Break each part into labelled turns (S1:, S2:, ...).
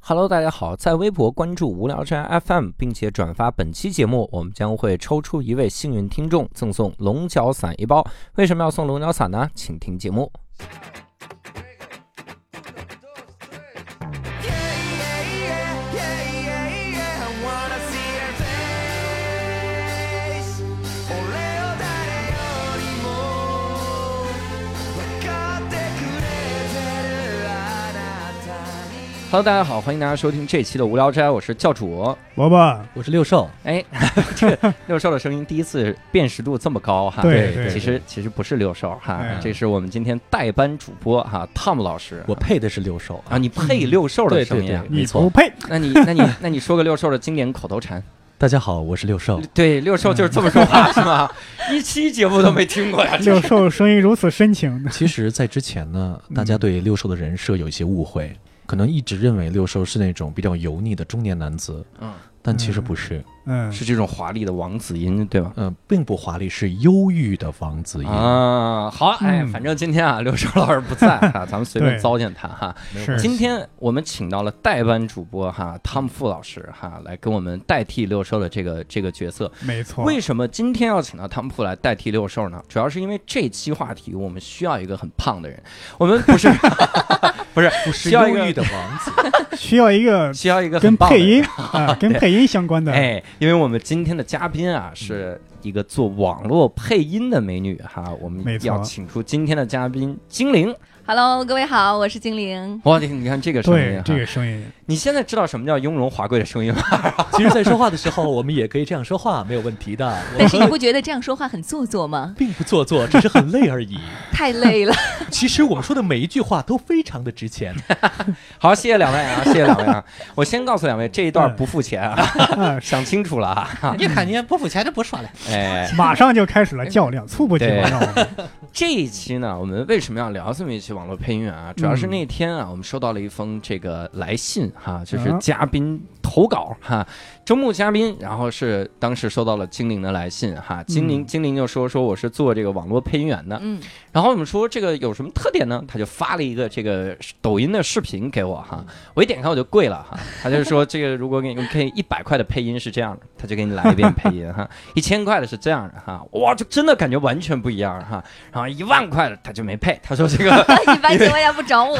S1: Hello，大家好，在微博关注无聊斋 FM，并且转发本期节目，我们将会抽出一位幸运听众，赠送龙角散一包。为什么要送龙角散呢？请听节目。Hello，大家好，欢迎大家收听这期的无聊斋，我是教主。
S2: 萝卜，
S3: 我是六兽，
S1: 哎， 这六兽的声音第一次辨识度这么高哈。
S2: 对对
S1: 其实其实不是六兽哈，
S2: 哎呀
S1: 这是我们今天代班主播哈，Tom 老师。
S3: 我配的是六兽
S1: 啊，，你配六兽的
S3: 对
S1: 声
S3: 对
S1: 音啊
S3: 对，
S2: 你
S3: 没错
S2: 不配。
S1: 那你那你那你说个六兽的经典口头禅。
S3: 大家好，我是六 兽，
S1: 对，六兽就是这么说话、是吗？
S3: 嗯
S1: 一期节目都没听过呀，这
S2: 六
S1: 是
S2: 兽声音如此深情，
S3: 其实，在之前呢，
S2: 嗯
S3: 大家对六兽的人设有一些误会，可能一直认为六兽是那种比较油腻的中年男子，
S1: 嗯，
S3: 但其实不是，
S2: 嗯，
S1: 是这种华丽的王子音，对吧？
S3: 嗯、并不华丽，是忧郁的王子音。
S1: 啊，好，哎，
S2: 嗯
S1: 反正今天啊，六兽老师不在哈、咱们随便
S3: 嗯
S2: 对
S1: 糟践他哈。
S2: 是
S1: 今天我们请到了代班主播
S3: 嗯
S1: 哈，汤姆傅老师哈，来跟我们代替六兽的这个这个角色。
S2: 没错。
S1: 为什么今天要请到汤姆·普来代替六兽呢？主要是因为这期话题我们需要一个很胖的人，我们不是 不是
S3: 不
S1: 需
S3: 是
S1: 要
S3: 忧
S1: 一个
S3: 郁的王 子，
S2: 需要一个
S1: 需要一个
S2: 跟
S1: 很棒的
S2: 配
S1: 人
S2: 音 啊，跟配音相关的。
S1: 哎，因为我们今天的嘉宾啊
S2: 嗯
S1: 是一个做网络配音的美女哈，我们
S2: 没错
S1: 要请出今天的嘉宾精灵。
S4: Hello，各位好，我是精灵。
S1: 哇，你你看这个声音
S2: 对
S1: 哈，
S2: 这个声音，
S1: 你现在知道什么叫雍容华贵的声音吗？
S3: 其实，在说话的时候，我们也可以这样说话，没有问题 的。
S4: 但
S3: 我
S4: 是你不觉得这样说话很做作 吗？
S3: 并不做作，只是很累而已。
S4: 太累 了。
S3: 其实我们说的每一句话都非常的值 钱。
S1: 好，谢谢两位啊，谢谢两位啊！我先告诉两位，这一
S2: 嗯
S1: 段不付钱啊，，
S2: 啊
S1: 想清楚了啊！
S3: 你看，你不付钱就不说了。
S1: 哎，
S2: 马上就开始了较量，猝不及防让我 们。
S1: 这一期呢，我们为什么要聊这么一期网络配音啊？主要是那天啊，我们收到了一封这个来信哈，就是嘉宾投稿哈，招募嘉宾，然后是当时收到了精灵的来信哈，精灵
S2: 嗯
S1: 精灵就说说我是做这个网络配音员的，
S4: 嗯，
S1: 然后我们说这个有什么特点呢？他就发了一个这个抖音的视频给我哈，我一点开我就跪了哈。他就说这个如果给你可以一百块的配音是这样的，他就给你来一遍配音哈；一千块的是这样的哈，哇，就真的感觉完全不一样哈。然后一万块的他就没配，他说这个
S4: 一般情况下不找我。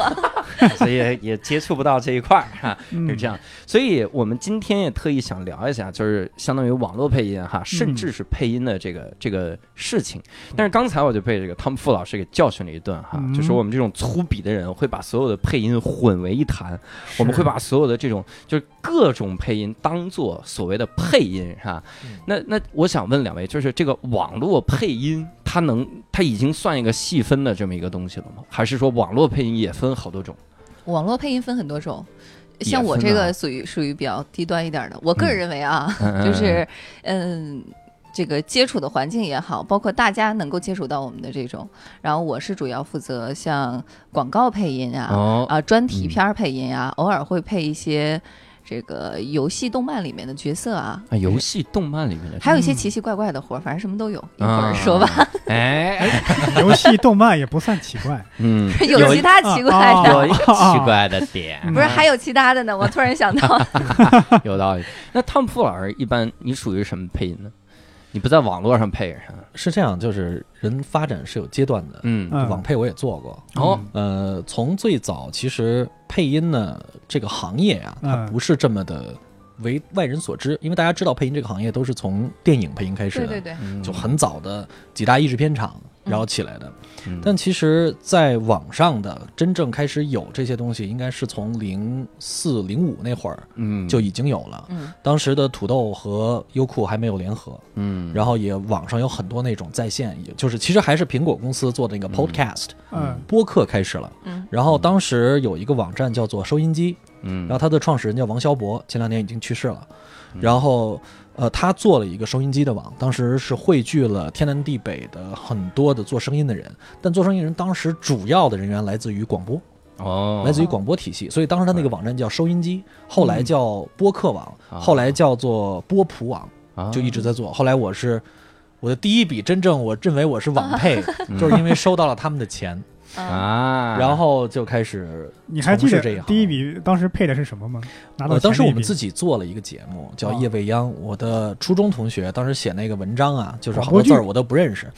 S1: 所以也也接触不到这一块儿哈，
S2: 嗯
S1: 是这样。所以我们今天也特意想聊一下，就是相当于网络配音哈，甚
S2: 嗯
S1: 至是配音的这个这个事情。但是刚才我就被这个汤姆傅老师给教训了一顿哈，
S2: 嗯
S1: 就说我们这种粗鄙的人会把所有的配音混为一谈，我们会把所有的这种就是各种配音当做所谓的配音哈
S3: 嗯。
S1: 那那我想问两位，就是这个网络配音。它能，它已经算一个细分的这么一个东西了吗？还是说网络配音也分好多种？
S4: 网络配音分很多种，
S1: 也
S4: 像我
S1: 分啊
S4: 这个属于属于比较低端一点的。我个人认为啊，
S1: 嗯
S4: 就是嗯。这个接触的环境也好，包括大家能够接触到我们的这种，然后我是主要负责像广告配音啊，
S1: 哦，
S4: 啊，专题片儿配音啊，偶尔会配一些这个游戏、动漫里面的角色啊，
S1: 啊，游戏、动漫里面的
S4: 还有一些
S2: 嗯
S4: 奇奇怪怪的活儿，反正什么都有。一会儿说吧，
S1: 吧。哎，
S2: 游戏、动漫也不算奇怪，
S1: 嗯，
S4: 有其他奇怪
S2: 啊
S4: 的，
S1: 有一个奇怪的点， 嗯
S4: 不是还有其他的呢？我突然想到，
S1: 有道理。那汤姆·普老师一般你属于什么配音呢？你不在网络上配是吧？
S3: 是这样，就是人发展是有阶段的。
S1: 嗯，
S2: 嗯
S3: 网配我也做过，
S1: 哦，
S3: 呃，从最早其实配音呢这个行业啊，它
S2: 嗯
S3: 不是这么的为外人所知，因为大家知道配音这个行业都是从电影配音开始
S4: 对
S3: 的，
S4: 对对，
S1: 嗯
S3: 嗯就很早的几大译制片厂然后起来的。
S1: 嗯，
S3: 但其实，在网上的真正开始有这些东西，应该是从零四零五那会儿
S1: 嗯
S3: 就已经有了。
S4: 嗯，
S3: 当时的土豆和优酷还没有联合，
S1: 嗯，
S3: 然后也网上有很多那种在线，也就是其实还是苹果公司做的那个
S1: 嗯
S3: podcast、
S2: 嗯
S3: 播客开始了。
S4: 嗯
S3: 然后当时有一个网站叫做收音机，
S1: 嗯，
S3: 然后它的创始人叫王肖博，前两年已经去世了
S1: 嗯。
S3: 然后，呃，他做了一个收音机的网，当时是汇聚了天南地北的很多的做声音的人，但做声音人当时主要的人员来自于广播，
S1: 哦，
S3: 来自于广播体系，所以当时他那个网站叫收音机，后来叫播客网，
S1: 啊
S3: 后来叫做波普网，
S1: 啊
S3: 就一直在做。后来我是我的第一笔真正我认为我是网配，
S1: 嗯
S3: 就是因为收到了他们的钱，
S4: 啊，
S1: 啊，
S3: 然后就开始，
S2: 你还记
S3: 从事这一
S2: 得
S3: 行
S2: 第一笔当时配的是什么吗？拿到
S3: 呃当时我们自
S2: 己
S3: 己做了一个节目叫
S2: 哦
S3: 《夜未央》，我的初中同学当时写那个文章啊，就是好
S2: 广播
S3: 多
S2: 剧
S3: 字儿我都不认识，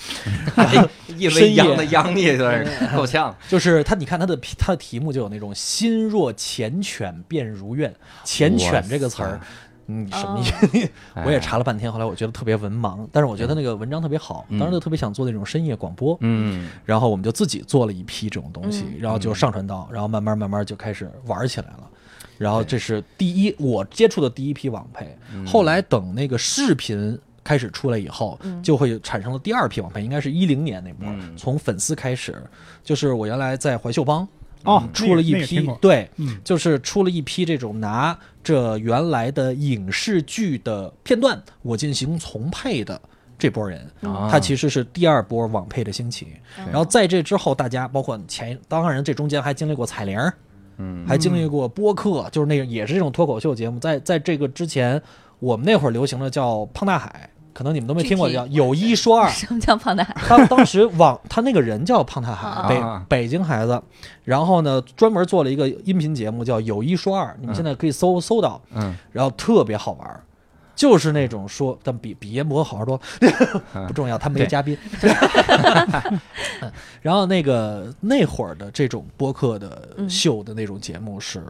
S1: 一
S3: 深
S1: 微
S3: 夜
S1: 央的央你有点够 呛，
S3: 就是他，你看他的题他的题目就有那种“心若缱绻便如愿”，缱绻这个词儿
S1: 哇塞，
S3: 嗯，什么
S4: 哦
S3: 意思？
S1: 哎
S3: 我也，查了半天，后来我觉得特别文盲，但是我觉得那个文章特别好，
S1: 嗯
S3: 当时就特别想做那种深夜广播，
S1: 嗯，
S3: 然后我们就自己做了一批这种东西，
S4: 嗯
S3: 然后就上传到，然后慢慢慢慢就开始玩起来了。然后这是第一，我接触的第一批网配。
S1: 嗯
S3: 后来等那个视频开始出来以后，
S4: 嗯
S3: 就会产生了第二批网配，应该是一零年那波，
S1: 嗯
S3: 从粉丝开始，就是我原来在怀秀帮
S1: 嗯
S3: 嗯
S2: 哦，
S3: 出了一
S2: 那个
S3: 批，
S2: 那个听过
S3: 对，
S2: 嗯，
S3: 就是出了一批这种拿着原来的影视剧的片段，我进行重配的这波人，
S1: 啊
S3: 他其实是第二波网配的兴起。然 后在这之后，大家包括前，当然这中间还经历过彩铃儿，
S1: 嗯
S3: 还经历过播客，就是那个也是这种脱口秀节目。在在这个之前，我们那会儿流行的叫胖大海。可能你们都没听过
S4: 具体
S3: 叫有一说二，
S4: 什么叫胖男孩？
S3: 他当时网他那个人叫胖大海，
S1: 啊
S3: 北北京孩子，然后呢专门做了一个音频节目叫有一说二，你们现在可以搜搜到，
S1: 嗯，
S3: 然后特别好玩儿，就是那种说，但比比阎摩好玩多， 不重要，他没
S1: 对
S3: 嘉宾。嗯然后那个那会儿的这种播客的
S4: 嗯
S3: 秀的那种节目是。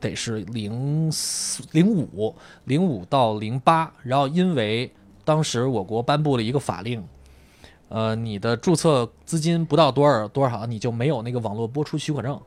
S3: 得是零四、零五、零五到零八，然后因为当时我国颁布了一个法令，呃，你的注册资金不到多少多少，你就没有那个网络播出许可证，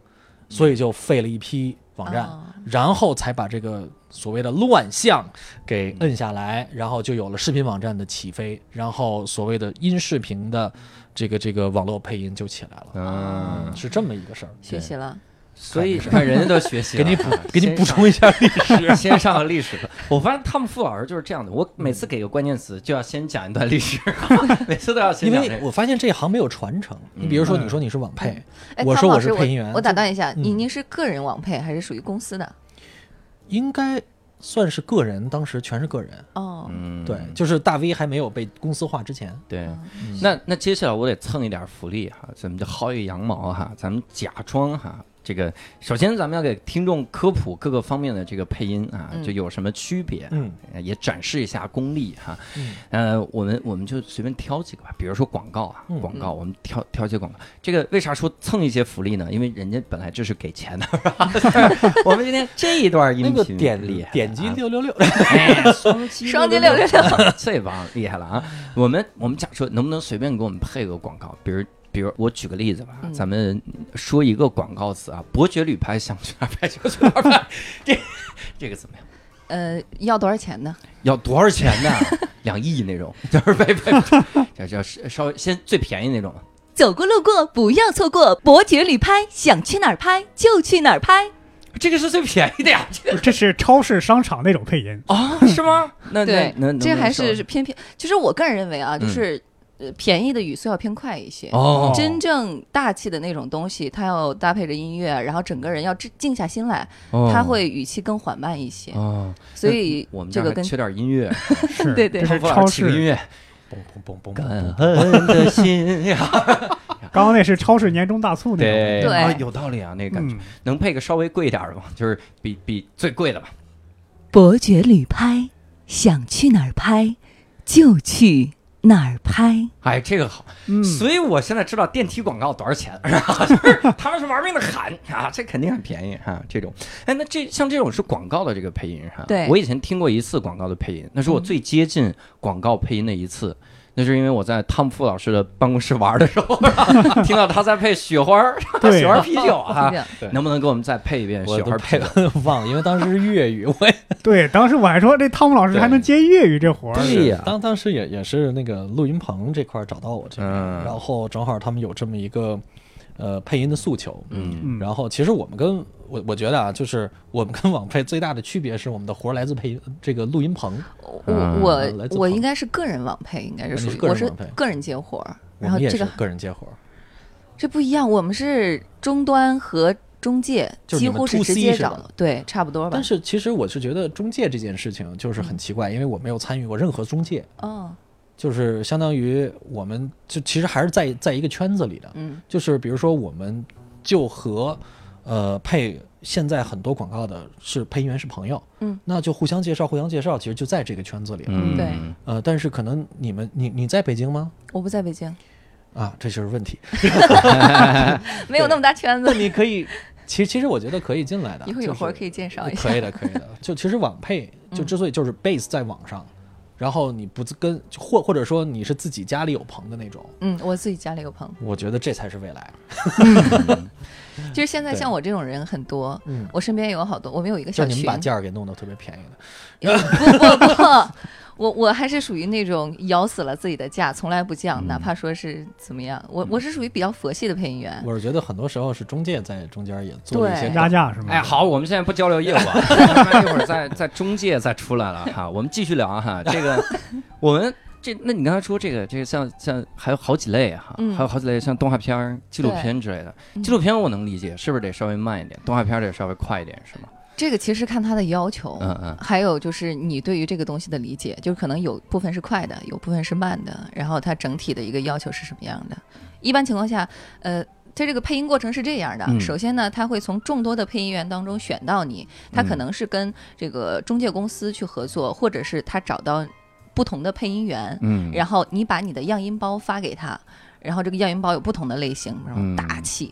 S3: 所以就废了一批网站，
S4: 嗯哦
S3: 然后才把这个所谓的乱象给摁下来，然后就有了视频网站的起飞，然后所谓的音视频的这个这个网络配音就起来了，
S1: 嗯，
S3: 是这么一个事儿。
S4: 学习了，
S1: 所以看人家都学习
S3: 给
S1: 了，
S3: 你补给你
S1: 先
S3: 补
S1: 上
S3: 充一下历史，
S1: 是先上历史课。我发现汤姆·傅老师就是这样的，我每次给个关键词就要先讲一段历史，每次都要先
S3: 因
S1: 讲这
S3: 为
S1: 个。
S3: 我发现这行没有传承。你比如说，你说你是网
S1: 嗯
S3: 配，
S4: 哎
S3: 我
S4: 汤
S3: 说
S4: 老
S3: 我是
S4: 师
S3: 配音员
S4: 我打断一下，
S3: 嗯
S4: 你您是个人网配还是属于公司的？
S3: 应该算是个人，当时全是个人。
S4: 哦，
S1: 嗯
S3: 对，就是大 V 还没有被公司化之前，
S1: 对
S4: 嗯。
S1: 那那接下来我得蹭一点福利哈，咱们就薅一个羊毛哈，咱们假装哈。这个首先，咱们要给听众科普各个方面的这个配音啊，
S4: 嗯
S1: 就有什么区别，
S3: 嗯
S1: 呃也展示一下功力哈。
S3: 嗯
S1: 呃，我们我们就随便挑几个吧，比如说广告啊
S3: 嗯，
S1: 广告，我们挑挑几个广告。这个为啥说蹭一些福利呢？因为人家本来这是给 钱的。我们今天这一段音
S3: 那
S1: 频
S3: 个点
S1: 厉害啊
S3: 点击六 六六，
S1: 哎，双击
S4: 双击六六六，
S1: 这帮厉害了啊！我们我们假设能不能随便给我们配个广告，比如。比如我举个例子吧，
S4: 嗯
S1: 咱们说一个广告词啊，伯爵旅拍想去哪儿拍就去哪儿拍， 这这个怎么样？
S4: 呃，要多少钱呢？
S1: 要多少钱呢？ 两亿那种，就是拍拍，这这稍微先最便宜那种吧。
S4: 走过路过不要错过，伯爵旅拍，想去哪儿拍就去哪儿拍。
S1: 这个是最便宜的呀，这
S2: 这是超市商场那种配音，
S1: 啊、 是吗？那
S4: 哦对
S1: 那那，
S4: 这还
S1: 能
S4: 是
S1: 稍微
S4: 偏偏，其实我个人认为啊，就
S1: 嗯
S4: 是呃便宜的语速要偏快一些。
S1: 哦，
S4: 真正大气的那种东西，它要搭配着音乐，然后整个人要静静下心来，
S1: 哦
S4: 它会语气更缓慢一些。
S1: 哦，
S4: 所以
S1: 我们
S4: 这
S1: 这
S4: 个
S1: 个
S4: 跟
S1: 缺点音 乐，
S2: 是，
S4: 对对
S2: 这是
S1: 不
S2: 超
S1: 好起个音
S2: 市，
S1: 乐，
S3: 嘣嘣嘣
S1: 感
S3: 嘣嘣，
S1: 恩的心呀，
S2: 刚刚那是超市年终大促那种，
S1: 对
S4: 对
S1: 啊有道理啊，那个感觉
S2: 嗯，
S1: 能配个稍微贵一点儿的吗？就是比比最贵的吧。
S4: 伯爵旅拍，想去哪儿拍就去哪儿拍。
S1: 哎，这个好，
S2: 嗯，
S1: 所以我现在知道电梯广告多少钱， 然后就是他们是玩命的喊 啊，这肯定很便宜啊，这种。哎，那这像这种是广告的这个配音哈，
S4: 对
S1: 我以前听过一次广告的配音，那是我最接近广告配音的一次。那是因为我在汤姆·傅老师的办公室玩的时候， 听到他在配雪花儿
S2: 对
S1: 雪花啤酒啊，
S3: 对
S1: 能不能给我们再配一遍
S3: 我
S1: 雪
S3: 都
S1: 花啤
S3: 配
S1: 酒？
S3: 忘了，因为当时是粤语，我也
S2: 对，当时我还说这汤姆老师还能接粤语这活儿，
S1: 对呀
S3: 当当时也也是那个录音棚这块儿找到我这边，
S1: 嗯
S3: 然后正好他们有这么一个呃配音的诉求，
S1: 嗯
S2: 嗯，
S3: 然后其实我们跟我我觉得啊，就是我们跟网配最大的区别是我们的活儿来自配这个录音棚，
S4: 我
S1: 嗯
S4: 我
S3: 啊来自
S4: 我
S3: 旁
S4: 应该是个人网配，应该是
S3: 你
S4: 属
S3: 是
S4: 于
S3: 个人
S4: 我是
S3: 网配
S4: 个人接活儿，然
S3: 我
S4: 后
S3: 们也
S4: 这
S3: 是
S4: 个
S3: 个人接活儿，
S4: 这不一样，我们是终端和中介，
S3: 就是你
S4: 几
S3: 们
S4: 乎
S3: 2C
S4: 直接
S3: 是吧
S4: 找的，对，差不多吧
S3: 但。是其实我是觉得中介这件事情就是很奇怪，因为我没有参与过任何中介，
S4: 嗯，
S3: 就是相当于我们就其实还是在在一个圈子里的，
S4: 嗯
S3: 就是比如说我们就和呃配现在很多广告的是配音员是朋友，
S4: 嗯，
S3: 那就互相介绍互相介绍，其实就在这个圈子里了。
S1: 嗯，
S4: 对
S3: 呃，但是可能你们你你在北京吗？
S4: 我不在北京，
S3: 啊，这就是问题。
S4: 没有那么大圈
S3: 那
S4: 子，
S3: 你可 以，其实其实我觉得可以进来的，
S4: 以后有活儿可
S3: 以
S4: 以介绍一下。嗯
S3: 可以的，可以的。就其实网配就之所以就是 base 在网上，然后你不自跟就或或者说你是自己家里有棚的那种，
S4: 嗯，我自己家里有朋友，
S3: 我觉得这才是未来。
S4: 其实现在
S3: 对
S4: 像我这种人很多，
S3: 嗯，
S4: 我身边有好多，我们有一个
S3: 就
S4: 小
S3: 是你
S4: 群
S3: 们，把价儿给弄得特别便宜的。
S4: 不 不不，我我还是属于那种咬死了自己的价，从来不降，
S3: 嗯
S4: 哪怕说是怎么样，我我是属于比较佛系的配音员。
S3: 我是觉得很多时候是中介在中间也做了一些
S4: 对
S2: 压价是吗？
S1: 哎，好，我们现在不交流业务啊，一会儿在在中介再出来了哈，我们继续聊啊哈，这个 我们。这，那你刚才说这个，这个像像还有好几类哈、
S4: 嗯
S1: 还有好几类像动画片儿、纪录片之类的。
S4: 嗯
S1: 纪录片我能理解，是不是得稍微慢一点？动画片儿得稍微快一点，是吗？
S4: 这个其实看他的要求，
S1: 嗯嗯
S4: 还有就是你对于这个东西的理解，就是可能有部分是快的，有部分是慢的，然后它整体的一个要求是什么样的。一般情况下，呃，它这个配音过程是这样的：
S1: 嗯
S4: 首先呢，他会从众多的配音员当中选到你，他可
S1: 嗯
S4: 能是跟这个中介公司去合作，或者是他找到不同的配音员，
S1: 嗯，
S4: 然后你把你的样音包发给他。然后这个样音包有不同的类型，什
S1: 嗯
S4: 么大气、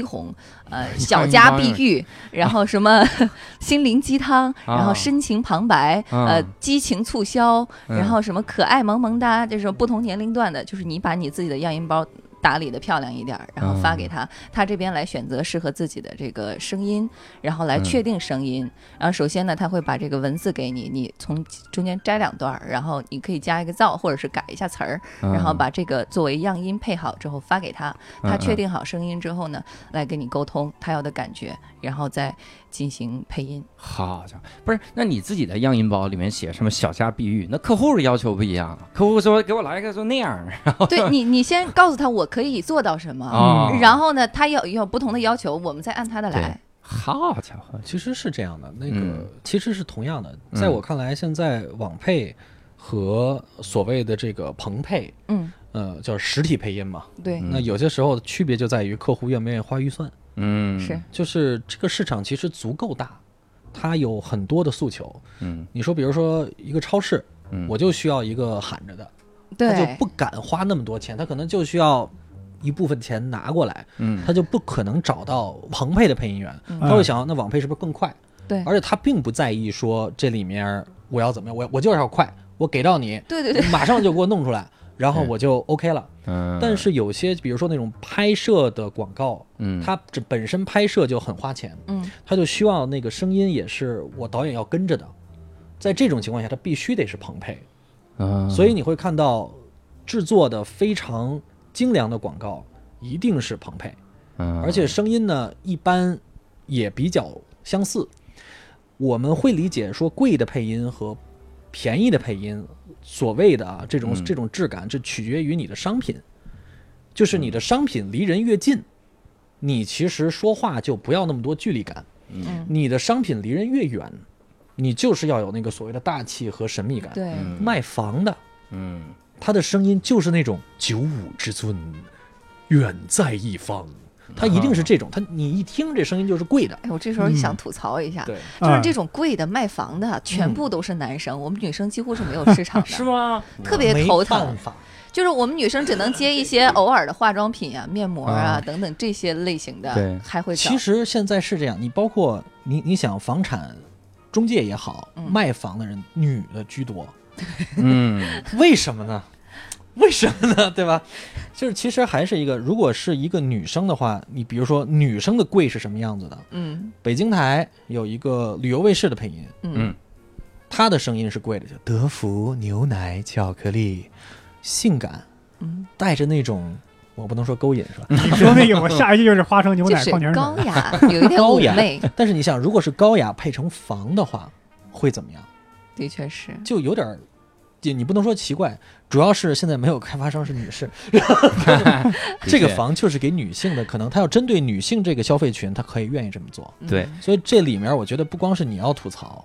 S4: 宏，呃，小家碧玉， 然后什么心灵鸡汤，
S1: 啊
S4: 然后深情旁白，
S1: 啊
S4: 呃，激情促销，
S1: 嗯
S4: 然后什么可爱萌萌哒，这种不同年龄段的，就是你把你自己的样音包打理的漂亮一点儿，然后发给
S1: 嗯
S4: 他，他这边来选择适合自己的这个声音，然后来
S1: 嗯
S4: 确定声音。然后首先呢，他会把这个文字给你，你从中间摘两段儿，然后你可以加一个噪，或者是改一下词儿，
S1: 嗯
S4: 然后把这个作为样音配好之后发给他，他
S1: 嗯
S4: 确定好声音之后呢，来跟你沟通他要的感觉，然后再进行配 音。
S1: 好家伙，不是？那你自己的样音包里面写什么小家碧玉？那客户的要求不一样，客户说给我来一个说那样儿
S4: 对你，你先告诉他我可以做到什么，
S1: 啊，
S4: 嗯然后呢，他要有不同的要求，我们再按他的
S1: 对
S4: 来。
S1: 好家伙，
S3: 其实是这样的，那个
S1: 嗯
S3: 其实是同样的。
S1: 嗯
S3: 在我看来，现在网配和所谓的这个棚配，
S4: 嗯，
S3: 呃，叫实体配音嘛，
S4: 对，
S1: 嗯
S3: 那有些时候区别就在于客户愿不愿意花预算。
S1: 嗯，
S4: 是，
S3: 就是这个市场其实足够大，它有很多的诉求。
S1: 嗯
S3: 你说，比如说一个超市，
S1: 嗯，
S3: 我就需要一个喊着的，他就
S4: 对，
S3: 不敢花那么多钱，他可能就需要一部分钱拿过来，
S1: 嗯
S3: 他就不可能找到棚配的配音员，
S4: 嗯
S3: 他会想那网配是不是更快？
S4: 对
S3: 而且他并不在意说这里面我要怎么样，我我就是要快，我给到 你，
S4: 对对对，
S3: 你马上就给我弄出来，然后
S1: 嗯
S3: 我就 OK 了。
S1: 嗯，
S3: 但是有些比如说那种拍摄的广告，
S1: 嗯
S3: 它这本身拍摄就很花钱，
S4: 嗯，
S3: 他就需要那个声音也是我导演要跟着的。在这种情况下，他必须得是棚配，
S1: 啊，
S3: 所以你会看到制作的非常精良的广告一定是棚配，
S1: 嗯，
S3: 而且声音呢一般也比较相似。我们会理解说贵的配音和便宜的配音，所谓的啊这种
S1: 嗯
S3: 这种质感，这取决于你的商品，就是你的商品离人越近，你其实说话就不要那么多距离感。
S4: 嗯
S3: 你的商品离人越远，你就是要有那个所谓的大气和神秘感。
S4: 对，
S1: 嗯
S3: 卖房的
S1: 嗯
S3: 他的声音就是那种九五之尊，远在一方，他一定是这种。他你一听这声音就是贵的，
S4: 哎，我这时候想吐槽一下，
S3: 对，
S4: 就是这
S2: 种
S4: 种贵的卖房的，全部都是男生，我们女生几乎是没有市场的，
S1: 是吗？
S4: 特别头
S3: 没办
S4: 疼。
S3: 法，
S4: 就是我们女生只能接一些偶尔的化妆品啊、面膜啊
S1: 啊
S4: 等等这些类型
S1: 对
S4: 的，还会找
S3: 其实现在是这样，你包括你，你想房产中介也好，
S4: 嗯
S3: 卖房的人女的居多，
S1: 嗯
S3: 为什么呢？ 为什么呢？对吧？就是其实还是一个，如果是一个女生的话，你比如说女生的贵是什么样子的？
S4: 嗯
S3: 北京台有一个旅游卫视的配音，
S1: 嗯
S4: 嗯，
S3: 她的声音是贵的，叫德芙牛奶巧克力，性感，
S4: 嗯，
S3: 带着那种我不能说勾引是吧？
S2: 你说那个，我下一句就是花生牛
S4: 就
S2: 奶
S4: 是
S2: 矿泉水。
S4: 高雅， 有一点
S3: 高
S4: 妩
S3: 雅
S4: 媚，
S3: 但是你想，如果是高雅配成房的话，会怎么样？
S4: 的确是。嗯
S3: 就有点儿，就你不能说奇怪，主要是现在没有开发商是女士，这个房就是给女性的，可能他要针对女性这个消费群，他可以愿意这么做。
S4: 嗯
S1: 对，
S3: 所以这里面我觉得不光是你要吐槽，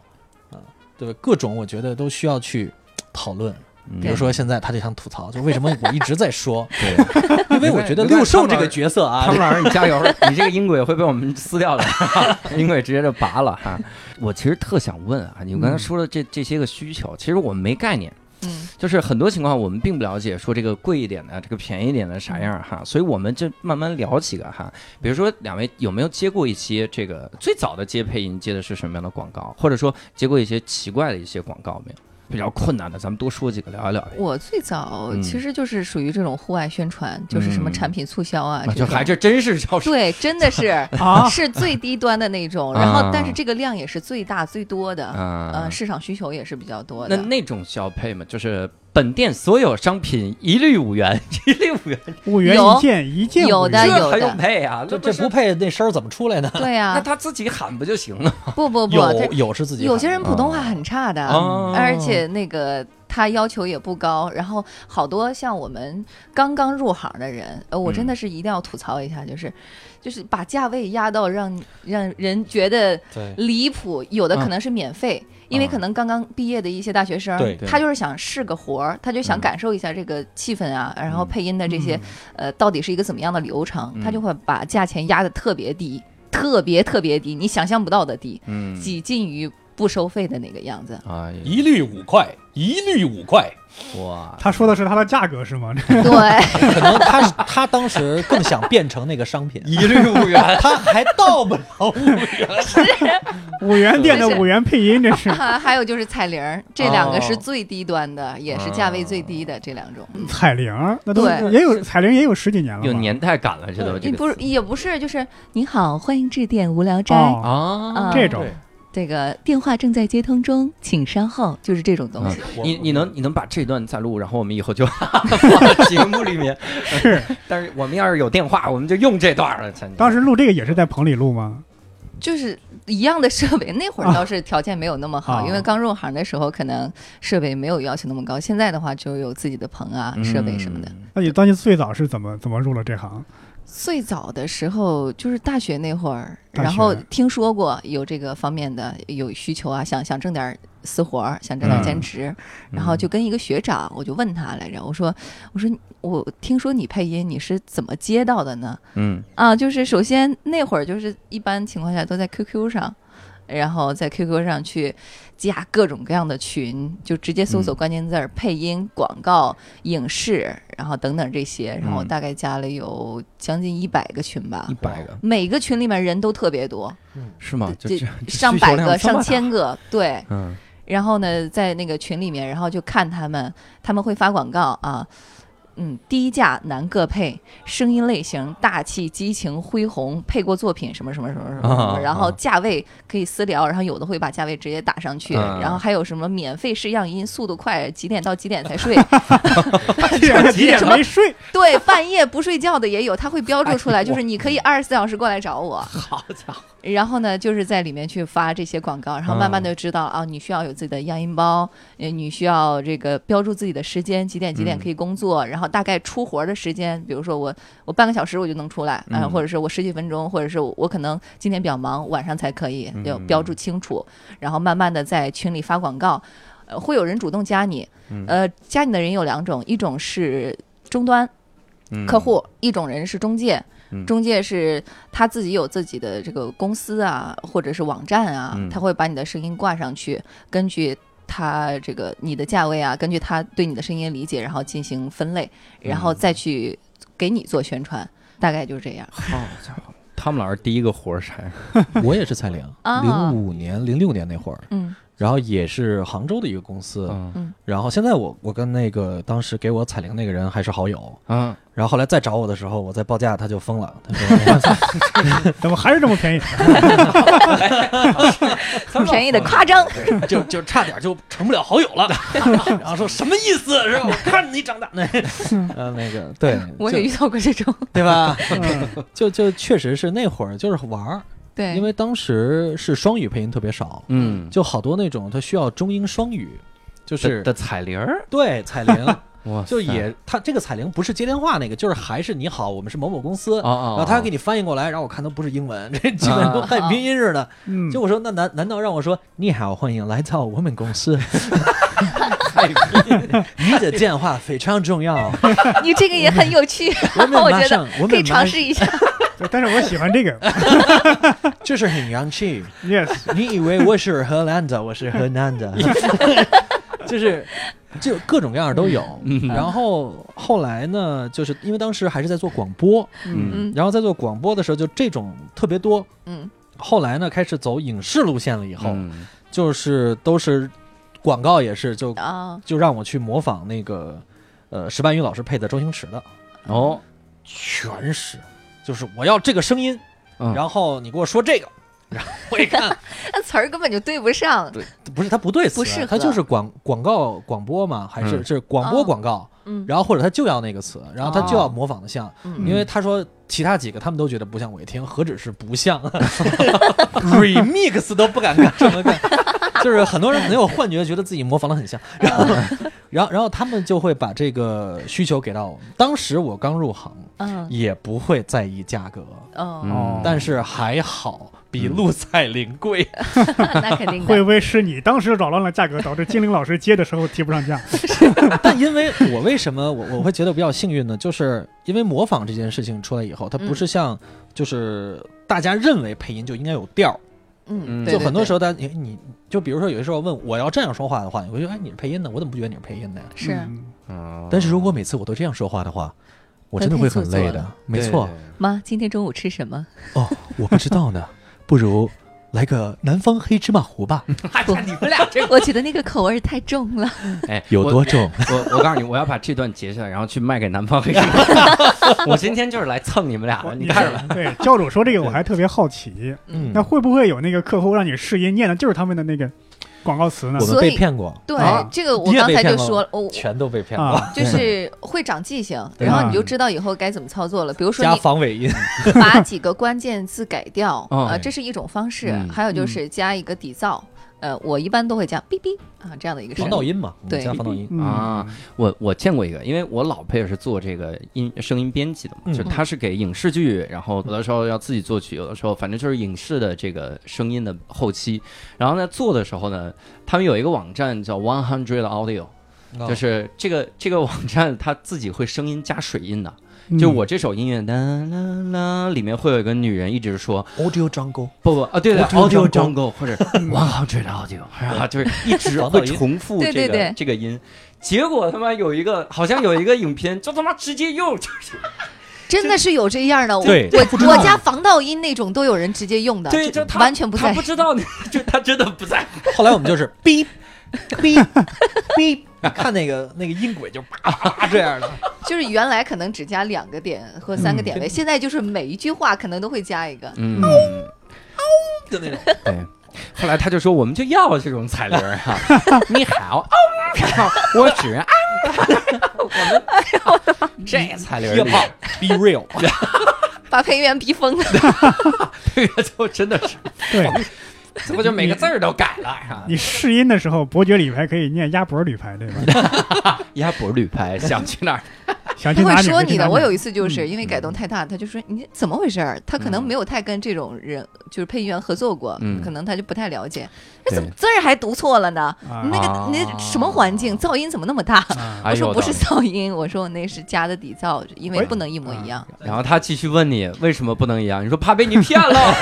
S3: 啊、对吧？各种我觉得都需要去讨论。
S1: 嗯，
S3: 比如说现在他就想吐槽，就为什么我一直在说
S1: 对，
S3: 因为我觉得
S1: 没关系
S3: 六兽这
S1: 没关
S3: 个
S1: 系
S3: 角色啊
S1: 汤，姆老师你加油，你这个音轨会被我们撕掉的， 音轨直接就拔了哈。我其实特想问啊，你们
S3: 嗯
S1: 刚才说的这这些个需求，其实我们没概念。
S4: 嗯，
S1: 就是很多情况我们并不了解，说这个贵一点的，这个便宜一点的啥样儿哈，所以我们就慢慢聊几个哈。比如说，两位有没有接过一些这个最早的接配音接的是什么样的广告，或者说接过一些奇怪的一些广告没有？比较困难的，咱们多说几个聊一聊呗。
S4: 我最早
S1: 嗯
S4: 其实就是属于这种户外宣传，就是什么
S1: 嗯
S4: 产品促销啊，
S1: 啊
S4: 这
S1: 就
S4: 种
S1: 还这真是叫什
S4: 对，真 的是
S2: 啊，
S4: 是最低端的那种，然后但
S1: 啊
S4: 是这个量也是最大最多的，
S1: 啊
S4: 呃，？市场需求也是比较多
S1: 那
S4: 的。
S1: 那种消费嘛，就是本店所有商品一律五 元，一律五元，
S2: 五元
S4: 有
S2: 一件，一件
S4: 有
S2: 五
S4: 的
S2: 元
S1: 这
S4: 呃有
S1: 还用配啊？
S3: 这
S1: 那
S3: 这
S1: 是
S3: 不配那声儿怎么出来呢？
S4: 对
S1: 那
S4: 啊，
S1: 他自己喊不就行了？
S4: 不不不，
S3: 有
S4: 他
S3: 有是自己喊的，
S4: 有些人普通话很差的，
S1: 哦
S4: 嗯而且那个他要求也不高，然后好多像我们刚刚入行的人，呃，我真
S1: 嗯
S4: 的是一定要吐槽一下，就是就是把价位压到让让人觉得
S3: 对
S4: 离谱，有的
S1: 啊
S4: 可能是免费。因为可能刚刚毕业的一些大学生
S3: 对，
S1: 嗯对
S4: 他就是想试个活儿，他就想
S1: 嗯
S4: 感受一下这个气氛啊，然后
S1: 嗯
S4: 配音的这些
S2: 嗯，
S4: 呃，到底是一个怎么样的流程，他
S1: 嗯
S4: 就会把价钱压得特别低，特别特别低，你想象不到的低。
S1: 嗯。
S4: 几近于不收费的那个样子
S1: 啊，
S3: 一律五块，一律五块。
S4: 嗯
S1: 哇，，
S2: 他说的是它的价格是吗？
S4: 对，
S3: 可能他是他当时更想变成那个商品
S1: 一律五元。
S3: 他还到不了五元。
S2: 五元店的
S4: 就是
S2: 五元配音，这 是
S4: 啊还有就是彩铃儿，这两个是
S1: 哦嗯
S4: 最低端的，也是价位最低的这两种。
S2: 彩铃儿，那都
S4: 对
S2: 也有彩铃也有十几年了吧，
S1: 有年代感了，这都这
S4: 你
S1: 个
S4: 不是也不是，就是您好，欢迎致电无聊斋，
S2: 哦，
S1: 啊
S4: 啊
S2: 这种
S4: 这个电话正在接通中，请稍后，就是这种东西。
S2: 嗯
S1: 你你能你能把这段再录，然后我们以后就 放到节目里面。
S2: 是
S1: 但是我们要是有电话，我们就用这段了。真的
S2: 当时录这个也是在棚里录吗？
S4: 就是一样的设备，那会儿倒是条件没有那么好，
S2: 啊
S4: 因为刚入行的时候可能设备没有要求那么高，现在的话就有自己的棚
S1: 嗯
S2: 嗯
S4: 啊、设备什么的。，
S2: 那你当时最早是怎么怎么入了这 行？
S4: 最早的时候就是大学那会儿，
S2: 大学
S4: 然后听说过有这个方面的有需求啊，想想挣点儿私活儿，想
S2: 嗯
S4: 挣点儿兼职，然后就跟一个学长，我就问他来着，我说我说我听说你配音，你是怎么接到的呢？
S1: 嗯
S4: 啊，就是首先那会儿就是一般情况下都在 QQ 上。然后在 QQ 上去加各种各样的群，就直接搜索
S1: 嗯
S4: 关键字儿、配音、广告、影视，然后等等这些。然后我
S1: 嗯
S4: 大概加了有将近一百个群吧，
S1: 一百个
S4: 每个群里面人都特别多，
S1: 是吗？就
S4: 这
S1: 这
S4: 上百
S1: 这需求
S4: 个、上。
S1: 量这么
S4: 千个，对。
S1: 大嗯，
S4: 然后呢，在那个群里面，然后就看他们，他们会发广告啊，嗯，低价男个配，声音类型大气、激情、恢宏，配过作品什么什么什么什么什
S1: 啊
S4: 么，然后
S1: 啊
S4: 价位可以私聊，然后有的会把价位直接打上去，
S1: 啊
S4: 然后还有什么免费试样音，速度快，几点到几点才睡，
S2: 几点没睡？
S4: 对，半夜不睡觉的也有，他会标注出 来，就是你可以二十四小时过来找我。好家伙！然后呢，就是在里面去发这些广告，然后慢慢的知道啊，你需要有自己的样音包，呃你需要这个标注自己的时间，几点几点
S1: 嗯
S4: 可以工作，然后大概出活的时间，比如说我我半个小时我就能出来，啊、
S1: 嗯
S4: 或者是我十几分钟，或者是我我可能今天比较忙，晚上才可以，要标注清楚，然后慢慢的在群里发广告，呃，会有人主动加你，呃，加你的人有两种，一种是终端。
S1: 嗯
S4: 客户，一种人是中介
S1: 嗯。
S4: 中介是他自己有自己的这个公司啊，或者是网站啊，
S1: 嗯
S4: 他会把你的声音挂上去，根据他这个你的价位啊，根据他对你的声音的理解，然后进行分类，
S1: 嗯
S4: 然后再去给你做宣传，大概就是这 样。
S1: 好家伙，汤姆老师第一个活儿啥呀？
S3: 我也是彩铃，
S4: 啊
S3: 零五年、零六年那会儿，
S4: 嗯
S3: 然后也是杭州的一个公司。
S1: 嗯
S3: 然后现在我我跟那个当时给我彩铃那个人还是好友，
S1: 啊，
S3: 然后后来再找我的时候，我在报价他就疯了，他说
S2: 怎么还是这么便宜？
S4: 便宜的夸张，
S3: 就就差点就成不了好友 了，然后说什么意思是吧？我看着你长大，那 呃那个对，
S4: 哎我也
S3: 就
S4: 遇到过 这种。
S3: 对吧？
S2: 嗯
S3: 就就确实是那会儿就是玩儿，
S4: 对，
S3: 因为当时是双语配音特别少，
S1: 嗯，
S3: 就好多那种它需要中英双语，就是
S1: 的的彩铃儿，
S3: 对彩 铃，
S1: 哇塞，
S3: 就
S4: 嗯
S3: 也它这个彩铃不是接电话那个，就是还是你好，我们是某某公司，
S1: 哦哦，
S3: 然后他
S1: 哦
S3: 要给你翻译过来，然后我看都不是英文，这基
S4: 哦
S3: 本上都汉语拼音似的。
S2: 嗯，
S3: 就我说那难难道让我说你好，欢迎来到我们公司？
S1: 太拼了，
S3: 你的电话非常重 要，
S4: 你这个也很有 趣，
S3: 我们
S4: 我
S3: 马
S4: 觉得
S3: 上，我
S4: 可以
S3: 们马
S4: 尝
S3: 上，
S4: 试一下。
S2: 对但是我喜欢这 个
S3: 就是很洋气。
S2: ，yes，
S3: 你以为我是荷兰的，我是河南 的，就是就各种各样的都有。
S1: 嗯
S3: 然后后来呢，就是因为当时还是在做广播，
S1: 嗯
S4: 嗯
S3: 然后在做广播的时候，就这种特别多。
S4: 嗯
S3: 后来呢，开始走影视路线了，以后、
S1: 嗯
S3: 就是都是广告也是就
S4: 啊，
S3: 就让我去模仿那个呃石斑鱼老师配的周星驰的，
S1: 哦，
S3: 全是就是我要这个声音，
S1: 嗯
S3: 然后你给我说这个，然后我一看
S4: 那词儿根本就对不上。
S3: 不是它不对词，
S4: 不适合
S3: 它就是广广告广播嘛，还是
S1: 嗯
S3: 是广播
S4: 哦
S3: 广告，
S4: 嗯
S3: 然后或者他就要那个词，然后他就要模仿的像，
S4: 嗯
S3: 因为他说其他几个他们都觉得不像，我一听何止是不 像，remix 都不敢干这么干， 就是很多人可能有幻觉，觉得自己模仿的很像，
S4: 嗯
S3: 然后 然后然后他们就会把这个需求给到我们。当时我刚入行，
S4: 嗯
S3: 也不会在意价格，
S4: 哦，
S1: 嗯
S3: 但是还好比陆彩玲贵。
S4: 那肯定
S2: 会
S4: 的。
S2: 不会是你当时扰乱了价格，导致精灵老师接的时候提不上价？
S3: 但因为我为什么我我会觉得比较幸运呢？就是因为模仿这件事情出来以后，它不是像就是大家认为配音就应该有调儿，
S4: 嗯，
S1: 嗯
S4: 对
S3: 就很多时
S4: 候
S3: 候大家你你就比如说有些时候问我要这样说话的话，你会觉得哎你是配音的，我怎么不觉得你是配音的呀？
S4: 是
S2: 嗯
S4: 哦
S1: 嗯
S3: 但是如果每次我都这样说话的话，我真的会很累
S4: 会太做作
S3: 的
S4: 了。
S3: 没错，，
S4: 妈，今天中午吃什么？
S3: 哦，我不知道呢，不如来个南方黑芝麻糊吧，
S4: 不， 你们俩这，我觉得那个口味太重了。
S1: 对对哎，
S3: 有
S1: 我
S3: 多重？
S1: 我我告诉你，我要把这段截下来，然后去卖给南方黑社会。我今天就是来蹭你们俩的，啊你看着吧。
S2: 对，教主说这个我还特别好奇，
S3: 嗯，
S2: 那会不会有那个客户让你试音念的就是他们的那个广告词呢
S3: 我？们
S4: 所以
S3: 被骗过，
S4: 对
S1: 啊，
S4: 这个我
S3: 你也
S4: 刚
S3: 被
S4: 才
S3: 骗
S4: 就
S3: 了
S4: 说了， 我
S3: 全都被骗过，
S2: 啊，
S4: 就是会长记性，
S3: 对嗯
S4: 然后你就知道以后该怎么操作了。比如说
S3: 加
S4: 你
S3: 防伪音。
S4: 把几个关键字改掉，
S1: 哦
S4: 呃，这是一种方式，
S1: 嗯
S4: 还有就是加一个底噪，呃，我一般都会加哔哔啊这样的一个声
S3: 防
S4: 音。
S3: 盗音嘛，我们
S4: 对
S3: 加防盗音。
S2: 嗯
S1: 啊，我我见过一个，因为我老婆也是做这个音声音编辑的嘛，
S3: 嗯
S1: 就是她是给影视剧，然后有的时候要自己作曲，有的时候反正就是影视的这个声音的后期。然后呢，做的时候呢，他们有一个网站叫 One Hundred Audio，
S3: 哦
S1: 就是这个这个网站它自己会声音加水印的。
S2: 嗯
S1: 就我这首音乐啦啦啦，里面会有一个女人一直说
S3: Audio Jungle，
S1: 不不啊，对对
S3: Audio
S1: ，audio jungle 或者 one hundred audio，然后嗯啊就是一直会重复
S4: 对
S1: 这
S4: 对
S1: 个
S4: 对
S1: 这个音。结果他妈有一个，好像有一个影片，就他妈直接用，
S4: 真的是有这样的，我
S3: 对不知
S4: 我
S3: 道
S4: 我家防盗音那种都有人直接用的，
S1: 对，
S4: 就
S1: 就他
S4: 完全不
S1: 他
S4: 在
S1: 不知 道，就他真的不在。
S3: 后来我们就是哔哔哔，看那个那个音轨就叭叭这样的，
S4: 就是原来可能只加两个点和三
S3: 嗯
S4: 个点位，现在就是每一句话可能都会加一个。
S1: 嗯，
S3: 就那种。
S1: 对。后来他就说，我们就要这种彩铃儿 哈。你好，哦，我只爱我们这彩铃儿
S3: 约炮
S1: 里，
S3: ，Be real，
S4: 把配音员逼疯了。
S1: 这个就真的是，
S2: 对
S1: 这不就每个字儿都改了啊哈。
S2: 你试音的时候，伯爵旅牌可以念鸭脖旅牌，对吧？
S1: 鸭脖绿拍想去 哪儿？
S2: 想去
S4: 他
S2: 哪
S4: 会
S2: 里
S4: 说
S2: 就去
S4: 你
S2: 哪
S4: 的。
S2: 里
S4: 我有一次就是因为改动太大，他就说你怎么回事儿？他可能
S1: 嗯
S4: 没有太跟这种人就是配音员合作过
S1: 嗯，
S4: 可能他就不太了解。
S1: 对
S4: 那怎么字儿还读错了呢？
S2: 啊
S4: 你那个你那什么环境噪音怎么那么大？
S2: 啊
S1: 哎呦
S4: 我说不是
S1: 我的
S4: 噪音，我说我那是加的底噪，因为
S2: 喂
S4: 不能一模一样。
S1: 然后他继续问你为什么不能一样，你说怕被你骗 了。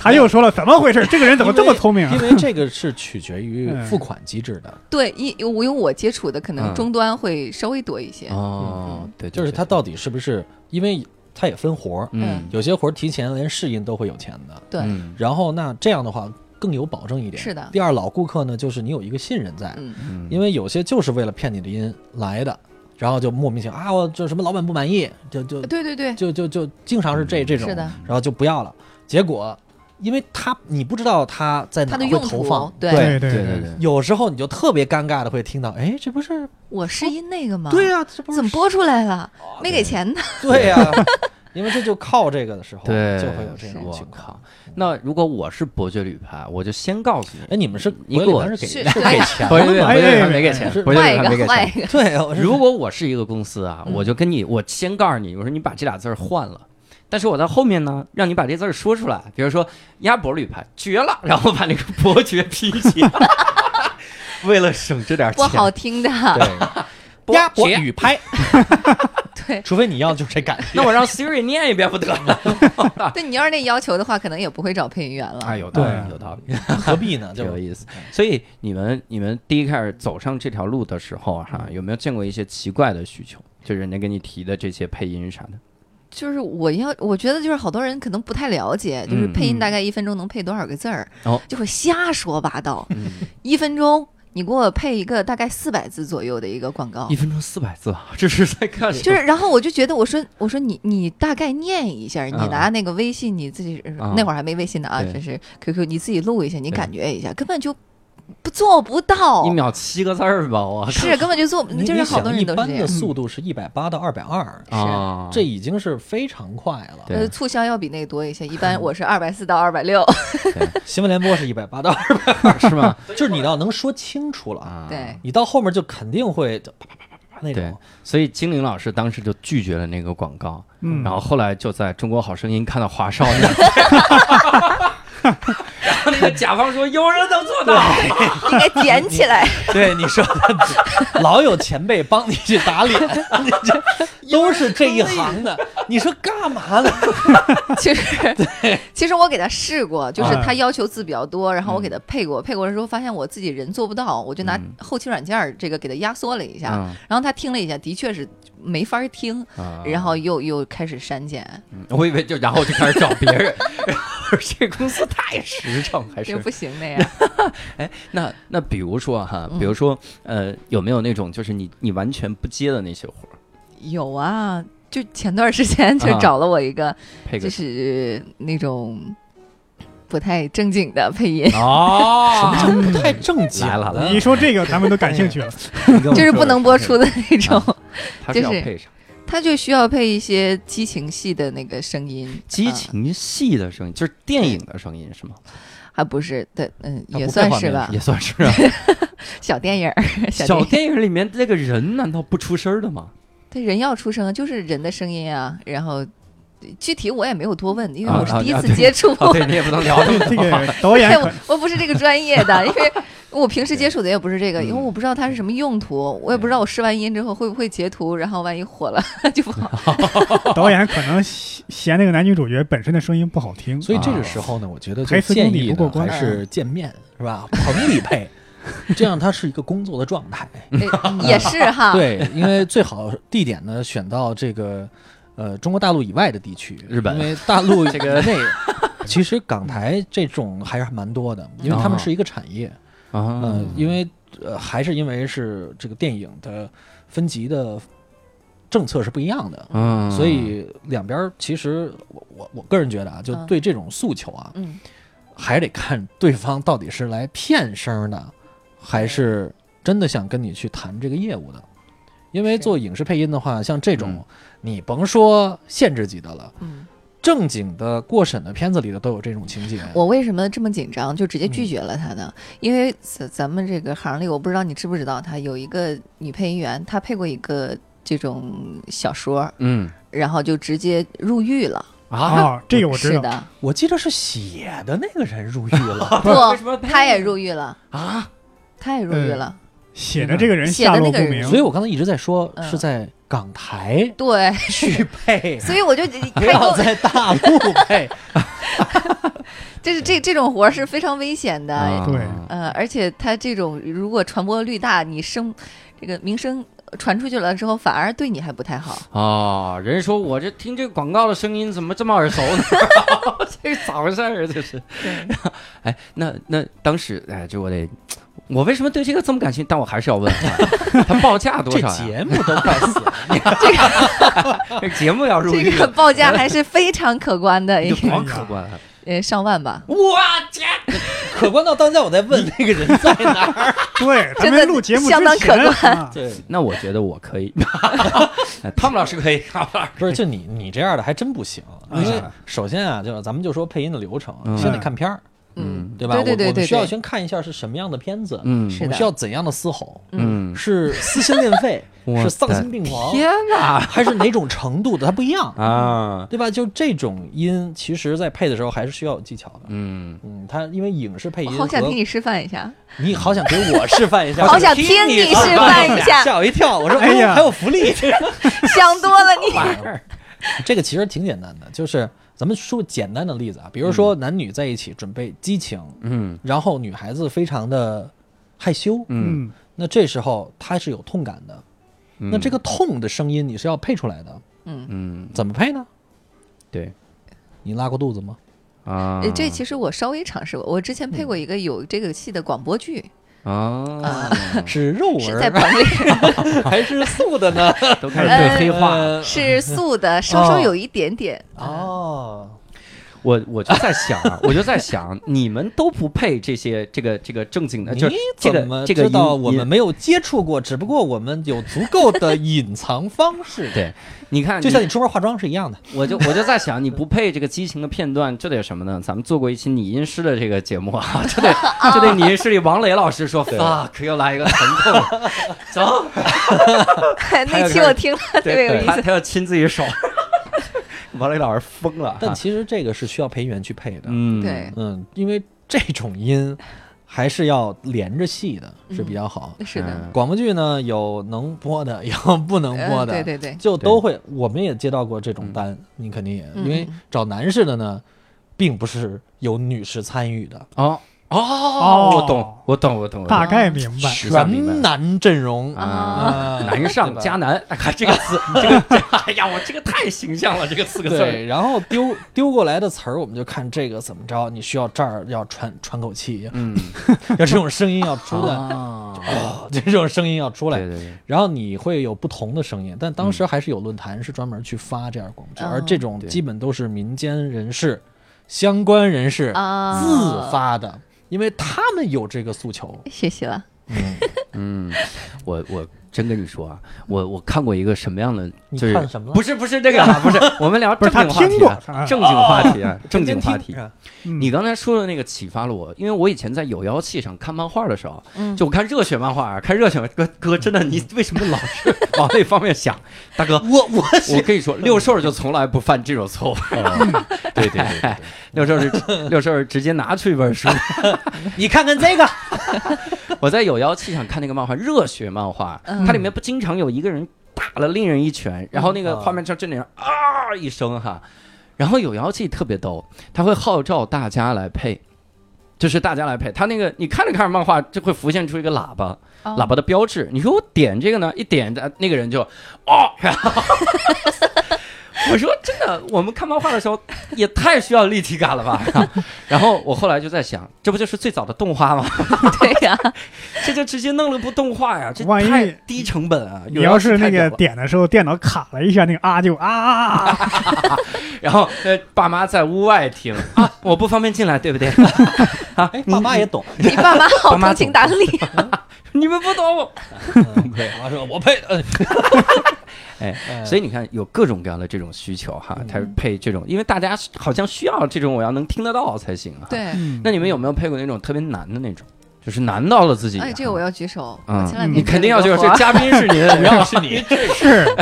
S2: 他又说了怎么回事？这个人怎么这么聪明啊
S3: 因？为这个是取决于付款机制的，
S4: 对，因我因为我接触的可能
S1: 嗯
S4: 终端会稍微多一些。嗯
S1: 哦，对，
S3: 就是它到底是不是，因为它也分活儿，
S1: 嗯
S3: 有些活儿提前连试音都会有钱的。
S4: 对，
S1: 嗯
S3: 然后那这样的话更有保证一点。
S4: 是的
S3: 第二，老顾客呢，就是你有一个信任在，
S4: 嗯，
S1: 嗯
S3: 因为有些就是为了骗你的音来的，然后就莫名其妙啊，我这什么老板不满意，就就
S4: 对对对，
S3: 就就就经常是这
S1: 嗯
S3: 这种，
S4: 是的
S3: 然后就不要了。结果，因为他你不知道他在哪
S4: 它的
S3: 会
S4: 用
S3: 投
S4: 途
S3: 放，嗯
S4: 对
S2: 对
S1: 对
S2: 对
S1: 对，对，
S3: 有时候你就特别尴尬的会听到，哎，这不是
S4: 我
S1: 哦
S4: 是因那个吗？
S1: 啊
S3: 对呀、这不是
S4: 啊怎么 播出来了？没给钱呢？
S3: 对呀、因为这就靠这个的时候，
S1: 对，
S3: 就会有这种
S1: 我
S3: 情况
S1: 靠。！那如果我是伯爵旅拍，我就先告诉你，
S3: 哎，你们是
S1: 你给
S3: 国
S1: 我
S3: 内当时给
S4: 是
S3: 是
S4: 对
S3: 给
S4: 呀
S3: 钱
S1: 伯爵旅
S3: 吗？
S1: 拍伯爵旅拍
S2: 哎
S1: 没给钱
S3: 是，
S1: 伯爵
S4: 换
S1: 旅
S4: 一
S1: 拍没给
S4: 个，换
S1: 钱。
S4: 一个。
S3: 对，我是
S1: 如果我是一个公司啊，
S4: 嗯
S1: 我就跟你，我先告诉你，我说你把这俩字儿换了。但是我在后面呢，让你把这字儿说出来， 比如说鸭脖旅拍绝了，然后把那个伯爵 P 起来， 为了省这点
S4: 不
S1: 钱，
S4: 好听的。
S3: 对，
S1: 鸭
S3: 播
S1: 血
S3: 语拍，
S4: 对
S3: 除非你要就是这感觉。
S1: 那我让 Siri 念一遍不得 了？
S4: 对你要是那要求的话，可能也不会找配音员了。
S1: 哎，有道理，
S2: 对
S1: 有道理。
S3: 何必呢？就
S1: 挺 有意思。所以你们你们第一开始走上这条路的时候哈、有没有见过一些奇怪的需求？就是人家给你提的这些配音啥的，
S4: 就是我要，我觉得就是好多人可能不太了解，就是
S1: 嗯
S4: 配音
S2: 嗯
S4: 大概一分钟能配多少个字儿，
S1: 哦嗯
S4: 就会瞎说八道。一分钟，你给我配一个大概四百字左右的一个广告
S1: 一。分钟四百字啊，这是 在干什么？
S4: 就是，然后我就觉得，我说，我说你你大概念一下，你
S1: 啊
S4: 拿那个微信你自己、
S1: 啊
S4: 那会儿还没微信呢啊，
S1: 对
S4: 这是 QQ，你自己录一下，你
S1: 对
S4: 感觉一下，根本就不做不到
S1: 一，秒七个字儿吧，我
S4: 是根本就做不，
S3: 你
S4: 就是好多
S3: 你
S4: 人
S3: 想一
S4: 都是
S3: 般
S4: 这
S3: 的
S4: 样。
S3: 速度是一百八到二百二，
S1: 啊，
S3: 这已经是非常快了。
S1: 对
S4: 呃，促销要比那个多一些，一 般我是二百四到二百六，
S1: 啊
S3: 新闻联播是一百八到二，
S1: 是吗？
S3: 就是你要能说清楚了啊，
S1: 啊，
S4: 对。
S3: 你到后面就肯定会就啪啪啪啪啪那
S1: 对
S3: 种。，
S1: 所以精灵老师当时就拒绝了那个广告，
S2: 嗯
S1: 然后后来就在《中国好声音》看到华少 那儿，然后那个甲方说有人能做到，
S4: 应该捡起 来。
S3: 对，你说的老有前辈帮你去打脸，你这都是这一行的，你说干嘛呢？
S4: 其实，其实我给他试过，就是
S1: 啊
S2: 哎
S4: 他要求字比较多，然后
S1: 嗯
S4: 我给他配过，配过的时候发现我自己人做不到，我就拿后期软件儿这个给他压缩了一下，
S1: 嗯
S4: 然后他听了一下，的确是没法儿听，
S1: 啊
S4: 然后又又开始删减，
S1: 嗯我以为就然后就开始找别 人，这公司太实诚还
S4: 这
S1: 是
S4: 不行 那样。
S1: 那那比如说哈，比如
S4: 嗯
S1: 说呃，有没有那种就是你你完全不接的那些活儿，
S4: 有啊，就前段时间就
S1: 啊
S4: 找了我一个，
S1: 配个
S4: 就是那种不太正经的配音，
S1: 哦
S3: 这不太正经
S1: 来了来
S2: 一说这个，咱们都感兴趣了。
S4: 就是不能播出的那种，
S1: 啊他是要
S4: 就是
S1: 配上
S4: 他就需要配一些激情戏的那个声音，
S1: 激
S4: 啊
S1: 情戏的声音，就是电影的声音是吗？
S4: 啊还不是，对，嗯，
S1: 啊
S3: 它
S4: 也
S3: 不
S4: 算
S3: 配画
S4: 是
S3: 面
S4: 吧
S1: 也，算是啊。
S4: 小电 影儿，
S1: 小
S4: 电影儿，
S1: 电影里面那个人难道不出声儿的 吗？
S4: 对，人要出声，啊就是人的声音啊，然后。具体我也没有多问，因为
S1: 啊
S4: 我是
S1: 啊
S4: 第一
S1: 啊
S4: 次
S1: 对
S4: 接触，
S1: 哦，对你也不能聊这么
S2: 这
S1: 多。
S2: 个导演
S4: 对，
S2: 可
S4: 我我不是这个专业的，因 为我平时接触的也不是这个，因为
S1: 嗯
S4: 我不知道它是什么用途，我也不知道我试完音之后会不会截图，然后万一火了 就 不好。
S2: 导演可能嫌嫌那个男女主角本身的声音不好听，
S3: 所以这个时候呢，我觉得就
S2: 台词
S3: 建
S2: 功底
S3: 议
S2: 不过关
S3: 呢还是见面是吧？棚 里配，这样它是一个工作的状态。
S4: 哎也是哈，
S3: 对，因为最好地点呢选到这个呃中国大陆以外的地区，
S1: 日本
S3: 因为大陆 这个内，其实港台这种还是蛮多的，因为他们是一个产业， 哦嗯、
S1: 啊
S3: 因为呃还是因为是这个电影的分级的政策是不一样的。
S1: 嗯
S3: 所以两边儿其实我我我个人觉得啊，就
S4: 嗯
S3: 对这种诉求啊，
S4: 嗯，
S3: 还得看对方到底是来骗声儿的，还是真的想跟你去谈这个业务的。因为
S4: 是
S3: 做影视配音的话，像这种、
S1: 嗯
S3: 你甭说限制级的了，
S4: 嗯，
S3: 正经的过审的片子里的都有这种情节。
S1: 嗯
S4: 我为什么这么紧张，就直接拒绝了他呢？因为咱咱们这个行里，我不知道你知不知道他，有一个女配音员，她配过一个这种小说，
S1: 嗯
S4: 然后就直接入狱了。
S1: 啊，
S2: 啊，这个我知
S4: 是
S2: 道。
S4: 的，
S3: 我记得是写的那个人入狱 了，
S4: 不
S1: 为什么，
S4: 她也入狱了，
S1: 啊，嗯
S4: 她也入狱了。
S2: 写的这个人
S4: 写的
S2: 下落
S4: 那
S2: 不
S4: 个人
S2: 明，
S3: 所以我刚才一直在说
S4: 嗯
S3: 是在港台
S4: 对，
S3: 去配，
S4: 嗯所以我就
S3: 不
S4: 开
S3: 要
S4: 口
S3: 在大陆配。
S4: 就是这这种活儿是非常危险的，
S1: 啊
S2: 对
S3: 嗯
S4: 呃，而且它这种如果传播率大，你声这个名声传出去了之后，反而对你还不太好。
S1: 哦，人家说我这听这广告的声音怎么这么耳熟呢？ 这是咋回事儿啊？这是。
S4: 对，
S1: 哎，那那当时哎，这我得，我为什么对这个这么感兴趣？但我还是要问啊， 它报价多
S3: 这
S1: 少呀？
S3: 节目都快死了，
S1: 这节目要入
S4: 这
S1: 狱
S4: 个
S1: 了，
S4: 报价还是非常可观的，
S1: 你 就
S4: 一
S1: 光
S2: 哎呀
S1: 可观了。
S4: 呃，上万吧。
S1: 我天，
S3: 可观到当下我在问那个人在哪儿。
S2: 对，咱
S4: 真的
S2: 们录节目
S4: 相当
S2: 之前
S4: 可
S2: 啊，
S3: 对，
S1: 那我觉得我可以，哎 汤姆老师可以，汤姆老师
S3: 不是，就你你这样的还真不行，因
S2: 嗯
S3: 为首先啊，就是咱们就说配音的流程，
S1: 嗯
S3: 先得看片儿，
S1: 嗯
S3: 对吧？
S4: 对
S3: 我
S4: 对
S3: 我们
S4: 对
S3: 需要
S4: 对对，
S3: 先看一下是什么样的片子，
S1: 嗯
S4: 是
S3: 我
S4: 的
S3: 们需要怎样的嘶吼，
S1: 嗯
S3: 是撕心裂肺
S5: 我
S3: 是丧
S5: 的
S3: 心病狂，
S1: 天哪！
S3: 还是哪种程度的，它不一样，
S5: 啊，
S3: 对吧？就这种音，其实在配的时候还是需要有技巧的。
S1: 嗯，
S3: 嗯，它因为影视配
S4: 我
S3: 音，
S4: 好想听你示范 一下，
S3: 你好想给我示范一下，
S4: 好想听你示范一下，
S3: 吓我一跳， 我说
S2: 哎呀
S3: 哦还有福利，
S4: 想多了 你。
S3: 玩意儿，这个其实挺简单的，就是咱们说简单的例子啊，比如说
S4: 嗯
S3: 男女在一起准备激情，
S1: 嗯
S3: 然后女孩子非常的害羞，
S1: 嗯，
S2: 嗯，
S3: 那这时候她是有痛感的，那这
S1: 个
S3: 个痛的声音你是要配出来的，
S4: 嗯，
S1: 嗯
S3: 怎么配呢？
S1: 对
S3: 你拉过肚子吗？
S1: 啊
S4: 呃这其实我稍微尝试过，我之前配
S1: 嗯
S4: 过一个有这个戏的广播剧，
S1: 啊，
S3: 是肉纹
S4: 嗯是在
S3: 儿
S4: 棚里，
S3: 还是素的 呢？
S1: 都开始对黑化了。
S3: 呃
S4: 是素 的，稍稍
S3: 哦
S4: 有一点点。
S3: 哦，
S1: 我我就在想 啊，我就在想，你们都不配这些这个这个正经的，呃就
S3: 你
S1: 这
S3: 怎
S1: 个
S3: 么
S1: 这个
S3: 知道
S1: 音
S3: 我
S1: 音
S3: 们没有接触过？只不过我们有足够的隐藏方式。
S1: 对，你看，
S3: 就像你
S1: 你
S3: 出门化妆是一样的。
S1: 我就我就在想，你不配这个激情的片段，这得什么呢？咱们做过一期拟音师的这个节目啊， 这得这得拟音师里王磊老师说 fuck 又来一个疼 痛，走，
S4: 那期我听 了特别有意
S1: 他
S4: 思。
S1: 他要亲自己 手，王磊老师疯了，
S3: 但其实这个是需要配音员去配的。
S1: 啊嗯，
S4: 对，
S3: 嗯，因为这种音还是要连着戏的，是比较好。
S4: 是的，
S1: 嗯
S3: 广播剧呢，有能播的，有不能播
S4: 嗯，
S3: 的，
S4: 对对对，
S3: 就都会。我们也接到过这种单，你肯定也，因为找男士的呢，并不是有女士参与的，
S1: 哦
S2: 哦
S1: 我懂，我懂，我懂，我懂
S2: 大概明白。
S3: 全男阵容
S1: 啊。难
S3: 对
S1: 上
S3: 吧
S1: 加难，哎，这个 词，这个，这哎呀，我这个太形象了，这个四个字儿。
S3: 对，然后丢丢过来的词儿，我们就看这个怎么着，你需要这儿要喘喘口气，
S1: 嗯，
S3: 要这种声音要出来，
S1: 啊，
S3: 哦，这种声音要出来
S1: 对。对对，
S3: 然后你会有不同的声音，但当时还是有论坛是专门去发这样的广播剧，
S4: 嗯
S3: 而这种
S1: 对
S3: 基本都是民间人士、相关人士
S4: 啊，
S3: 自发的，因为他们有这个诉求。
S4: 学习了，
S3: 嗯，
S1: 嗯，我我真跟你说啊，我我看过一个什么样的，
S3: 你
S1: 就是
S3: 看什么了
S1: 不是不是这个啊，不是我们聊
S2: 不
S1: 正
S2: 是他
S1: 经话
S2: 听
S1: 题
S2: 过
S1: 啊，
S2: 啊
S1: 正经话题啊，正
S3: 天
S1: 经
S3: 天
S1: 话
S3: 听
S1: 题
S3: 是。吧
S2: 嗯
S1: 你刚才说的那个启发了我，因为我以前在有妖气上看漫画的时候，
S4: 嗯，
S1: 就我看热血漫画，啊看热血漫哥哥真的，你为什么老是往那方面想？ 大哥，
S3: 我我
S1: 我跟你说，六兽就从来不犯这种 错误，
S5: 对对对，对
S1: 六兽是六兽是直接拿出一本书，
S3: 你看看这个，
S1: 我在有妖气上看那个漫画，热血漫画，
S4: 嗯
S1: 它里面不经常有一个人打了另人一拳，然后那
S2: 嗯
S1: 个画面上真的啊一声哈，然后有妖气特别逗，他会号召大家来配。就是大家来配，他那个你看着看着漫画就会浮现出一个喇叭，
S4: 哦
S1: 喇叭的标志。你说我点这个呢，一点呃那个人就哦，然后 我说真的，我们看漫画的时候也太需要立体感了吧？然后我后来就在想，这不就是最早的动画吗？
S4: 对呀，
S1: 这就直接弄了部动画呀，这
S2: 万一
S1: 太低成本啊！
S2: 你
S1: 有
S2: 要是那
S1: 太
S2: 个
S1: 屌了，哎
S2: 点的时候，电脑卡了一下，那个啊就啊啊啊啊，
S1: 然后呃，爸妈在屋外 听啊，我不方便进来，对不对？啊，
S3: 哎，
S1: 你
S3: 爸妈 也懂。
S4: 你爸妈好
S1: 爸妈
S4: 通情达理，啊
S1: 你们不懂，
S3: 嗯我说我配，嗯
S1: 哎，所以你看，有各种各样的这种需求哈，
S4: 嗯
S1: 它配这种，因为大家好像需要这种，我要能听得到才行啊。，
S4: 对。
S2: 嗯
S1: 那你们有没有配过那种特别难的那种，就是难到了自己？
S4: 哎，这个我要举手。
S1: 嗯
S4: 我前两
S2: 你
S4: 天
S1: 你
S4: 接
S1: 肯定
S4: 了
S1: 要
S4: 一个
S1: 就是
S4: 活儿
S1: 嘉宾是你，主 要是你，
S2: 是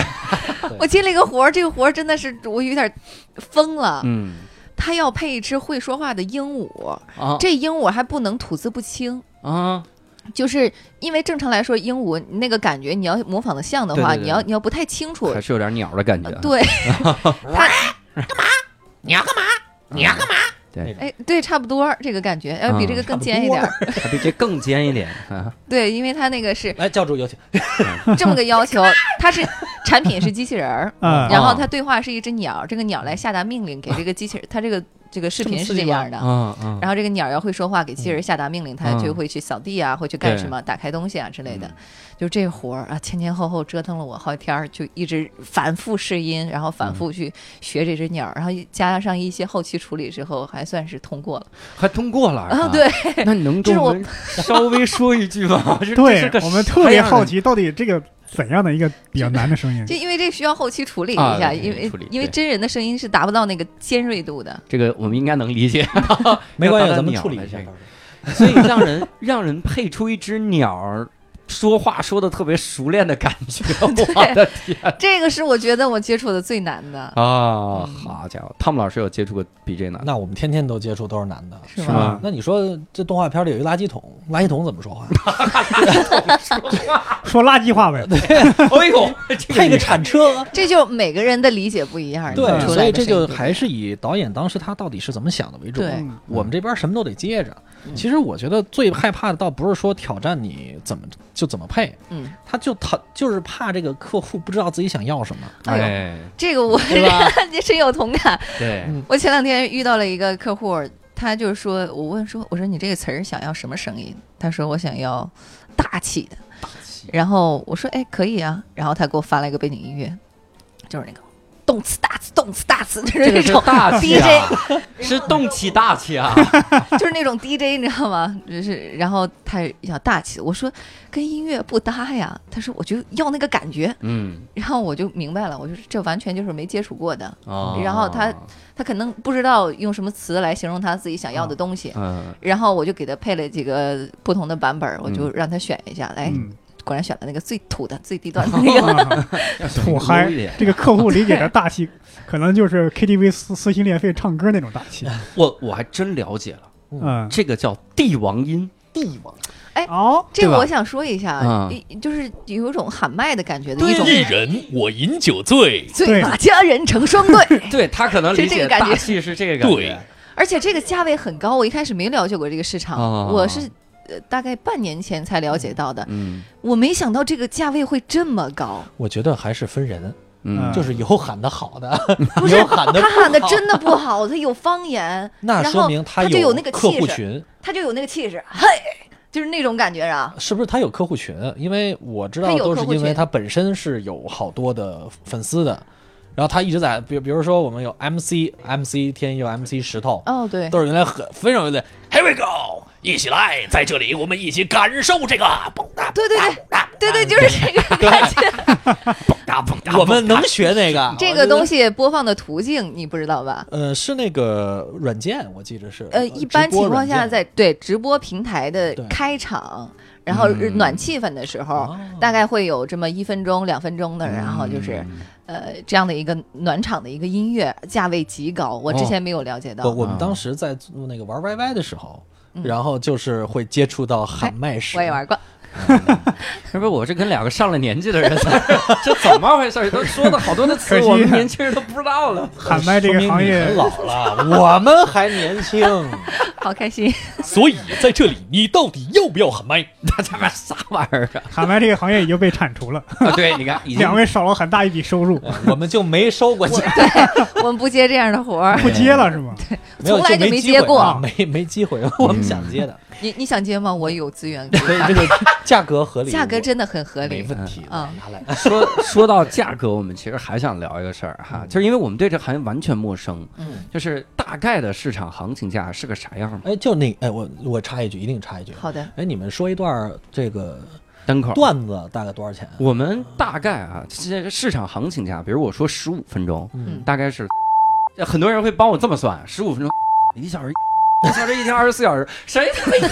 S4: 我接了一个活儿，这个活儿真的是我有点疯了。
S1: 嗯
S4: 他要配一只会说话的鹦鹉，
S1: 啊
S4: 这鹦鹉还不能吐字不清，
S1: 啊，
S4: 就是因为正常来说，鹦鹉那个感觉你要模仿的像的话，
S1: 对对对
S4: 你要你要不太清楚呃
S1: 还。是有点鸟的感觉。，啊
S4: 对，它
S3: 你要干嘛？你要
S1: 啊
S3: 干嘛？
S1: 对，
S4: 哎，对，差不多这个感觉，要比这个更尖一点儿。
S1: 它比这更尖一点啊。
S4: 对，因为它那个 是
S3: 来，教主有请。
S4: 这么个要求，它是产品是机器人儿，
S2: 啊，
S4: 然后它对话是一只鸟，这个鸟来下达命令给这个机器人，它这个这个视
S3: 这么
S4: 频是
S3: 刺激
S4: 这
S3: 吗
S4: 样的。
S1: 啊啊
S4: 然后这个鸟要会说话，给机器人下达命令，它就
S1: 嗯
S4: 会去扫地啊，会去干
S1: 对
S4: 什么，打开东西啊之类的。
S1: 嗯
S4: 就这活儿啊，前前后后折腾了我好几天儿，就一直反复试音，然后
S1: 嗯
S4: 反复去学这只鸟儿，然后加上一些后期处理之后，还算是通过了。
S1: 还通过了
S4: 啊，对，
S1: 那你能
S4: 这
S1: 跟
S4: 是
S1: 我
S4: 我
S1: 们稍微说一句 吗？这这是
S2: 对
S1: 个
S2: 我们
S1: 啥
S2: 特别
S1: 样的
S2: 好奇，到底这个怎样的一个比较难的声音
S4: 就？因为这需要后期处理一
S1: 啊
S4: 下，
S1: 对
S4: 因为
S1: 处理
S4: 因为
S1: 对
S4: 真人的声音是达不到那个尖锐度的。
S1: 这个我们应该能理 解，
S3: 没关
S1: 要达
S3: 系，
S1: 到
S3: 咱们
S1: 鸟
S3: 处理
S1: 的
S3: 一下
S1: 这。个
S3: 到时候
S1: 所以让人让人配出一只鸟儿，说话说的特别熟练的感 觉，
S4: 对
S1: 我的 天
S4: 这个是我觉得我接触的最难 的，
S1: 啊！好家伙，汤姆老师有接触过比这难的
S3: 那我们天天都接触都是男的，
S4: 是
S1: 是
S4: 吗？
S1: 吗？
S3: 那你说这动画片里有一垃圾桶，垃圾桶怎么说话？
S2: 说垃圾话呗，
S1: 哎呦，这
S3: 配
S1: 个
S3: 个铲车。
S4: 这就每个人的理解不一样，
S3: 对
S4: 你，出
S3: 所
S4: 来
S3: 以
S4: 的
S3: 这
S4: 声音
S3: 就
S4: 不一样
S3: 还是以导演当时他到底是怎么想的为主。
S4: 对
S2: 嗯
S3: 我们这边什么都得接着。其实我觉得最害怕的倒不是说挑战你怎么就怎么配，
S4: 嗯，
S3: 他就他就是怕这个客户不知道自己想要什么。
S4: 哎呦
S1: 哎，
S4: 这个我
S1: 对吧？
S4: 也深有同感。
S1: 对，
S4: 我前两天遇到了一个客户，他就说，我问说，我说你这个词儿想要什么声音？他说我想要大气的。然后我说，哎，可以啊。然后他给我发了一个背景音乐，就是那个动次打次动次打次， 就是
S1: 这
S4: 那
S1: 个是
S4: 种
S1: 大气
S4: DJ，
S1: 啊，是动起大气啊！
S4: 就是那种 DJ，你知道吗？就是，然后他要大气，我说跟音乐不搭呀。他说我就要那个感觉，
S1: 嗯，
S4: 然后我就明白了，我就是这完全就是没接触过的，
S1: 哦
S4: 然后他他可能不知道用什么词来形容他自己想要的东西。
S1: 嗯，
S4: 然后我就给他配了几个不同的版本儿，我就让他选一下。来，
S2: 嗯，
S4: 果然选了那个最土的、最低端 的那个。
S2: 啊土嗨
S1: 多一点。
S2: 这个客户理解的大气，可能就是 KTV 撕撕心裂肺唱歌那种大 气，
S1: 我我还真了解了，
S2: 嗯，
S1: 这个叫帝王音。
S3: 帝王
S2: 哦，
S4: 这个
S1: 吧
S4: 我想说一下
S1: 啊，
S4: 一就是有一种喊麦的感觉的一种，
S5: 人我饮酒醉，
S4: 最
S2: 对
S4: 把佳人成双对。
S1: 对他可能理
S4: 是这
S1: 解
S4: 个感觉
S1: 大气是这个感
S5: 对
S1: 觉，
S4: 而且这个价位很高，我一开始没了解过这个市场，
S1: 哦
S4: 我是呃大概半年前才了解到的。
S1: 嗯
S4: 我没想到这个价位会这么高，
S3: 我觉得还是分人，
S1: 嗯
S2: 嗯
S3: 就是有喊的好的，
S4: 不是
S3: 有喊的
S4: 他喊的真的不好，他有方言，
S3: 那
S4: 然
S3: 说
S4: 后
S3: 明
S4: 他
S3: 有
S4: 就有那个
S3: 客户
S4: 气势，
S3: 群，
S4: 他就有那个气势，嘿，就是那种感觉啊。
S3: 是不是他有客户群？因为我知
S4: 他
S3: 道
S4: 有
S3: 都
S4: 客
S3: 是
S4: 户
S3: 因为
S4: 群
S3: 他本身是有好多的粉丝的，然后他一直在，比比如说我们有 MC MC 天佑 MC 石头，
S4: 哦，对，
S3: 都是原来很非常有点
S5: Here we go，一起来，在这里我们一起感受这个蹦哒
S4: 对对
S3: 啊
S4: 对
S5: 蹦哒
S4: 对对，就是 这 个感觉。
S5: 蹦哒蹦哒，
S3: 我们能学那个
S4: 这个东。西播放的途径你不知道吧？
S3: 呃，是那个软件，我记着是。
S4: 呃，一般
S3: 直播
S4: 情况下
S3: 软件
S4: 在对直播平台的
S3: 对
S4: 开场，然后
S1: 嗯
S4: 暖气氛的时候，
S3: 哦嗯
S4: 大概会有这么一分钟、两分钟的，然后就是、呃这样的一个暖场的一个音乐，价位极高，我之前没有了解到。
S3: 哦我
S5: 啊
S3: 我们当时在做那个玩 YY 的时候，
S4: 嗯哎
S3: 然后就是会接触到喊麦式，
S4: 我也 玩过，
S1: 是不是我这跟两个上了年纪的人在这儿，这怎么回事儿？都说的好多的词，
S2: 可惜
S1: 我们年轻人都不知道了。
S2: 喊麦这个
S3: 说明
S2: 行
S3: 你
S2: 业
S3: 很老了，我们还年 轻。
S4: 好开心。
S5: 所以在这里你到底要不要喊麦？
S1: 他他妈啥玩意儿啊
S2: 喊麦这个行业已经被铲除了，
S1: 啊？对，你看，已经
S2: 两位少了很大一笔收入，
S3: 我们就没收 过钱，
S4: 我们不接这样的活儿，
S2: 不接了是吗？
S3: 没有
S4: 从来就没
S3: 没
S4: 接过
S3: 机会啊没没机会，我们想接的，
S4: 你你想接吗？我有资源，
S5: 嗯
S3: 所以这个价格合理，
S4: 价格真的很合
S3: 没
S4: 理。
S3: 问题，
S4: 嗯
S3: 拿来。
S1: 说说到价格，我们其实还想聊一个事儿哈，就是因为我们对这行业完全陌生，
S4: 嗯，
S1: 就是大概的市场行情价是个啥样吗？
S3: 哎，就那哎，我我插一句，一定插一句。
S4: 好的，
S3: 哎，你们说一段儿这个
S1: 单口
S3: 段子大概多少钱？
S1: 我们大概啊，这市场行情价，比如我说十五分钟，
S3: 嗯
S1: 大概是，呃很多人会帮我这么算，十五分钟一小时，一小时一天二十四小时，谁他妈一天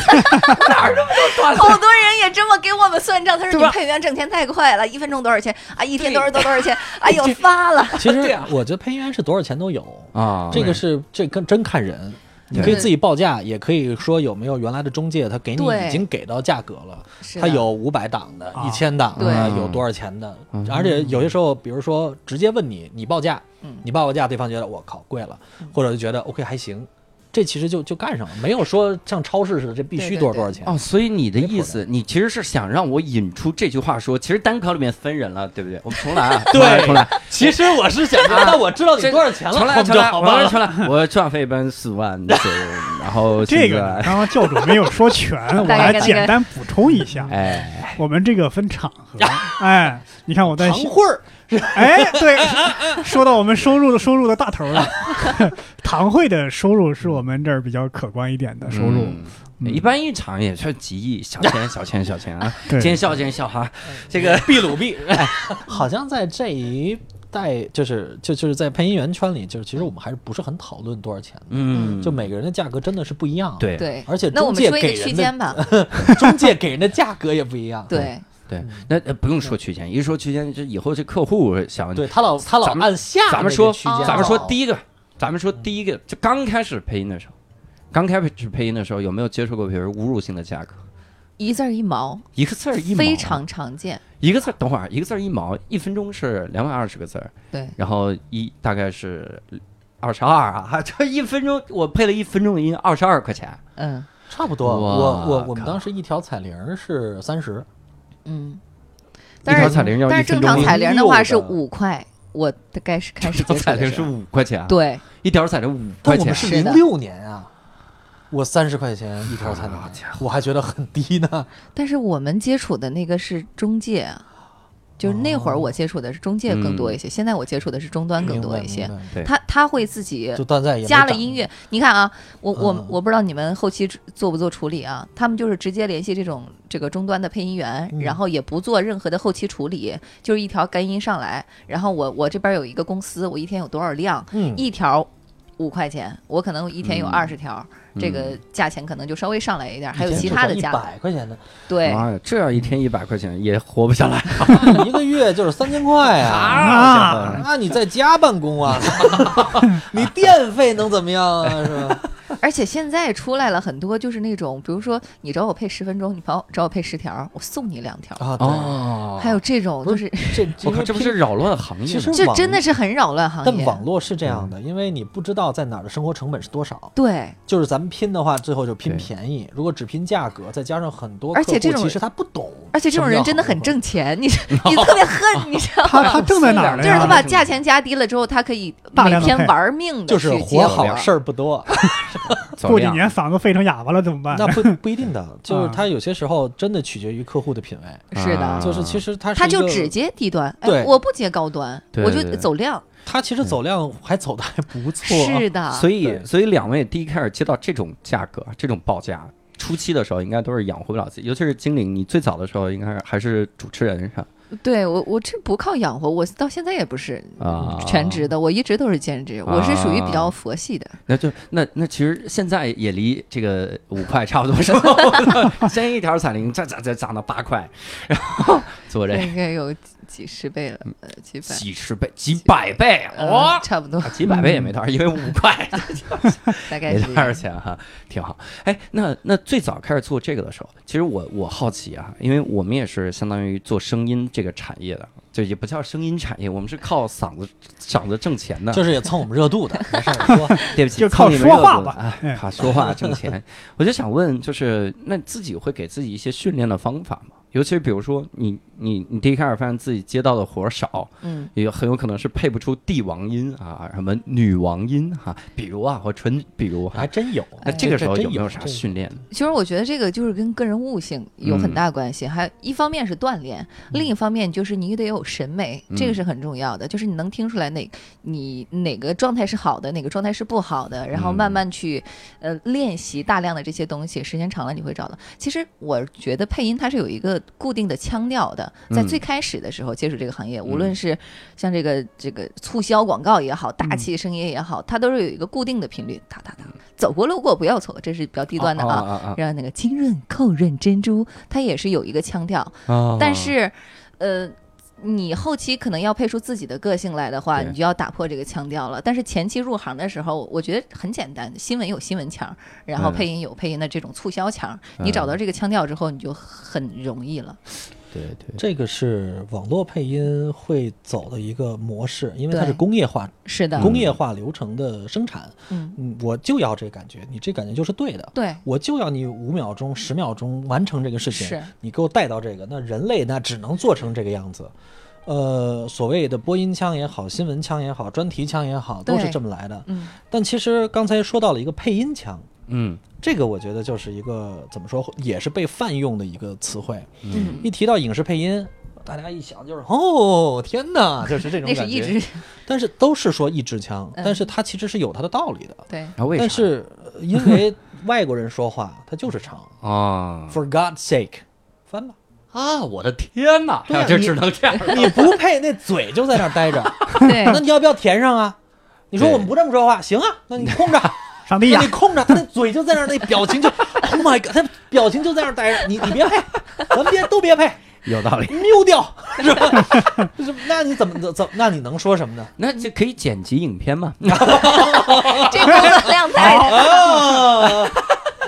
S1: 哪儿那么多段子？
S4: 好多人也这么给我们算账，他说
S1: 对
S4: 你
S1: 吧
S4: 配员挣钱太快了，一分钟多少钱啊？一天多少多少多少钱？哎呦，发了！
S3: 其实
S1: 对啊
S3: 我觉得配音员是多少钱都有，
S1: 啊，
S3: 这个是这跟真看人，你
S1: 对
S3: 可以自己报价，也可以说有没有原来的中介他给你
S4: 对
S3: 已经给到价格了，
S4: 是
S3: 他
S4: 的
S3: 有五百档的、
S2: 啊
S3: 一千档的，
S1: 对
S3: 有多少钱的
S1: 嗯，
S3: 而且有些时候，比如说直接问你，你报价
S4: 嗯，
S3: 你报个价，对方觉得我靠贵了，
S1: 嗯
S3: 或者就觉得 OK 还行，这其实就就干上了，没有说像超市似的这必须
S4: 对对
S3: 多少
S4: 对
S3: 多少钱。
S1: 哦，所以你的意思，你其实是想让我引出这句话说，其实单口里面分人了，对不对？我们重来 啊，
S3: 对
S1: 重来重来，
S3: 其实我是想说，
S1: 啊
S3: 那我知道你
S1: 这
S3: 多少钱了，
S1: 重来，
S3: 我们
S1: 重
S3: 就
S1: 来，
S3: 好
S1: 我
S3: 办
S1: 们
S3: 了。
S1: 重来，我赚费一般四万，对，然 后
S2: 这
S1: 现
S2: 个
S1: 在
S2: 呢刚刚教主没有说全，我
S4: 大概
S2: 来
S4: 跟那
S2: 简
S4: 个
S2: 单补充一下，
S1: 哎，
S2: 我们这个分场合，哎，你看我在
S3: 行会儿，
S2: 哎，对，说到我们收入的收入的大头了，堂会的收入是我们这儿比较可观一点的收入，
S1: 嗯
S2: 嗯
S1: 一般一场也就几亿，小钱小钱小钱 啊，
S2: 对
S1: 见笑见笑哈，这 个
S3: 秘鲁币，好像在这一代，就是就就是在配音员圈里，就是其实我们还是不是很讨论多少钱的，
S1: 嗯，
S3: 就每个人的价格真的是不一样。，
S1: 对
S4: 对，
S3: 而且
S4: 那我
S3: 中
S4: 们
S3: 介
S4: 说 一
S3: 给
S1: 嗯
S4: 个区
S3: 人的
S4: 间吧。
S3: 中介给人的价格也不一样。
S4: 对，
S1: 对，那呃不用说区间，一说区间，这以后这客户想，
S3: 对他老他老
S1: 咱们
S3: 按下
S1: 咱
S3: 那个
S1: 们说
S3: 区间啊
S1: 咱们说
S4: 啊
S3: 走
S1: 第一个，咱们说第一个，就刚开始配音的时候，刚开始配音的时候有没有接触过，比如侮辱性的价格，
S4: 一字儿一毛，
S1: 一个字儿一毛，啊
S4: 非常常见。
S1: 一个字儿，等会儿一个字儿一毛，一分钟是两百二十个字儿，
S4: 对，
S1: 然后一大概是二十二啊， 这一分钟我配了一分钟的音，二十二块钱，
S4: 嗯
S3: 差不多。
S1: 哇
S3: 我我我们
S1: 靠
S3: 当时一条彩铃是三十，
S4: 嗯，
S1: 一条
S4: 但
S1: 彩
S4: 是
S1: 铃要
S4: 但
S1: 一
S4: 是正
S1: 分钟
S4: 常
S1: 音，
S4: 彩铃的话是
S3: 六的
S4: 五块，我大概 是开
S1: 一
S4: 始
S1: 条
S4: 接
S1: 彩铃
S4: 触的
S1: 是
S4: 时候
S1: 五块钱，，
S4: 对，
S1: 一条彩铃五块
S3: 但我们
S1: 钱，
S3: 是
S4: 是的
S3: 零六年啊，我三十块钱一条彩铃
S1: 好家，
S3: 我还觉得很低呢。
S4: 但是我们接触的那个是中介啊，就是那
S1: 哦
S4: 会儿我接触的是中介更多一
S1: 嗯
S4: 些，现在我接触的是终端更多一些
S3: 明白。明
S1: 对
S4: 他他会自己
S3: 白就断在也没
S4: 加了
S3: 涨
S4: 音乐，你看啊，我
S3: 嗯
S4: 我我不知道你们后期做不做处理啊？他们就是直接联系这种这个终端的配音员，
S3: 嗯
S4: 然后也不做任何的后期处理，就是一条干音上来，然后我我这边有一个公司，我一天有多少量，
S3: 嗯，
S4: 一条五块钱，我可能一天有
S1: 嗯
S4: 二十条，这个价钱可能就稍微上来一点，还有其他的
S3: 嗯一
S4: 价，
S3: 百块钱的，
S4: 对，
S1: 妈呀，这要一天一百块钱也活不下来，
S3: 一个月就是三千块啊。
S2: 啊，
S3: 那你在家办公啊？你电费能怎么样啊？是吧？
S4: 而且现在出来了很多就是那种，比如说你找我配十分钟，你找我找我配十条，我送你两条，
S3: 啊，对
S1: 哦
S4: 嗯还有这种就是
S3: 这
S1: 我靠，这不是扰乱行业
S3: 其
S1: 吗
S3: 实？
S4: 这
S3: 网
S4: 真的是很扰乱行
S3: 但
S4: 业。
S3: 网络是这样的，因为你不知道在哪儿的生活成本是多少。
S4: 对，
S3: 就是咱们拼的话，最后就拼
S1: 对
S3: 便宜。如果只拼价格，再加上很多
S4: 而
S3: 客
S4: 且
S3: 户
S4: 这种
S3: 其实他不懂，
S4: 而且这种人真的很挣钱， 你你特别恨，你知道
S2: 他他
S4: 吗？
S2: 挣在哪儿
S4: 就
S2: 了
S4: 是他把
S2: 呀？
S4: 价钱加低了之后，他可以
S2: 大
S4: 每
S2: 量地
S4: 天
S2: 配
S4: 玩命
S3: 就
S4: 的
S3: 是
S4: 去接
S3: 活好
S4: 活
S3: 事儿不多，
S1: 走
S2: 过几
S1: 量
S2: 年嗓子废成哑巴了怎么办？
S3: 那不不一定的。就是他有些时候真的取决于客户的品味，
S4: 是
S1: 啊
S4: 的，
S3: 就是其实他
S4: 他
S3: 是一
S4: 就
S3: 个
S4: 只接低端，哎
S3: 对
S4: 我不接高端，
S1: 对
S4: 我就
S1: 对对
S4: 走量。
S3: 他其实走量还走的还不啊错。
S4: 是的，
S1: 所以，
S3: 对
S1: 所以两位第一开始接到这种价格、这种报价，初期的时候应该都是养活不了自己，尤其是精灵，你最早的时候应该还是主持人是吧？
S4: 对我，我这不靠养活，我到现在也不是
S1: 啊
S4: 全职的，我一直都是兼
S3: 啊
S4: 职，我是属于比较佛系的。
S1: 那就那那其实现在也离这个五块差不多是吧？ 先一条彩铃，再再再涨到八块，然后做这
S4: 应该有几几十倍了，呃，几百，
S1: 几十倍、几百倍，
S4: 呃
S3: 哦
S1: 哇、啊
S4: 差不多，
S1: 几百倍也没多少，因为五块
S4: 大概
S1: 没
S4: 是
S1: 多少钱哈，挺好。哎，那那最早开始做这个的时候，其实我我好奇啊，因为我们也是相当于做声音这个产业的，就也不叫声音产业，我们是靠嗓子嗓子挣钱的。
S3: 就是也蹭我们热 度的，没事儿说。
S1: 对不起，
S2: 就靠
S1: 蹭你们
S2: 说
S1: 热
S2: 话
S1: 度
S2: 吧
S1: 啊
S2: 哎
S1: 靠说话挣钱。我就想问，就是那自己会给自己一些训练的方法吗？尤其是比如说你你你第一开始发现自己接到的活儿少，
S4: 嗯，
S1: 也很有可能是配不出帝王音啊，什么女王音哈、比如啊，或纯比如哈、
S2: 哎
S3: 还真有。哎
S1: 那哎这个时候
S3: 真
S1: 有没有啥
S3: 真
S1: 训练？
S4: 其实我觉得这个就是跟个人悟性有
S1: 嗯
S4: 很大关系，还一方面是锻炼，另一方面就是你得有审美，
S1: 嗯
S4: 这个是很重要的，就是你能听出来哪你哪个状态是好的，哪个状态是不好的，然后
S1: 嗯
S4: 慢慢去、呃练习大量的这些东西，时间长了你会找到。其实我觉得配音它是有一个固定的腔调的，在
S1: 嗯
S4: 最开始的时候接触这个行业，无论是像这个这个促销广告也好，大
S1: 嗯
S4: 气声音也好，它都是有一个固定的频率，哒哒哒，走过路过不要错过，这是比较低
S1: 低
S4: 端的啊。
S1: 啊
S4: 让那个清润扣润珍珠，它也是有一个腔调，
S1: 啊啊！
S4: 但是，呃，你后期可能要配出自己的个性来的话，
S1: 对
S4: 你就要打破这个腔调了。但是前期入行的时候，我觉得很简单，新闻有新闻腔儿，然后
S1: 嗯
S4: 配音有配音的这种促销腔儿，
S1: 嗯
S4: 你找到这个腔调之后，你就很容易了。
S1: 对对，
S3: 这个是网络配音会走的一个模式，因为它
S4: 对
S3: 是工业化、
S4: 是
S1: 嗯
S4: 的，
S3: 工业化流程的生产。
S4: 嗯，
S3: 嗯，我就要这感觉，你这感觉就是对的。
S4: 对，
S3: 我就要你五秒钟、十秒钟完成这个事情
S4: 是，
S3: 你给我带到这个，那人类那只能做成这个样子。呃，所谓的播音腔也好，新闻腔也好，专题腔也好，都是
S4: 对
S3: 这么来的。
S4: 嗯，
S3: 但其实刚才说到了一个配音腔，
S1: 嗯
S3: 这个我觉得就是一个怎么说，也是被泛用的一个词汇。
S1: 嗯
S3: 一提到影视配音，大家一想就是哦，天哪，就是这种
S4: 那是
S3: 感
S4: 一
S3: 觉。
S4: 直
S3: 但是都是说一支枪，
S4: 嗯
S3: 但是它其实是有它的道理的。
S4: 对，
S1: 啊，为啥？
S3: 但是呃因为外国人说话，他就是长。
S1: 啊
S3: For God's sake，翻吧，
S1: 啊！我的天哪，
S3: 对啊
S1: 啊 就
S3: 你
S1: 只能这样了。
S3: 你不配，那嘴就在那儿待 着。
S4: 对
S3: 那你要不要填上啊？你说
S1: 对
S3: 我们不这么说话，行啊？那你空着，
S2: 上帝呀
S3: 那你，空着，他那嘴 就在那儿，那表情就，Oh my God，他表情就在那儿待着。你你别配，咱们别都别配，
S1: 有道理。
S3: 瞄掉， 是吧？是吧那你怎么怎么？那你能说什么呢？
S1: 那就可以剪辑影片嘛？
S4: 这工作量太大。
S3: 哦啊，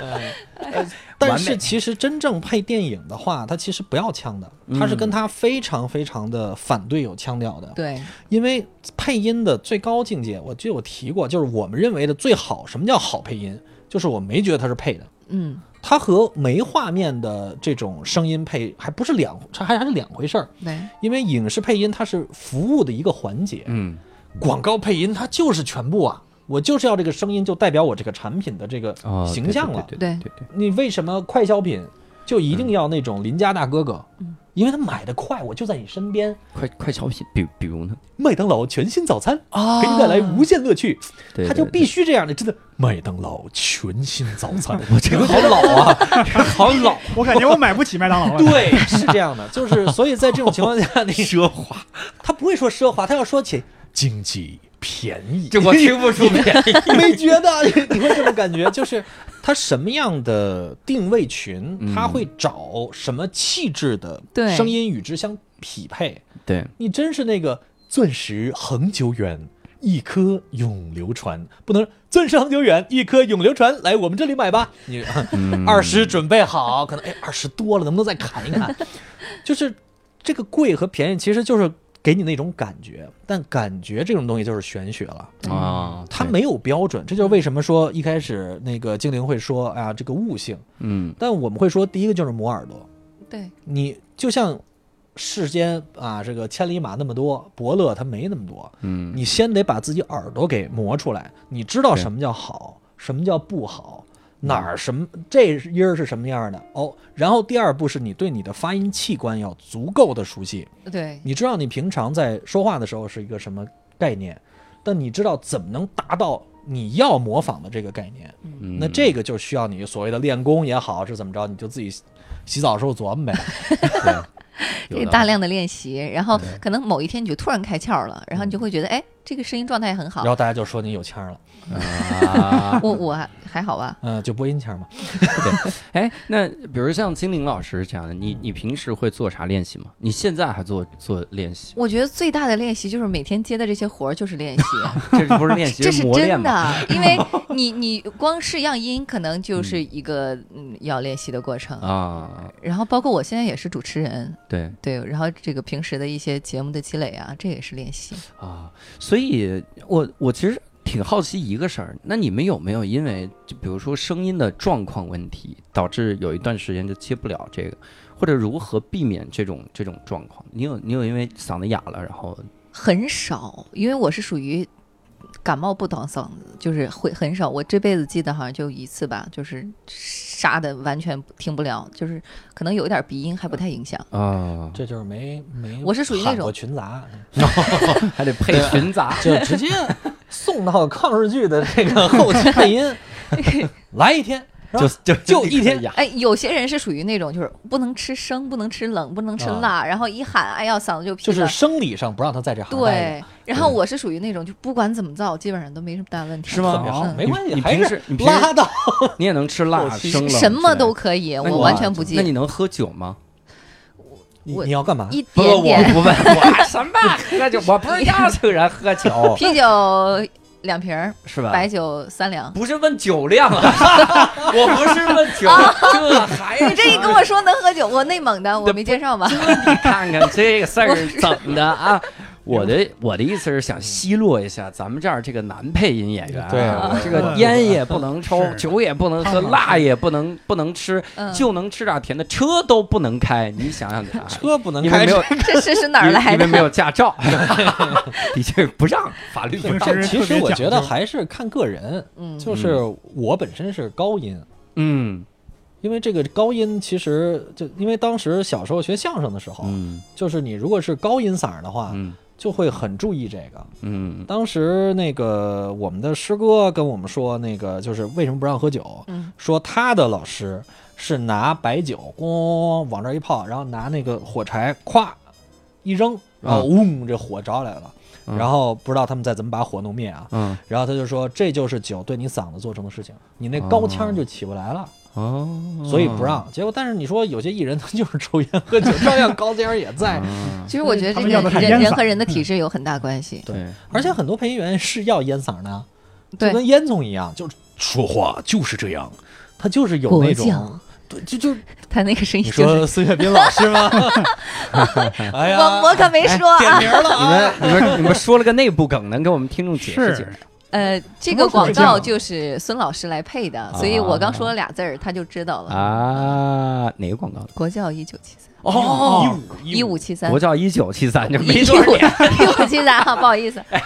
S3: 哎呃但
S1: 完
S3: 是
S1: 美
S3: 其实真正配电影的话，它其实不要腔的，它是跟它非常非常的反对有腔调的。
S4: 对，
S3: 因为配音的最高境界，我记得我提过，就是我们认为的最好，什么叫好配音？就是我没觉得它是配的，
S4: 嗯，
S3: 它和没画面的这种声音配还不是两，还还是两回事儿。
S4: 对，
S3: 因为影视配音它是服务的一个环节，
S1: 嗯，
S3: 广告配音它就是全部啊，我就是要这个声音就代表我这个产品的这个
S1: 哦，
S3: 形象了。
S1: 对
S4: 对
S1: 对对，
S3: 你为什么快消品就一定要那种邻家大哥哥？
S1: 嗯
S3: 因为他买的快，我就在你身边。
S1: 快快消息，比比如呢？
S3: 麦当劳全新早餐
S4: 哦
S3: 给你带来无限乐趣，
S1: 啊对，
S3: 他就
S1: 对
S3: 必须这样的，真的。麦当劳全新早 餐，我这个好老 啊，好老。
S2: 我感觉我买不起麦当劳了。
S3: 对，是这样的， 就是所以在这种情况下，你奢华，他不会说奢华，他要说起经济便宜，
S1: 这我听不出来。
S3: 没觉得？ 你会这种感觉，就是他什么样的定位群，他会找什么气质的
S4: 对
S3: 声音与之相匹配。
S1: 对，
S3: 你真是那个钻石恒久远，一颗永流传，不能钻石恒久远，一颗永流传。来我们这里买吧，你
S1: 嗯
S3: 二十准备好，可能哎二十多了，能不能再砍一砍？就是这个贵和便宜，其实就是给你那种感觉，但感觉这种东西就是玄学了。
S1: 啊，
S3: 它
S1: 对，
S3: 没有标准，这就是为什么说一开始那个精灵会说啊这个悟性，
S1: 嗯，
S3: 但我们会说第一个就是磨耳朵，
S4: 对，
S3: 你就像世间啊这个千里马那么多，伯乐它没那么多，
S1: 嗯，
S3: 你先得把自己耳朵给磨出来，你知道
S1: 对
S3: 什么叫好，什么叫不好。哪儿什么这音儿是什么样的哦？然后第二步是你对你的发音器官要足够的熟悉，
S4: 对，
S3: 你知道你平常在说话的时候是一个什么概念，但你知道怎么能达到你要模仿的这个概念，
S1: 嗯
S3: 那这个就需要你所谓的练功也好，是怎么着，你就自己洗澡的时候琢磨呗。
S1: 有
S4: 这个
S1: 道
S4: 大
S1: 理
S4: 量的练习，然后可能某一天你就突然开窍了，然后你
S1: 嗯
S4: 就会觉得，哎，这个声音状态很好
S3: 然。后大家就说你有腔了，
S1: 啊。
S4: 我我还还好吧，
S3: 嗯、就播音腔嘛。
S1: 哎，那比如像精灵老师这样的，你你平时会做啥练习吗？你现在还做做练习？
S4: 我觉得最大的练习就是每天接的这些活儿就是练习，
S1: 这不是练习，
S4: 这是
S1: 磨练
S4: 真
S1: 嘛？
S4: 的，因为你 你光试样音可能就是一个嗯要练习的过程。
S1: 啊，
S4: 然后包括我现在也是主持人，
S1: 对
S4: 对，然后这个平时的一些节目的积累啊，这也是练习。
S1: 啊，所以我我其实挺好奇一个事儿，那你们有没有因为就比如说声音的状况问题，导致有一段时间就接不了这个，或者如何避免这种这种状况？你有你有因为嗓子哑了，然后
S4: 很少，因为我是属于感冒不挡嗓子，就是会很少。我这辈子记得好像就一次吧，就是杀的完全听不了，就是可能有一点鼻音还不太影响。
S1: 啊，
S3: 这就是没没，
S4: 我是属于那种
S3: 群 杂，
S1: 还得配群 杂，
S3: 就直接送到抗日剧的这 个后期配音，来一天是吧
S1: 就
S3: 就一天
S1: 哑。
S4: 哎，有些人是属于那种就是不能吃生，不能吃冷，不能吃辣，然后一喊哎呀嗓子就劈
S3: 就
S4: 了。
S3: 是生理上不让他在这行待着。
S4: 对，然后我是属于那种就不管怎么造，基本上都没什么大问题，
S1: 是吗哦
S3: 特别好，
S4: 嗯
S3: 没关系，
S1: 你
S3: 还
S1: 平
S3: 是
S1: 时你平时
S3: 拉倒。
S1: 你也能吃辣
S3: 我是
S1: 生冷
S4: 什么都
S1: 之
S4: 可以，
S1: 类的那
S4: 我
S1: 你
S4: 完全不介
S1: 那你
S4: 意，
S1: 能喝酒吗？
S3: 你
S4: 我
S3: 你要干嘛？
S4: 一
S1: 不，
S4: 点
S1: 我
S4: 点
S1: 不问，我 什么喝酒？我不是要求人喝
S3: 哦
S1: 酒，
S4: 啤酒两瓶儿，
S1: 是吧？
S4: 白酒三两。
S1: 不是问酒量啊， 我不是问酒，这还
S4: 你啊这一跟我说能喝酒，我内蒙的，我没介绍吧？
S1: 你看看这个事儿怎么的 啊？我的我的意思是想奚落一下咱们这儿这个男配音演员、啊，
S3: 对我
S1: 这个烟也不能抽，酒也不能喝，辣也不能不能吃，
S4: 嗯
S1: 就能吃点甜的，车都不能开，你想想 看，
S3: 车不能
S1: 因为
S3: 开
S1: 没有
S4: 这是是哪儿来
S1: 因为
S4: 的？
S1: 没有驾 照， 的确不让法律不
S2: 平
S1: 让。
S2: 时
S3: 其
S2: 特
S3: 实
S2: 别
S3: 我
S2: 讲
S3: 觉得
S2: 究
S3: 还是看个人，
S4: 嗯，
S3: 就是我本身是高音，
S1: 嗯
S3: 因为这个高音其实就因为当时小时候学相声的时候，
S1: 嗯
S3: 就是你如果是高音嗓儿的话，
S1: 嗯
S3: 就会很注意这个。
S1: 嗯
S3: 当时那个我们的师哥跟我们说，那个就是为什么不让喝酒，
S4: 嗯
S3: 说他的老师是拿白酒咣咣咣往这儿一泡，然后拿那个火柴咵一扔，然后嗡、这火着来了，
S1: 嗯
S3: 然后不知道他们再怎么把火弄灭啊。
S1: 嗯
S3: 然后他就说，这就是酒对你嗓子做成的事情，你那高腔就起不来了。
S1: 哦，
S3: 所以不让。结果，但是你说有些艺人他就是抽烟喝酒，照样高尖儿也
S4: 哎
S3: 在。
S1: 嗯。
S4: 其实我觉得
S2: 他
S4: 这
S2: 们要
S4: 个
S2: 的是
S4: 人
S2: 烟
S4: 人
S2: 嗓
S4: 和人的体质有很大关系。
S1: 对，
S3: 而且很多配音员是要烟嗓的，啊就
S4: 对，
S3: 跟烟囱一样，就
S5: 说话就是这样，
S3: 他就是有
S4: 国
S3: 那
S4: 将
S3: 种，，对，就就
S4: 他那个声音
S3: 你
S4: 就是
S3: 说孙岳斌老师 吗？ 哎呀，
S4: 我我可没说啊。
S3: 点名了
S1: 你
S3: 啊！
S1: 们你们你们说了个内部梗，能给我们听众解释
S2: 是
S1: 解释？
S4: 呃，这
S2: 什么
S4: 个广
S2: 鬼将
S4: 告就是孙老师来配的，所以我刚说了俩字儿，他就知道了。
S1: 啊，哪个广告？
S4: 国教一九七三，
S1: 哦，
S4: 一五七三
S1: 国，教一九七三，这
S4: 一
S1: 没
S4: 一
S1: 准儿
S4: 五一五七三啊，不好意思，
S3: 哎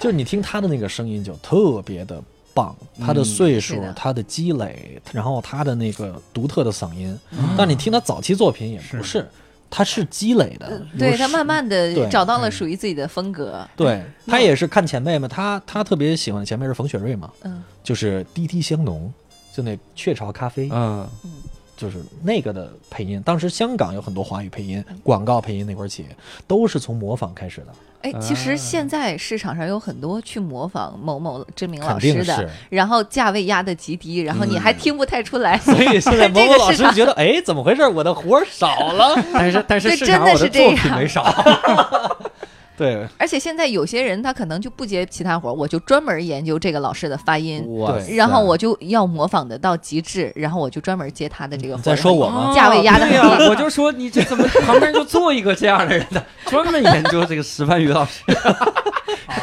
S3: 就你听他的那个声音就特别的棒，他的岁数
S4: 嗯是的、
S3: 他的积累，然后他的那个独特的嗓音，
S4: 嗯
S3: 但你听他早期作品也不是，他是积累的，
S4: 对
S3: 有
S4: 他
S3: 时
S4: 慢慢的
S3: 对嗯
S4: 找到了属于自己的风格。
S3: 对他也是看前辈嘛，他他特别喜欢前辈是冯雪瑞嘛，
S4: 嗯，
S3: 就是滴滴香浓，就那雀巢咖啡，
S1: 嗯，
S3: 就是那个的配音。当时香港有很多华语配音、
S4: 嗯
S3: 广告配音那块儿起，都是从模仿开始的，
S4: 哎，其
S3: 啊
S4: 实现在市场上有很多去模仿某某知名老
S3: 肯定
S4: 师
S3: 是
S4: 的，。 然后价位压的极低，然后你还听不太出来。
S3: 所以现在
S4: 这
S3: 某某
S4: 个
S3: 老
S4: 市
S3: 师
S4: 场
S3: 觉得，哎，怎么回事？我的活儿少了。
S1: 但是但是
S4: 对
S1: 市
S4: 真
S1: 场
S4: 的
S1: 我
S4: 是
S1: 的
S4: 这
S1: 作品
S4: 样
S1: 没少，
S3: 对，
S4: 而且现在有些人他可能就不接其他活儿，我就专门研究这个老师的发音，
S1: 哇塞
S4: 然后我就要模仿的到极致，然后我就专门接他的这个活儿。
S3: 你在说我
S1: 哦
S3: 吗？
S4: 价位压得很低
S1: 对呀我就说你这怎么旁边就坐一个这样的人 的，专门研究这个石帆宇老师。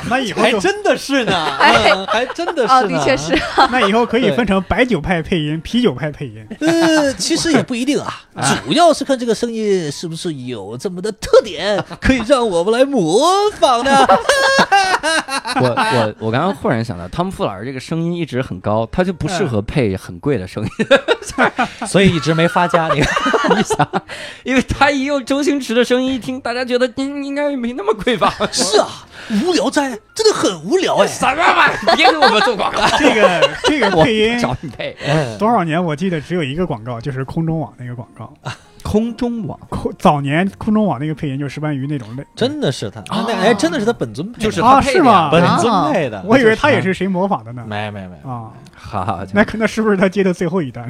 S2: 那以后
S3: 还
S2: 就
S3: 真的是呢，
S4: 哎
S3: 嗯还真的是呢。
S4: 哦，的确是。
S2: 那以后可以分成白酒派配音、啤酒派配音。
S5: 呃，其实也不一定啊，主要是看这个声音是不是有这么的特点，可以让我们来模仿呢。
S1: 我我我刚刚忽然想到，汤姆·傅老师这个声音一直很高，他就不适合配很贵的 声音，
S3: 所以一直没发家。你看，
S1: 因为他一用周星驰的声音一听，大家觉得应应该没那么贵吧？
S5: 是啊，无聊斋真的很无聊哎。
S1: 什么玩意儿？别给我们做广告，
S2: 这个这个
S1: 我
S2: 配 音
S1: 找你配
S3: 嗯
S2: 多少年？我记得只有一个广告，就是空中网那个广告。
S1: 空中网。
S2: 空早年空中网那个配音就是石斑鱼那种类，
S3: 真的是他，那哎，真的是他本尊配的，
S1: 就是
S2: 啊，
S1: 他配的
S2: 是吗？
S3: 本
S4: 啊
S3: 尊配的。
S2: 我以为他也是谁模仿的呢？
S3: 哎没没没，
S2: 啊，
S1: 好好，
S2: 那可那是不是他接的最后一单？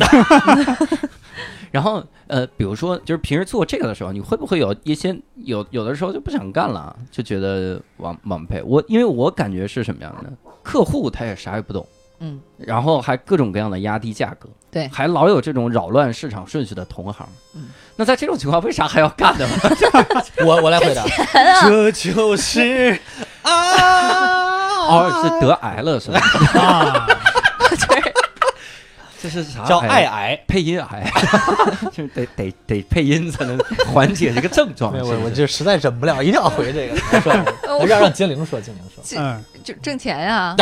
S1: 然后呃，比如说就是平时做这个的时候，你会不会有一些有有的时候就不想干了，就觉得网网配？我因为我感觉是什么样的呢？客户他也啥也不懂，
S4: 嗯，
S1: 然后还各种各样的压低价格，
S4: 对
S1: 还老有这种扰乱市场顺序的同行。
S4: 嗯，
S1: 那在这种情况，为啥还要干 呢？
S3: 我我来 回答，
S5: 啊
S3: 这就是啊，
S1: 哦，是得癌了 是吧？
S2: 啊，
S1: 这是啥？
S3: 叫爱。癌。
S1: 配音癌，就是得得得配音才能缓解这个症状。
S3: 没有，
S1: 是
S3: 我
S1: 不
S3: 我
S1: 是
S3: 就实在忍不了，一定要回这个。我 说
S4: 呃我
S3: 让让精灵说，精灵说，
S2: 嗯，
S4: 就挣钱呀、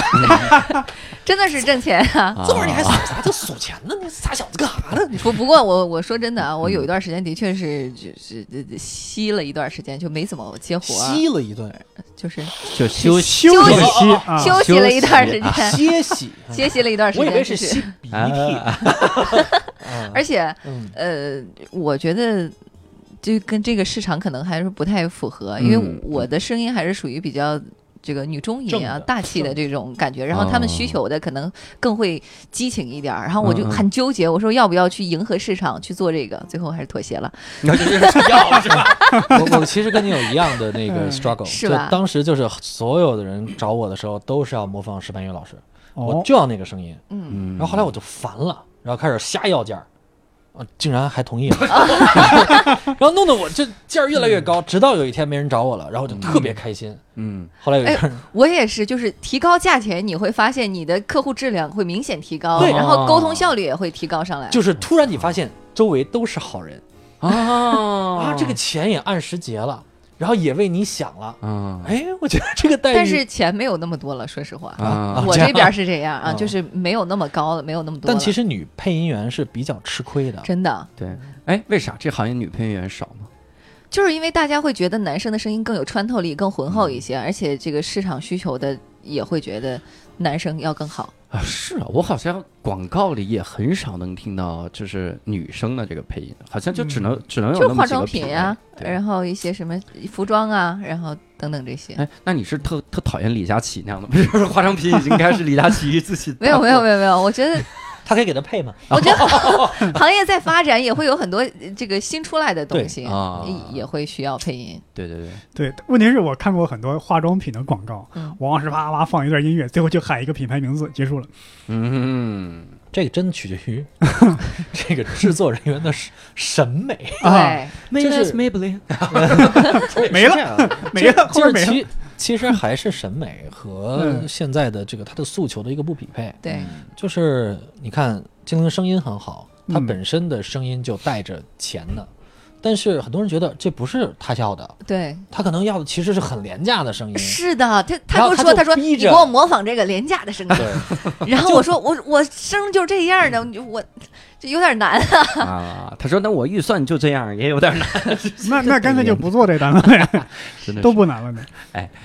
S4: 真的是挣钱 呀、
S1: 啊
S5: 这会儿你还傻傻就数钱呢？你傻小子干啥呢？
S4: 不不过我我说真的啊，我有一段时间的确是就是呃吸啊了一段时间，就没怎么接活 儿，
S3: 吸了一顿，
S4: 就是
S1: 就休息
S2: 休息
S4: 息
S2: 期啊，
S4: 休息了一段时间，
S3: 歇息。
S4: 歇息了一段时
S3: 我以
S4: 间，
S3: 为
S4: 就是是
S3: 吸鼻
S1: 啊
S3: 涕。
S4: 而且
S3: 嗯，
S4: 呃，我觉得。就跟这个市场可能还是不太符合，因为
S1: 嗯
S4: 我的声音还是属于比较这个女中音啊、
S3: 正的哦
S4: 大气的这种感觉，然后他们需求的可能更会激情一点儿，然后我就
S1: 嗯嗯
S4: 很纠结，我说要不要去迎合市场去做这个，最后还是妥协了。
S1: 然后就是要是吧？ 嗯
S3: 我我其实跟你有一样的那个 struggle，
S4: 是
S3: 就
S4: 吧
S3: 当时就是所有的人找我的时候，都是要模仿石斑鱼老师，我
S2: 哦，
S3: 就要那个声音。
S4: 嗯，
S1: 嗯
S3: 然后后来我就烦了，然后开始瞎要价儿，啊，竟然 还同意了，然后弄得我这价儿越来越高，直到有一天没人找我了，然后我就特别开心。
S1: 嗯，
S3: 后来有一个人，
S4: 我也是，就是提高价钱，你会发现你的客户质量会明显提高，
S3: 对哦
S4: 然后沟通效率也会提高上来。
S3: 就是突然你发现周围都是好人
S1: 哦
S3: 啊，这个钱也按时结了，然后也为你想了，
S1: 啊
S3: 哎，我觉得这个待遇，
S4: 但是钱没有那么多了，说实话，
S1: 啊
S4: 我
S3: 这样
S4: 这边是这样啊，
S3: 哦
S4: 就是没有那么高了，没有那么多了。
S3: 但其实女配音员是比较吃亏的，
S4: 真的啊
S1: 对，哎，为啥这行业女配音员少吗？
S4: 就是因为大家会觉得男生的声音更有穿透力，更浑厚一些，而且这个市场需求的也会觉得男生要更好。
S1: 啊，是啊，我好像广告里也很少能听到，就是女生的这个配音，好像就只能、只能有
S4: 就是
S1: 那么
S4: 化
S1: 几个
S4: 妆品
S1: 品
S4: 呀、
S1: 类对
S4: 然后一些什么服装啊，然后等等这些。
S1: 哎，那你是特特讨厌李佳琦那样的吗？不是，化妆品已经开始李佳琦自己
S4: 没有没有没
S1: 有，
S4: 有没有，我觉得
S5: 他可以给他配嘛。
S4: 我觉得行业在发展，也会有很多呃这个新出来的东
S5: 对
S4: 西，
S1: 啊
S4: 也也会需要配音。
S1: 对对对，
S2: 对，问题是我看过很多化妆品的广告，
S4: 嗯
S2: 往往是啪啪放一段音乐，最后就喊一个品牌名字，结束了。
S1: 嗯，
S3: 这个真的取决于这个制作人员的审 审美，
S2: 啊，
S4: 对，
S1: 这
S3: 就是
S1: 是 Maybelline，
S2: 没了
S3: 是 这样的
S2: 没了，后
S3: 就
S2: 面没
S3: 是
S2: 了。
S3: 其其实还是审美和
S2: 嗯
S3: 现在的这个他的诉求的一个不匹配。
S4: 对，
S3: 就是你看精灵声音很好，它
S2: 嗯
S3: 本身的声音就带着钱的，但是很多人觉得这不是他要的，
S4: 对，
S3: 他可能要的其实是很廉价的声音。
S4: 是的，他
S3: 嗯
S4: 他
S3: 然后
S4: 跟我
S3: 他
S4: 说，
S3: 就
S4: 他说
S3: 逼
S4: 你
S3: 着
S4: 给我模仿这个廉价的声音，
S3: 对，
S4: 然后我说我我声就这样的，我这有点难。
S1: 啊，他说那我预算就这样，也有点难，
S2: 那那干脆就不做这单了 呗，
S1: 真的
S2: 都不难了呢。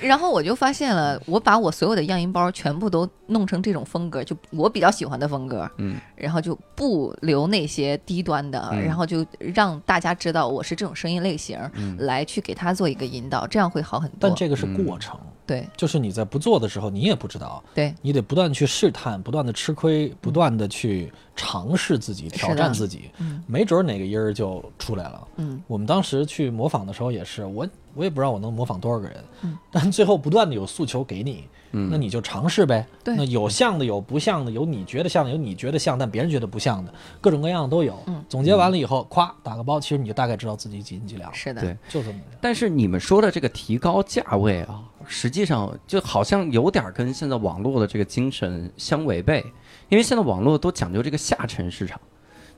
S4: 然后我就发现了，我把我所有的样音包全部都弄成这种风格，就我比较喜欢的风格，
S1: 嗯，
S4: 然后就不留那些低端的，
S1: 嗯
S4: 然后就让大家知道我是这种声音类型，
S1: 嗯
S4: 来去给他做一个引导，这样会好很多。
S3: 但这个是
S4: 嗯
S3: 过程，
S4: 对
S3: 就是你在不做的时候，你也不知道，
S4: 对
S3: 你得不断去试探，不断的吃亏，不断的去尝试自己，挑战自己，
S4: 嗯
S3: 没准儿哪个音儿就出来了。
S4: 嗯，
S3: 我们当时去模仿的时候也是，我我也不知道我能模仿多少个人，
S4: 嗯
S3: 但最后不断的有诉求给你，
S1: 嗯
S3: 那你就尝试呗。
S4: 对
S3: 那有像的，有不像的，有你觉得像的，有你觉得像但别人觉得不像的，各种各样的都有。
S4: 嗯
S3: 总结完了以后，咵打个包，其实你就大概知道自己几斤几两了，
S4: 是的，
S1: 对
S3: 就这么着。
S1: 但是你们说的这个提高价位啊，实际上就好像有点跟现在网络的这个精神相违背，因为现在网络都讲究这个下沉市场。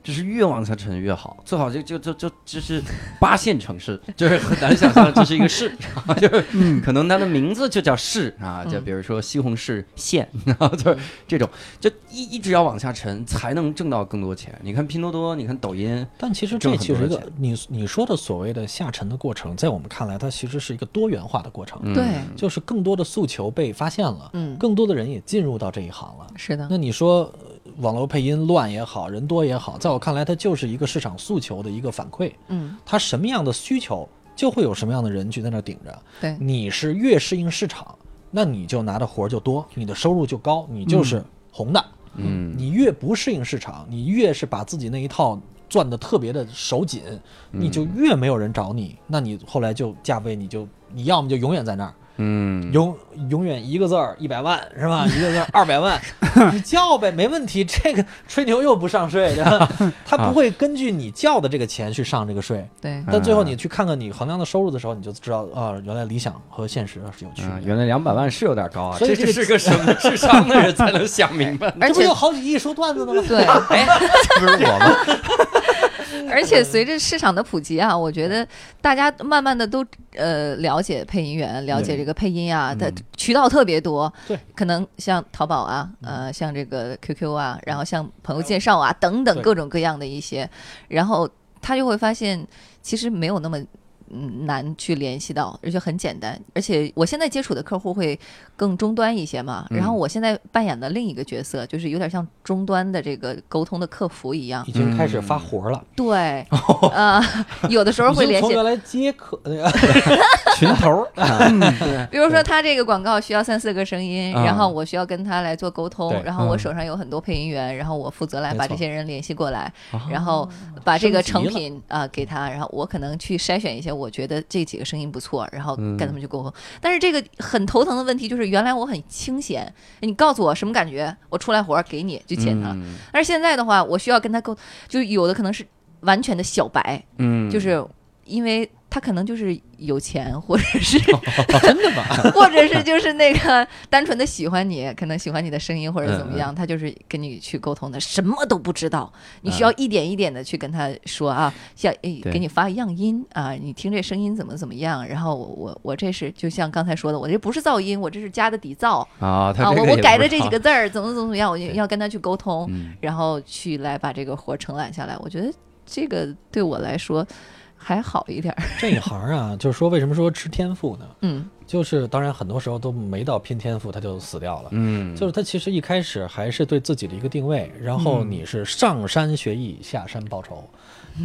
S1: 就是越往下沉越好，最好就就就就就是 八线城市，就是很难想象这是一个市，就是
S2: 嗯，
S1: 可能它的名字就叫市啊，
S4: 嗯
S1: 就比如说西红柿县，然后 就是这种，就一一直要往下沉才能挣到更多钱。你看拼多多，你看抖音，
S3: 但其实
S1: 挣
S3: 这
S1: 很
S3: 其实
S1: 多
S3: 一个
S1: 钱
S3: 你你说的所谓的下沉的过程，在我们看来，它其实是一个多元化的过程，
S1: 嗯
S4: 对
S3: 就是更多的诉求被发现了，
S4: 嗯，
S3: 更多的人也进入到这一行了。
S4: 是的，
S3: 那你说呃网络配音乱也好，人多也好，在我看来，它就是一个市场诉求的一个反馈，
S4: 嗯，
S3: 它什么样的需求就会有什么样的人去在那儿顶着。
S4: 对，
S3: 你是越适应市场，那你就拿的活儿就多，你的收入就高，你就是红的。
S1: 嗯，
S3: 你越不适应市场，你越是把自己那一套攥得特别的手紧，你
S1: 嗯
S3: 就越没有人找你。那你后来就价位，你就你要么就永远在那儿，
S1: 嗯，
S3: 永永远一个字儿一百万是吧？一个字儿二 百万，你叫呗，没问题。这个吹牛又不上税，对吧？他
S1: 啊
S3: 不会根据你叫的这个钱去上这个税。
S4: 对，
S1: 嗯
S3: 但最后你去看看你衡量的收入的时候，你就知道啊、原来理想和现实是有区别
S1: 啊
S3: 的。，
S1: 原来两百万是有点高啊，
S3: 所以
S1: 这
S3: 这
S1: 是个什么智商的人才能想明 白？
S4: 而
S3: 这不
S4: 且
S3: 有好几亿说段子的吗？
S4: 对，哎
S1: 不是我吗？
S4: 而且随着市场的普及啊，我觉得大家慢慢的都呃了解配音员，了解这个配音啊，
S1: 嗯
S4: 它渠道特别多。
S3: 对，
S4: 可能像淘宝啊，
S1: 嗯
S4: 呃，像这个 QQ 啊，然后像朋友介绍啊等等
S3: 对
S4: 各种各样的一些，然后他就会发现其实没有那么。嗯，难去联系到，而且很简单。而且我现在接触的客户会更终端一些嘛。
S1: 嗯
S4: 然后我现在扮演的另一个角色，就是有点像终端的这个沟通的客服一样
S3: 已。经开始发活
S1: 嗯
S3: 了，
S4: 对，啊、有的时候
S3: 已
S4: 会
S3: 经
S4: 联
S3: 从
S4: 系，
S3: 原来接客呃那个群头儿，
S4: 比如说他这个广告需要三四个声音，
S1: 啊
S4: 然后我需要跟他来做沟通
S3: 对，
S4: 然后我
S1: 嗯
S4: 手上有很多配音员，然后我负责来
S3: 没
S4: 把
S3: 错
S4: 这些人联系过来，
S1: 啊
S4: 然后把这个
S3: 升
S4: 成
S3: 级了
S4: 品啊、给他，然后我可能去筛选一些我觉得这几个声音不错，然后
S1: 嗯
S4: 跟他们去沟通。但是这个很头疼的问题就是，原来我很清闲，你告诉我什么感觉，我出来活儿给你就钱他了。
S1: 嗯
S4: 但是现在的话，我需要跟他沟，就有的可能是完全的小白，
S1: 嗯，
S4: 就是因为他可能就是有钱，或者是
S1: 哦
S3: 真的吗？
S4: 或者是就是那个单纯的喜欢你，可能喜欢你的声音或者
S1: 嗯
S4: 怎么样，他就是跟你去沟通的，什么都不知道，你需要一点一点的去跟他说啊，像诶
S1: 嗯对
S4: 给你发样音啊，你听这声音怎么怎么样，然后我我我这是就像刚才说的，我这不是噪音，我这是加的底噪
S1: 啊，他
S4: 啊，
S1: 这
S4: 我
S1: 个
S4: 我
S1: 也
S4: 改
S1: 不
S4: 了
S1: 知
S4: 这几
S1: 道
S4: 个，字儿，怎么怎么样，我就要跟他去沟通，
S1: 嗯
S4: 然后去来把这个活儿承揽下来。我觉得这个对我来说还好一点儿。
S3: 这一行啊，就是说为什么说吃天赋呢？
S4: 嗯，
S3: 就是当然很多时候都没到拼天赋，他就死掉了。
S1: 嗯，
S3: 就是他其实一开始还是对自己的一个定位，然后你是上山学艺，下山报仇，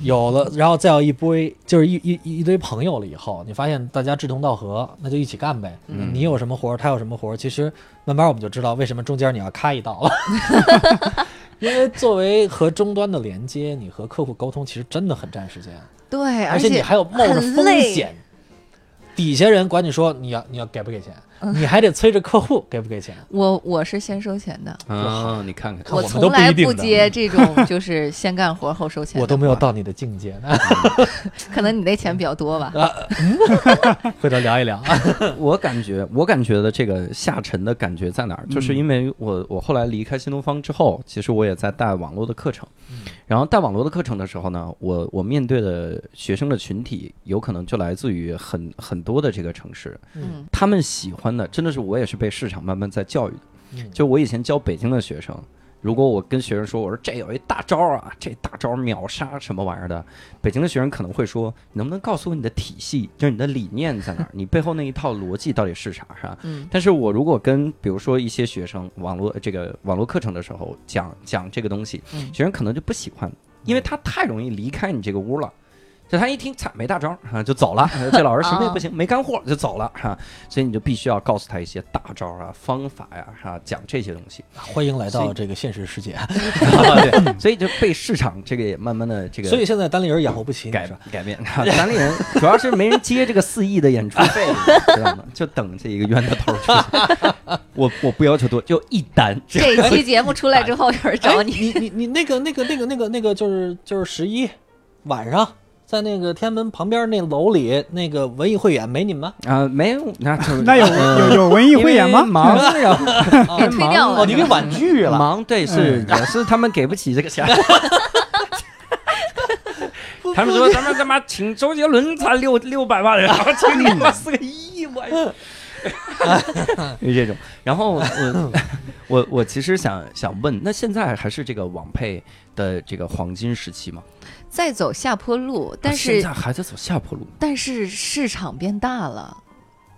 S3: 有了，然后再有一堆就是一一一一堆朋友了以后，你发现大家志同道合，那就一起干呗。你有什么活儿，他有什么活儿，其实慢慢我们就知道为什么中间你要咔一刀了。 因为作为和终端的连接，你和客户沟通其实真的很占时间，
S4: 对，而
S3: 且你还有冒着
S4: 很
S3: 风
S4: 累
S3: 险。底下人管你说你要你要给不给钱，你还得催着客户给不给 钱。
S4: 我我是先收钱的，
S1: 啊，你看看，
S3: 看我们
S4: 从
S3: 都不
S4: 来
S3: 一定
S4: 不
S3: 的
S4: 接这种就是先干活后收钱的，
S3: 我都没有到你的境 界，
S4: 可能你那钱比较多吧。
S3: 回头聊一啊聊。
S1: 我感觉，我感觉的这个下沉的感觉在哪儿？就是因为我我后来离开新东方之后，其实我也在带网络的课程，然后带网络的课程的时候呢，我我面对的学生的群体有可能就来自于很很多的这个城市，
S4: 嗯，
S1: 他们喜欢的真的是我也是被市场慢慢在教育的。
S3: 嗯
S1: 就我以前教北京的学生，如果我跟学生说我说这有一大招啊，这大招秒杀什么玩意儿的，北京的学生可能会说，你能不能告诉我你的体系，就是你的理念在哪儿，你背后那一套逻辑到底是啥，是吧？
S4: 嗯
S1: 但是我如果跟比如说一些学生网络这个网络课程的时候讲讲这个东西，
S4: 嗯
S1: 学生可能就不喜欢，因为他太容易离开你这个屋了。就他一听，操，没大招啊，就走了。 啊这老师什么也不行，没干货就走了哈、啊所以你就必须要告诉他一些大招啊、方法呀、哈、讲这些东西。
S3: 欢迎来
S1: 所
S3: 到
S1: 以
S3: 这个现实世界。啊
S1: 对，所以就被市场这个也慢慢的这个
S3: 所以现在单立人养活不起，你
S1: 改
S3: 说
S1: 改变。啊单立人主要是没人接这个四亿的演出费， 知道吗？就等这一个冤大头出现。我我不要求多，就一单。
S4: 这期节目出来之后，有人找
S3: 哎，
S4: 你，
S3: 你你你那个那个那个那个那个就是就是十一晚上在那个天安门旁边那楼里那个文艺汇演没你们 吗？
S1: 啊，没有，那就呃
S2: 那有有有文艺汇演吗？
S1: 忙，然后
S4: 给推掉了。
S3: 哦，你给婉
S4: 嗯
S3: 拒了，
S1: 忙，对，是也是他们给不起这个钱。 他们说咱们他妈请周杰伦才六六百万，然后请你他妈四个亿，我就这种。然后我我我其实想想问，那现在还是这个网配的这个黄金时期吗？啊
S4: 再走下坡
S3: 啊
S4: 路，但
S1: 现
S4: 是
S1: 在还在走下坡路。
S4: 但是市场变大了。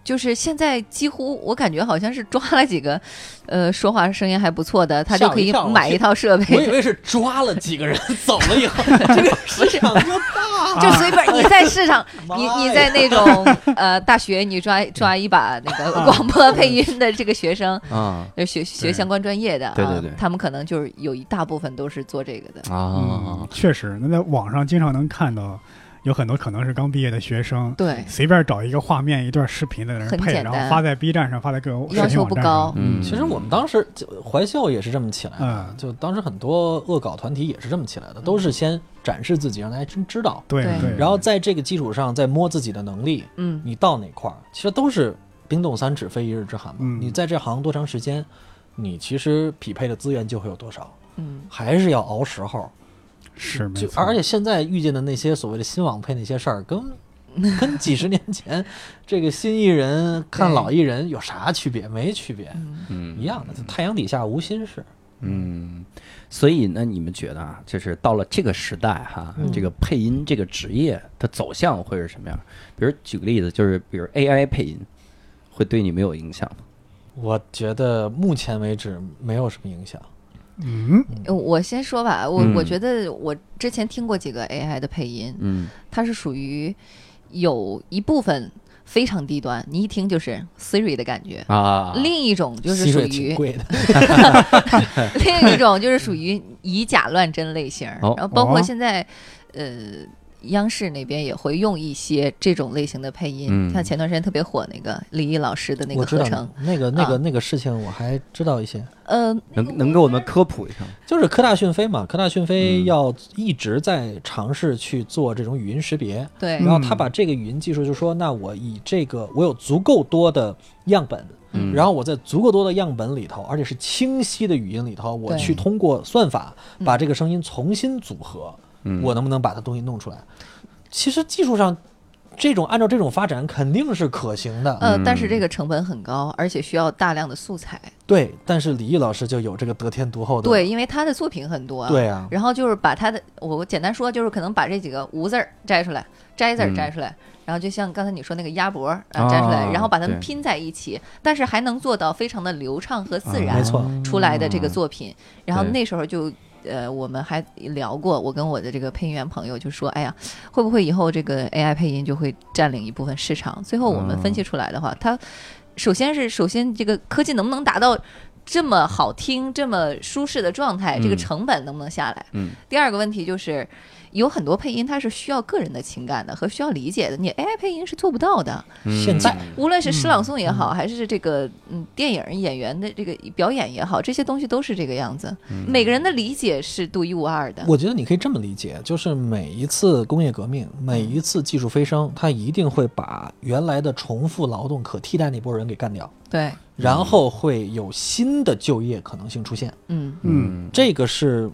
S4: 就是现在，几乎我感觉好像是抓了几个，呃，说话声音还不错的，他就
S3: 吓我
S4: 可
S3: 一
S4: 以
S3: 跳我
S4: 买
S3: 去
S4: 一套设备。
S3: 我以为是抓了几个人走了以后，这个市场就大。
S4: 就随便你在市场，
S3: 妈
S4: 你
S3: 呀
S4: 你在那种呃大学，你抓抓一把那个广播配音的这个学生，
S1: 啊
S4: 就学学
S2: 对
S4: 相关专业的啊，
S1: 对对对
S4: 他们可能就是有一大部分都是做这个的。
S1: 啊
S2: 嗯，！确实，那在网上经常能看到，有很多可能是刚毕业的学生，
S4: 对，
S2: 随便找一个画面、一段视频在那
S4: 很
S2: 儿配，
S4: 简
S2: 然
S4: 单
S2: 后发在 B 站上，发在各个视
S4: 要
S2: 频
S4: 求
S2: 网
S4: 不
S2: 站
S4: 高
S2: 上。。
S1: 嗯，
S3: 其实我们当时就怀旧也是这么起来的，
S2: 嗯
S3: 就当时很多恶搞团体也是这么起来的，都是先展示自己，让大家真知道，
S2: 对
S4: 对
S2: 嗯对，
S3: 然后在这个基础上再摸自己的能力，
S4: 嗯，
S3: 你到哪块儿，其实都是冰冻三尺，非一日之寒嘛。
S2: 嗯
S3: 你在这行多长时间，你其实匹配的资源就会有多少，
S4: 嗯，
S3: 还是要熬时候。
S2: 是没
S3: 就
S2: 错，
S3: 而且现在遇见的那些所谓的新网配那些事儿，跟 跟几十年前这个新艺人看
S4: 对
S3: 老艺人有啥区别？没区别，
S1: 嗯
S3: 一样的。就太阳底下无心事。
S1: 嗯，所以呢，你们觉得啊，就是到了这个时代哈，这个配音这个职业的走向会是什么样？比如举个例子，就是比如 AI 配音，会对你们有影响吗？
S3: 我觉得目前为止没有什么影响。
S2: 嗯，
S4: 呃我先说吧，我
S1: 嗯
S4: 我觉得我之前听过几个 AI 的配音，
S1: 嗯，
S4: 它是属于有一部分非常低端，你一听就是 Siri 的感觉。
S1: 啊
S4: 另一种就是
S3: 吸
S4: 属
S3: 水
S4: 于
S3: 挺贵的，
S4: 另一种就是属于以假乱真类型儿，
S1: 哦
S4: 然后包括
S2: 哦
S4: 现在，呃，央视那边也会用一些这种类型的配音。
S1: 嗯
S4: 像前段时间特别火那个李毅老师的那
S3: 我
S4: 个
S3: 知
S4: 合
S3: 道
S4: 成，
S3: 那个那个
S4: 啊
S3: 那个事情，我还知道一些。
S4: 呃，
S1: 能能给我们科普一下吗？
S3: 就是科大讯飞嘛，科大讯飞
S1: 嗯
S3: 要一直在尝试去做这种语音识别，
S4: 对
S3: 然后他把这个语音技术就说，那我以这个我有足够多的样本，
S1: 嗯
S3: 然后我在足够多的样本里头，而且是清晰的语音里头，我
S4: 对
S3: 去通过算法
S4: 嗯
S3: 把这个声音重新组合，
S1: 嗯
S3: 我能不能把它东西弄出来？其实技术上，这种按照这种发展肯定是可行的，
S4: 呃，但是这个成本很高，而且需要大量的素材。
S3: 对。但是李毅老师就有这个得天独厚的，
S4: 对，因为他的作品很多啊。
S3: 嗯对啊，
S4: 然后就是把他的，我简单说，就是可能把这几个无字儿摘出来，摘字儿摘出
S3: 嗯
S4: 来，然后就像刚才你说那个鸭脖儿啊摘出
S3: 哦
S4: 来，
S1: 啊
S4: 然后把它们
S1: 对
S4: 拼在一起，但是还能做到非常的流畅
S1: 嗯
S4: 和自然
S3: 啊没。错，
S4: 出来的这个作品。然后
S1: 对
S4: 那时候就呃，我们还聊过，我跟我的这个配音员朋友就说，哎呀，会不会以后这个 AI 配音就会占领一部分市
S1: 嗯
S4: 场？最后我们分析出来的话，它首先是首先这个科技能不能达到这么好听、这么舒适的状态，这个
S1: 嗯
S4: 成本能不能下来？
S1: 嗯
S4: 第二个问题就是，有很多配音它是需要个人的情感的和需要理解的，你 AI 配音是做不到的。
S1: 嗯
S5: 现在
S4: 无论是诗朗诵也好，还是这个嗯电影演员的这个表演也好，这些东西都是这个样子。每个人的理解是独一无二的。
S3: 嗯我觉得你可以这么理解，就是每一次工业革命，每一次技术飞升，它一定会把原来的重复劳动可替代那波人给干掉，
S4: 对，
S3: 然后会有新的就业可能性出现，
S4: 嗯
S2: 嗯，
S3: 这个是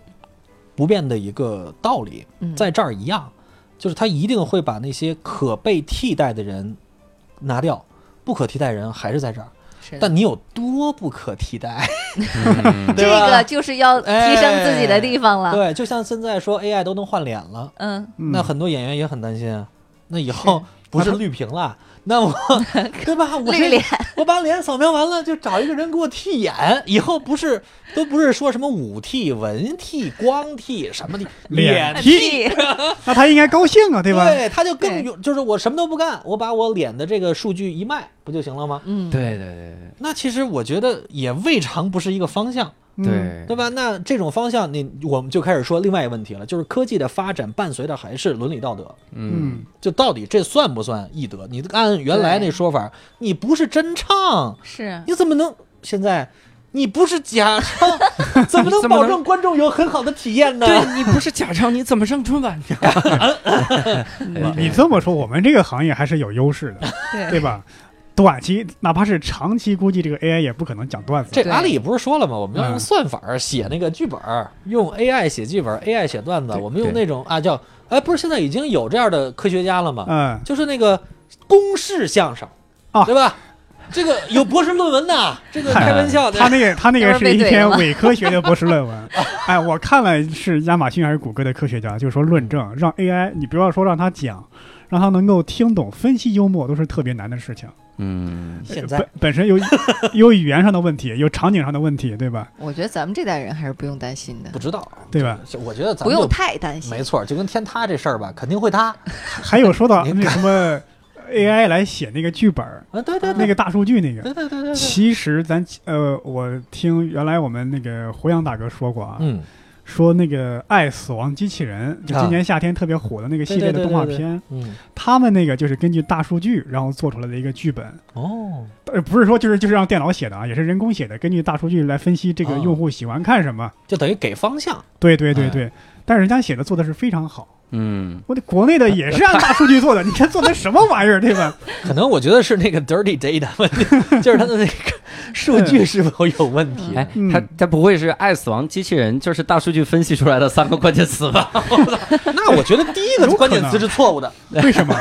S3: 不变的一个道理，
S4: 嗯，
S3: 在这儿一样，就是它一定会把那些可被替代的人拿掉，不可替代人还是在这儿，
S4: 是
S3: 但你有多不可替代？
S4: 嗯这
S1: 嗯
S3: 对吧哎
S4: 个就是要提升自己的地方了。
S3: 对，就像现在说 AI 都能换脸了。
S4: 嗯，
S3: 那很多演员也很担心啊。那以 后不是绿屏了，那我对吧？我
S4: 绿
S3: 这
S4: 脸，
S3: 我把脸扫描完了，就找一个人给我替眼。以后不是都不是说什么五替、文替、光替什么的，
S2: 脸
S3: 脸
S4: 屁，
S2: 那他应该高兴啊，对吧？
S3: 对，他就更
S4: 对
S3: 有就是我什么都不干，我把我脸的这个数据一卖，不就行了吗？
S4: 嗯，
S1: 对对对
S3: 那其实我觉得也未尝不是一个方向，
S1: 对
S2: 嗯，
S1: 对，
S3: 对吧？那这种方向，你我们就开始说另外一个问题了，就是科技的发展伴随的还是伦理道德。
S1: 嗯
S2: 嗯，
S3: 就到底这算不算艺德？你按原来那说法，你不是真唱，
S4: 是
S3: 你怎么能现在你不是假唱，怎么能
S1: 怎么
S3: 保
S1: 能
S3: 证观众有很好的体验呢？
S1: 对你不是假唱，你怎么上春 晚去？哎
S2: 你你这么说，我们这个行业还是有优势的，对
S4: 对，
S2: 吧？短期哪怕是长期，估计这个 AI 也不可能讲段子。
S3: 这
S4: 对
S3: 阿里不是说了吗？我们要用
S2: 嗯
S3: 算法儿写那个剧本儿，用 AI 写剧本儿，AI 写段子，
S1: 对
S3: 我们用
S1: 对
S3: 那种啊叫哎，不是现在已经有这样的科学家了吗？
S2: 嗯，
S3: 就是那个公式相声，
S2: 啊
S3: 对吧？这个有博士论文呐，这个
S1: 嗨
S3: 开玩笑的，
S2: 他那个他那个是一
S4: 要是被怼
S2: 篇
S4: 了
S2: 伪科学的博士论文。哎，我看了是亚马逊还是谷歌的科学家，就是说论证让 AI，你不要说让他讲，让他能够听懂、分析幽默，都是特别难的事情。
S1: 嗯，
S3: 现在
S2: 本本身有 有语言上的问题，有场景上的问题，对吧？
S4: 我觉得咱们这代人还是不用担心的
S3: 不，知道，
S2: 对 吧？
S3: 我觉得咱
S4: 不
S3: 们
S4: 用
S3: 就
S4: 太担心
S3: 没。错，就跟天塌这事儿吧，肯定会塌。
S2: 还有说到
S3: 你
S2: 那什么 AI 来写那个剧本儿，
S3: 啊，对对对，
S2: 那个大数据那个，
S3: 对对对对对，
S2: 其实咱呃，我听原来我们那个胡杨大哥说过啊，
S3: 嗯，
S2: 说那个《爱死亡机器人》就今年夏天特别火的那个系列的动画
S3: 啊对对对对对
S2: 片，
S3: 嗯，
S2: 他们那个就是根据大数据然后做出来的一个剧本，
S3: 哦，
S2: 呃，不是说就是就是让电脑写的啊，也是人工写的，根据大数据来分析这个
S3: 哦
S2: 用户喜欢看什么。
S3: 就等于给方向，
S2: 对对对
S3: 哎
S2: 对，但是人家写的做的是非常好。
S1: 嗯，
S2: 我的国内的也是按大数据做的，你看做的什么玩意儿，对吧？
S3: 可能我觉得是那个 dirty data 问题， 就是他的那个数据是否有问题？
S1: 哎，
S2: 嗯
S1: 他他不会是爱死亡机器人，就是大数据分析出来的三个关键词吧？
S3: 那我觉得第一个关键词是错 误的，
S2: 为什么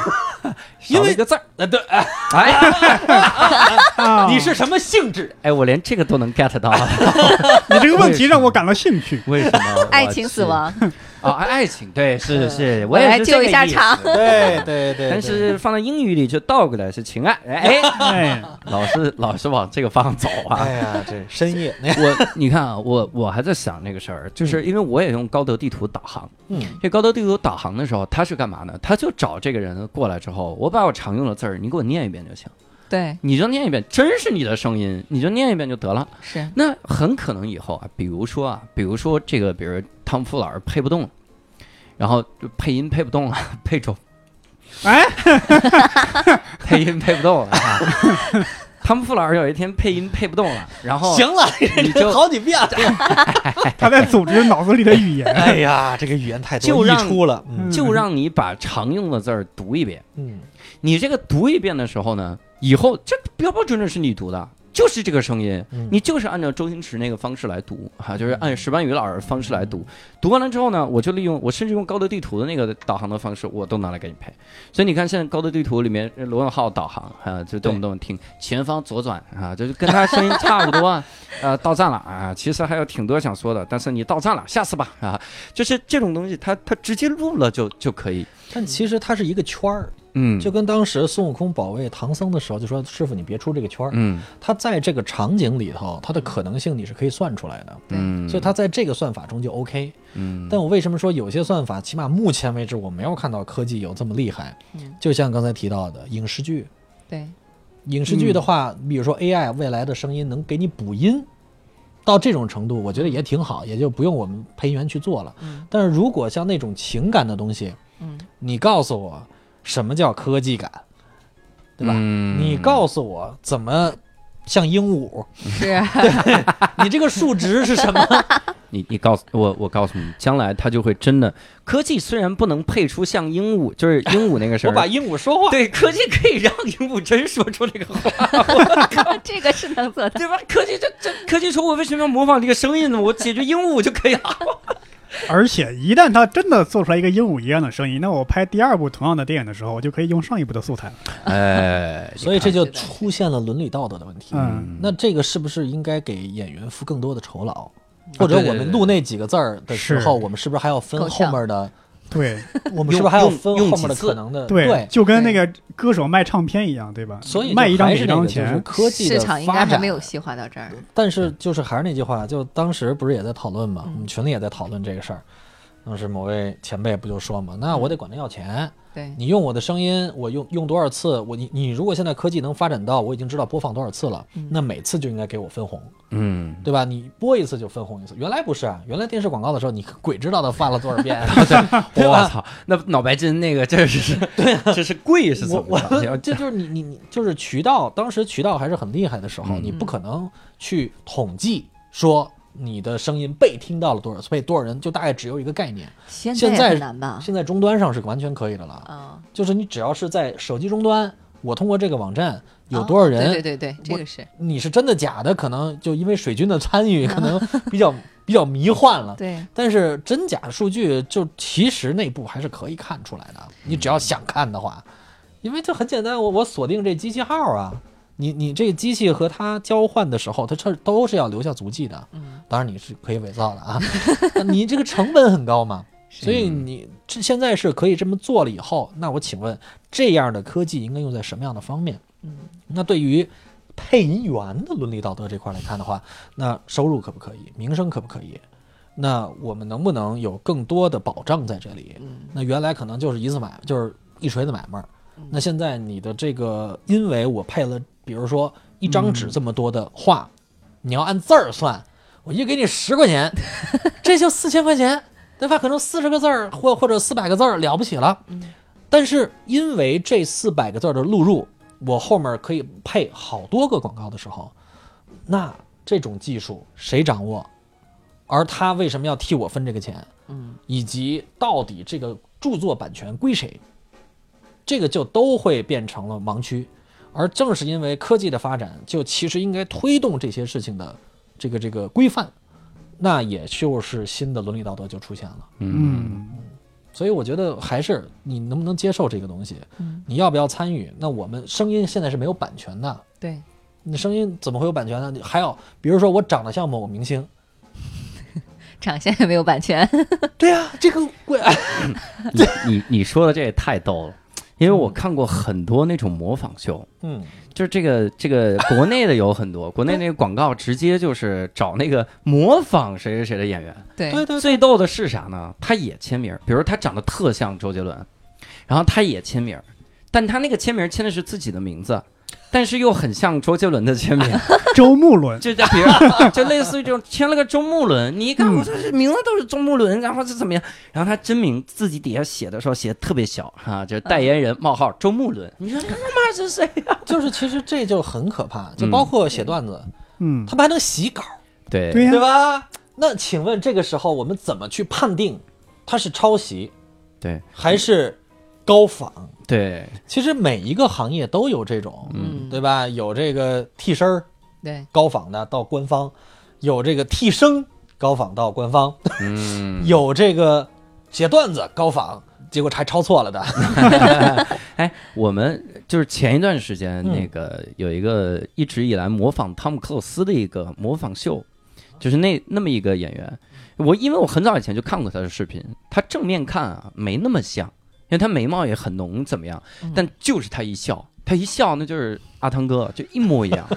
S1: 少
S3: 因
S1: 了
S3: 为
S1: 一个字儿，
S3: 呃，对，哎
S1: 哎
S2: 啊？
S3: 你是什么性质？
S1: 哎，我连这个都能 get 到，啊
S2: 你这个问题让我感到兴 趣。
S1: 为什 么？
S4: 爱情死亡，嗯
S1: 啊，爱爱情，对，是是，我
S4: 我
S1: 也
S4: 来
S1: 是
S4: 救
S1: 这
S4: 一
S1: 个
S4: 下
S1: 意思
S4: 场。
S3: 对对 对
S1: 但是放到英语里就倒过来是情爱，哎，哎
S2: 哎，
S1: 老是老是往这个方向走啊
S3: 哎。 呀，这深夜那
S1: 我 你看啊，我我还在想这个事儿，就是因为我也用高德地图导航。
S3: 嗯
S1: 这高德地图导航的时候，他是干嘛呢？他就找这个人过来之后，我把我常用的字儿，你给我念一遍就行，
S4: 对，
S1: 你就念一遍，真是你的声音，你就念一遍就得了。
S4: 是
S1: 那很可能以后啊，比如说啊，比如说这个，比如汤姆·富老师配不动了，然后就配音配不动了， 配种，
S2: 哎，
S1: 配音配不动了、啊。汤姆·富老师有一天配音配不动了，然后
S3: 行了，
S1: 你
S3: 这
S1: 就
S3: 好几遍了。
S2: 他在组织脑子里的语言。
S3: 哎呀，这个语言太
S1: 就
S3: 多溢
S1: 让
S3: 出了，嗯
S1: 就让你把常用的字儿读一遍。
S3: 嗯，
S1: 你这个读一遍的时候呢，以后这标标准准是你读的，就是这个声音，
S3: 嗯
S1: 你就是按照周星驰那个方式来读，哈、就是按石斑鱼老师的方式来读。读完了之后呢，我就利用我甚至用高德地图的那个导航的方式，我都拿来给你配。所以你看，现在高德地图里面呃罗永浩导航啊，就动不动听前方左转啊，就是跟他声音差不多啊。 呃，到站了啊，其实还有挺多想说的，但是你到站了，下次吧啊，就是这种东西，它它直接录了就就可以。
S3: 但其实它是一个圈儿，
S1: 嗯，
S3: 就跟当时孙悟空保卫唐僧的时候，就说师傅你别出这个圈儿，
S1: 嗯
S3: 它在这个场景里头，它的可能性你是可以算出来的，
S1: 嗯，
S3: 所以它在这个算法中就 OK。
S1: 嗯，
S3: 但我为什么说有些算法，起码目前为止我没有看到科技有这么厉害
S4: 嗯。
S3: 就像刚才提到的影视剧，
S4: 对，
S1: 嗯
S3: 影视剧的话，比如说 AI 未来的声音能给你补音，到这种程度，我觉得也挺好，也就不用我们配音员去做了。
S4: 嗯
S3: 但是如果像那种情感的东西，
S4: 嗯
S3: 你告诉我什么叫科技感，对吧？
S1: 嗯
S3: 你告诉我怎么像鹦鹉，
S4: 是
S3: 啊你这个数值是什么？
S1: 你你告诉我，我告诉你，将来它就会真的。科技虽然不能配出像鹦鹉， 就是鹦鹉那个声
S3: 我
S1: 儿，
S3: 把鹦鹉说话，
S1: 对科技可以让鹦鹉真说出那个话，
S4: 这个是能 做到。
S1: 对吧？科技这这科技说，我为什么要模仿这个声音呢？我解决鹦鹉就可以了。
S2: 而且一旦他真的做出来一个鹦鹉一样的声音，那我拍第二部同样的电影的时候，我就可以用上一部的素材了。
S1: 哎，
S3: 所以这就
S4: 你看是的
S3: 出现了伦理道德的问题。
S2: 嗯，
S3: 那这个是不是应该给演员付更多的酬
S4: 啊
S3: 劳？或者
S1: 对对
S3: 我们
S1: 对
S3: 录那几个字儿的时
S2: 是
S3: 候，我们是不是还要分
S4: 够
S3: 后
S4: 呛
S3: 面的？
S2: 对
S3: 我们是不是还要分
S1: 用用
S3: 后面的
S1: 几次
S3: 可能的？
S2: 对，就跟那个歌手卖唱片一样，对吧？
S3: 呃所以就
S2: 卖一张
S3: 还
S2: 给
S3: 是
S2: 一
S3: 那
S2: 张
S3: 个就是
S2: 钱，
S3: 科技
S4: 市
S3: 的
S4: 场应
S3: 发
S4: 该还
S3: 展
S4: 没有细化到这儿，
S3: 但是就是还是那句话，就当时不是也在讨论嘛，
S4: 嗯
S3: 我们群里也在讨论这个事儿。当时某位前辈不就说嘛，那我
S4: 嗯
S3: 得管他要钱，
S4: 对，
S3: 你用我的声音，我用用多少次，我你你如果现在科技能发展到我已经知道播放多少次了，
S4: 嗯
S3: 那每次就应该给我分红，
S1: 嗯，
S3: 对吧？你播一次就分红一次，原来不是啊，原来电视广告的时候，你鬼知道他发了多 少遍，对
S1: 我
S3: 吧？
S1: 操，那脑白金那个这是 对、啊这是贵是
S3: 我
S1: 怎么着？
S3: 我这就是你你你就是渠道，当时渠道还是很厉害的时候，
S1: 嗯
S3: 你不可能去统计说你的声音被听到了多少次，被多少人，就大概只有一个概念。
S4: 现
S3: 现
S4: 也
S3: 在
S4: 很难吧？
S3: 现在终端上是完全可以的了，
S4: 啊，
S3: 就是你只要是在手机终端，我通过这个网站有多少人，
S4: 哦对对对对，这
S3: 我
S4: 个是
S3: 你是真的假的，可能就因为水军的参与，可能 比较比较迷幻了。
S4: 嗯对。
S3: 但是真假数据，就其实内部还是可以看出来的。你只要想看的话，因为这很简单，我我锁定这机器号啊，你你这个机器和它交换的时候，它这都是要留下足迹的。
S4: 嗯，
S3: 当然你是可以伪造的啊， 你这个成本很高嘛，所以
S1: 嗯
S3: 你这现在是可以这么做了以后，那我请问这样的科技应该用在什么样的方面？
S4: 嗯，
S3: 那对于配音员的伦理道德这块来看的话，那收入可不可以？名声可不可以？那我们能不能有更多的保障在这里？
S4: 嗯
S3: 那原来可能就是一次买，就是一锤子买卖儿
S4: 嗯。
S3: 那现在你的这个，因为我配了，比如说一张
S4: 嗯
S3: 纸这么多的话，你要按字儿算，我一给你十块 钱，这就四千块钱，对吧？可能四十个字儿或或者四百个字儿了不起了。
S4: 嗯
S3: 但是因为这四百个字儿的录入，我后面可以配好多个广告的时候，那这种技术谁掌握？而他为什么要替我分这个钱？
S4: 嗯，
S3: 以及到底这个著作版权归谁，这个就都会变成了盲区。而正是因为科技的发展，就其实应该推动这些事情的这个这个规范，那也就是新的伦理道德就出现了。
S2: 嗯，
S3: 所以我觉得还是你能不能接受这个东西
S4: 嗯，
S3: 你要不要参与？那我们声音现在是没有版权的，
S4: 对，
S3: 你声音怎么会有版权呢？你还有比如说我长得像某明星，
S4: 长相也没有版权，
S3: 对呀、这个怪。
S1: 你你你说的这也太逗了，因为我看过很多那种模仿秀，
S3: 嗯，
S1: 就是这个这个国内的有很多，国内那个广告直接就是找那个模仿谁谁谁的演员。哎
S4: 对，
S3: 对对，
S1: 最逗的是啥呢？他也签名，比如他长得特像周杰伦，然后他也签名，但他那个签名签的是自己的名字，但是又很像周杰伦的签名。
S2: 周穆伦，
S1: 就就比如就类似于这种签了个周穆伦，你一看我说这名字都是周穆伦，然后是怎么样？然后他真名自己底下写的时候写的特别小哈、就是代言人冒号周穆伦，你说他妈是谁呀、
S3: 就是其实这就很可怕，就包括写段子，
S2: 嗯，
S3: 他们还能洗稿，
S1: 对
S2: 对呀、啊
S3: 对吧？那请问这个时候我们怎么去判定它是抄袭
S1: 对
S3: 还是高仿？
S1: 对，
S3: 其实每一个行业都有这种，
S4: 嗯
S3: 对吧？有这个替身儿
S4: 对，
S3: 高仿的到官方，有这个替身高仿到官方，
S1: 嗯，
S3: 有这个写段子高仿，结果还抄错了的。
S1: 哎，我们就是前一段时间
S3: 嗯
S1: 那个有一个一直以来模仿汤姆克鲁斯的一个模仿秀，就是那那么一个演员，我因为我很早以前就看过他的视频，他正面看啊没那么像，因为他眉毛也很浓，怎么样？但就是他一笑，他一笑那就是阿汤哥，就一模一样。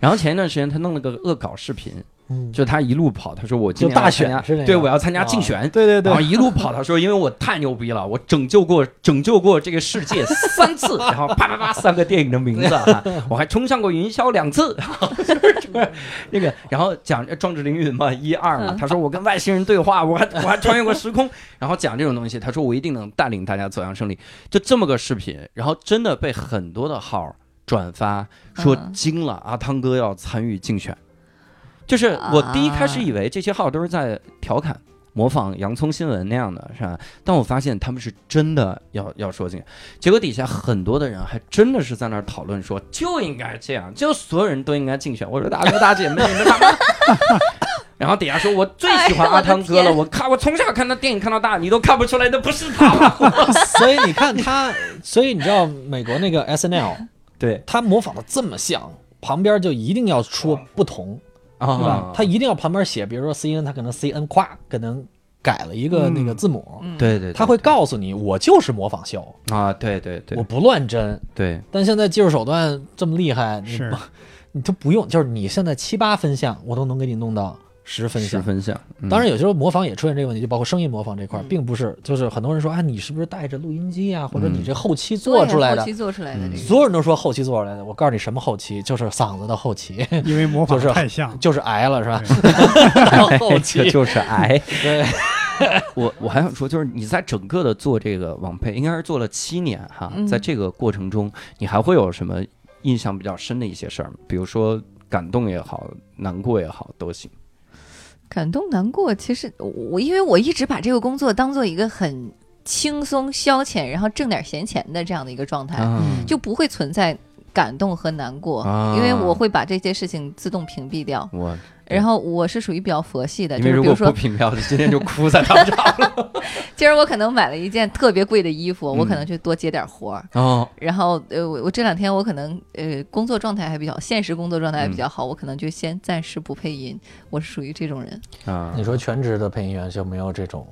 S1: 然后前一段时间他弄了个恶搞视频，
S5: 嗯
S1: 就他一路跑，他说我今
S5: 就
S1: 年
S5: 大
S1: 要参
S5: 选
S1: 加
S5: 是那
S1: 对，
S5: 样
S1: 我要参加
S5: 啊
S1: 竞选，
S5: 对对对
S1: 然后一路跑，他说因为我太牛逼了，我拯救过拯救过这个世界三次， 然后啪啪啪三个电影的名字啊，我还冲上过云霄两 次，然后就是那个，然后讲呃壮志凌云嘛，一二嘛，
S4: 嗯
S1: 他说我跟外星人对话，我还我还穿越过时空，然后讲这种东西，他说我一定能带领大家走向胜利，就这么个视频，然后真的被很多的号转发，说
S4: 嗯
S1: 惊了，阿汤哥要参与竞选。就是
S4: 啊
S1: 我第一开始以为这些号都是在调侃、模仿洋葱新闻那样的，是吧？但我发现他们是真的要要说竞选，结果底下很多的人还真的是在那儿讨论说就应该这样，就所有人都应该竞选。我说大哥大姐妹，你们他妈！ 然后底下说，我最喜欢
S4: 哎呀我的
S1: 阿汤哥了，
S4: 天
S1: 我看我从小看他电影看到大，你都看不出来那不是 他。
S3: 所以你看他， 所以你知道美国那个 S N L，
S1: 对
S3: 他模仿的这么像，旁边就一定要说不同，对吧
S1: 啊？，
S3: 他一定要旁边写，比如说 C N，他可能 C N 夸，可能改了一个那个字母，
S1: 对对，
S3: 他会告诉你，我就是模仿秀，
S1: 啊，对对对
S3: 我不乱真。
S1: 对，
S3: 但现在技术手段这么厉害，你
S2: 是
S3: 不你都不用，就是你现在七八分项，我都能给你弄到十分
S1: 十
S3: 项。
S1: 分像。嗯
S3: 当然，有时候模仿也出现这个问题，就包括声音模仿这
S4: 嗯
S3: 块儿，并不是就是很多人说啊，你是不是带着录音机啊，或者
S1: 嗯
S3: 你这后期做出来
S4: 对
S3: 的
S4: 后？期做出来的这嗯个。
S3: 所有人都说后期做出来的，我告诉你什么后期，就是嗓子的后期，
S2: 因为模仿
S3: 就是
S2: 太像，
S3: 就是癌了是吧？后期
S1: 这 就是癌。
S3: 对，
S1: 我我还想说，就是你在整个的做这个网配，应该是做了七年哈，
S4: 嗯
S1: 在这个过程中，你还会有什么印象比较深的一些事儿吗？比如说感动也好，难过也好，都行。
S4: 感动难过，其实我我因为我一直把这个工作当做一个很轻松消遣，然后挣点闲钱的这样的一个状态，
S1: 嗯
S4: 哎就不会存在感动和难过，
S1: 啊
S4: 因为我会把这些事情自动屏蔽掉。
S1: 我
S4: 然后我是属于比较佛系的，
S1: 因为
S4: 就是
S1: 如
S4: 比
S1: 果
S4: 如
S1: 不
S4: 说，
S1: 品票，今天就哭在他们这儿
S4: 今儿我可能买了一件特别贵的衣服，我可
S1: 嗯
S4: 能就多接点活儿。
S1: 哦，
S4: 然后呃，我我这两天我可能呃工作状态还比较，现实工作状态还比较好，我可能就先暂时不配音，我是属于这种人。
S1: 啊
S3: 你说全职的配音员就没有这种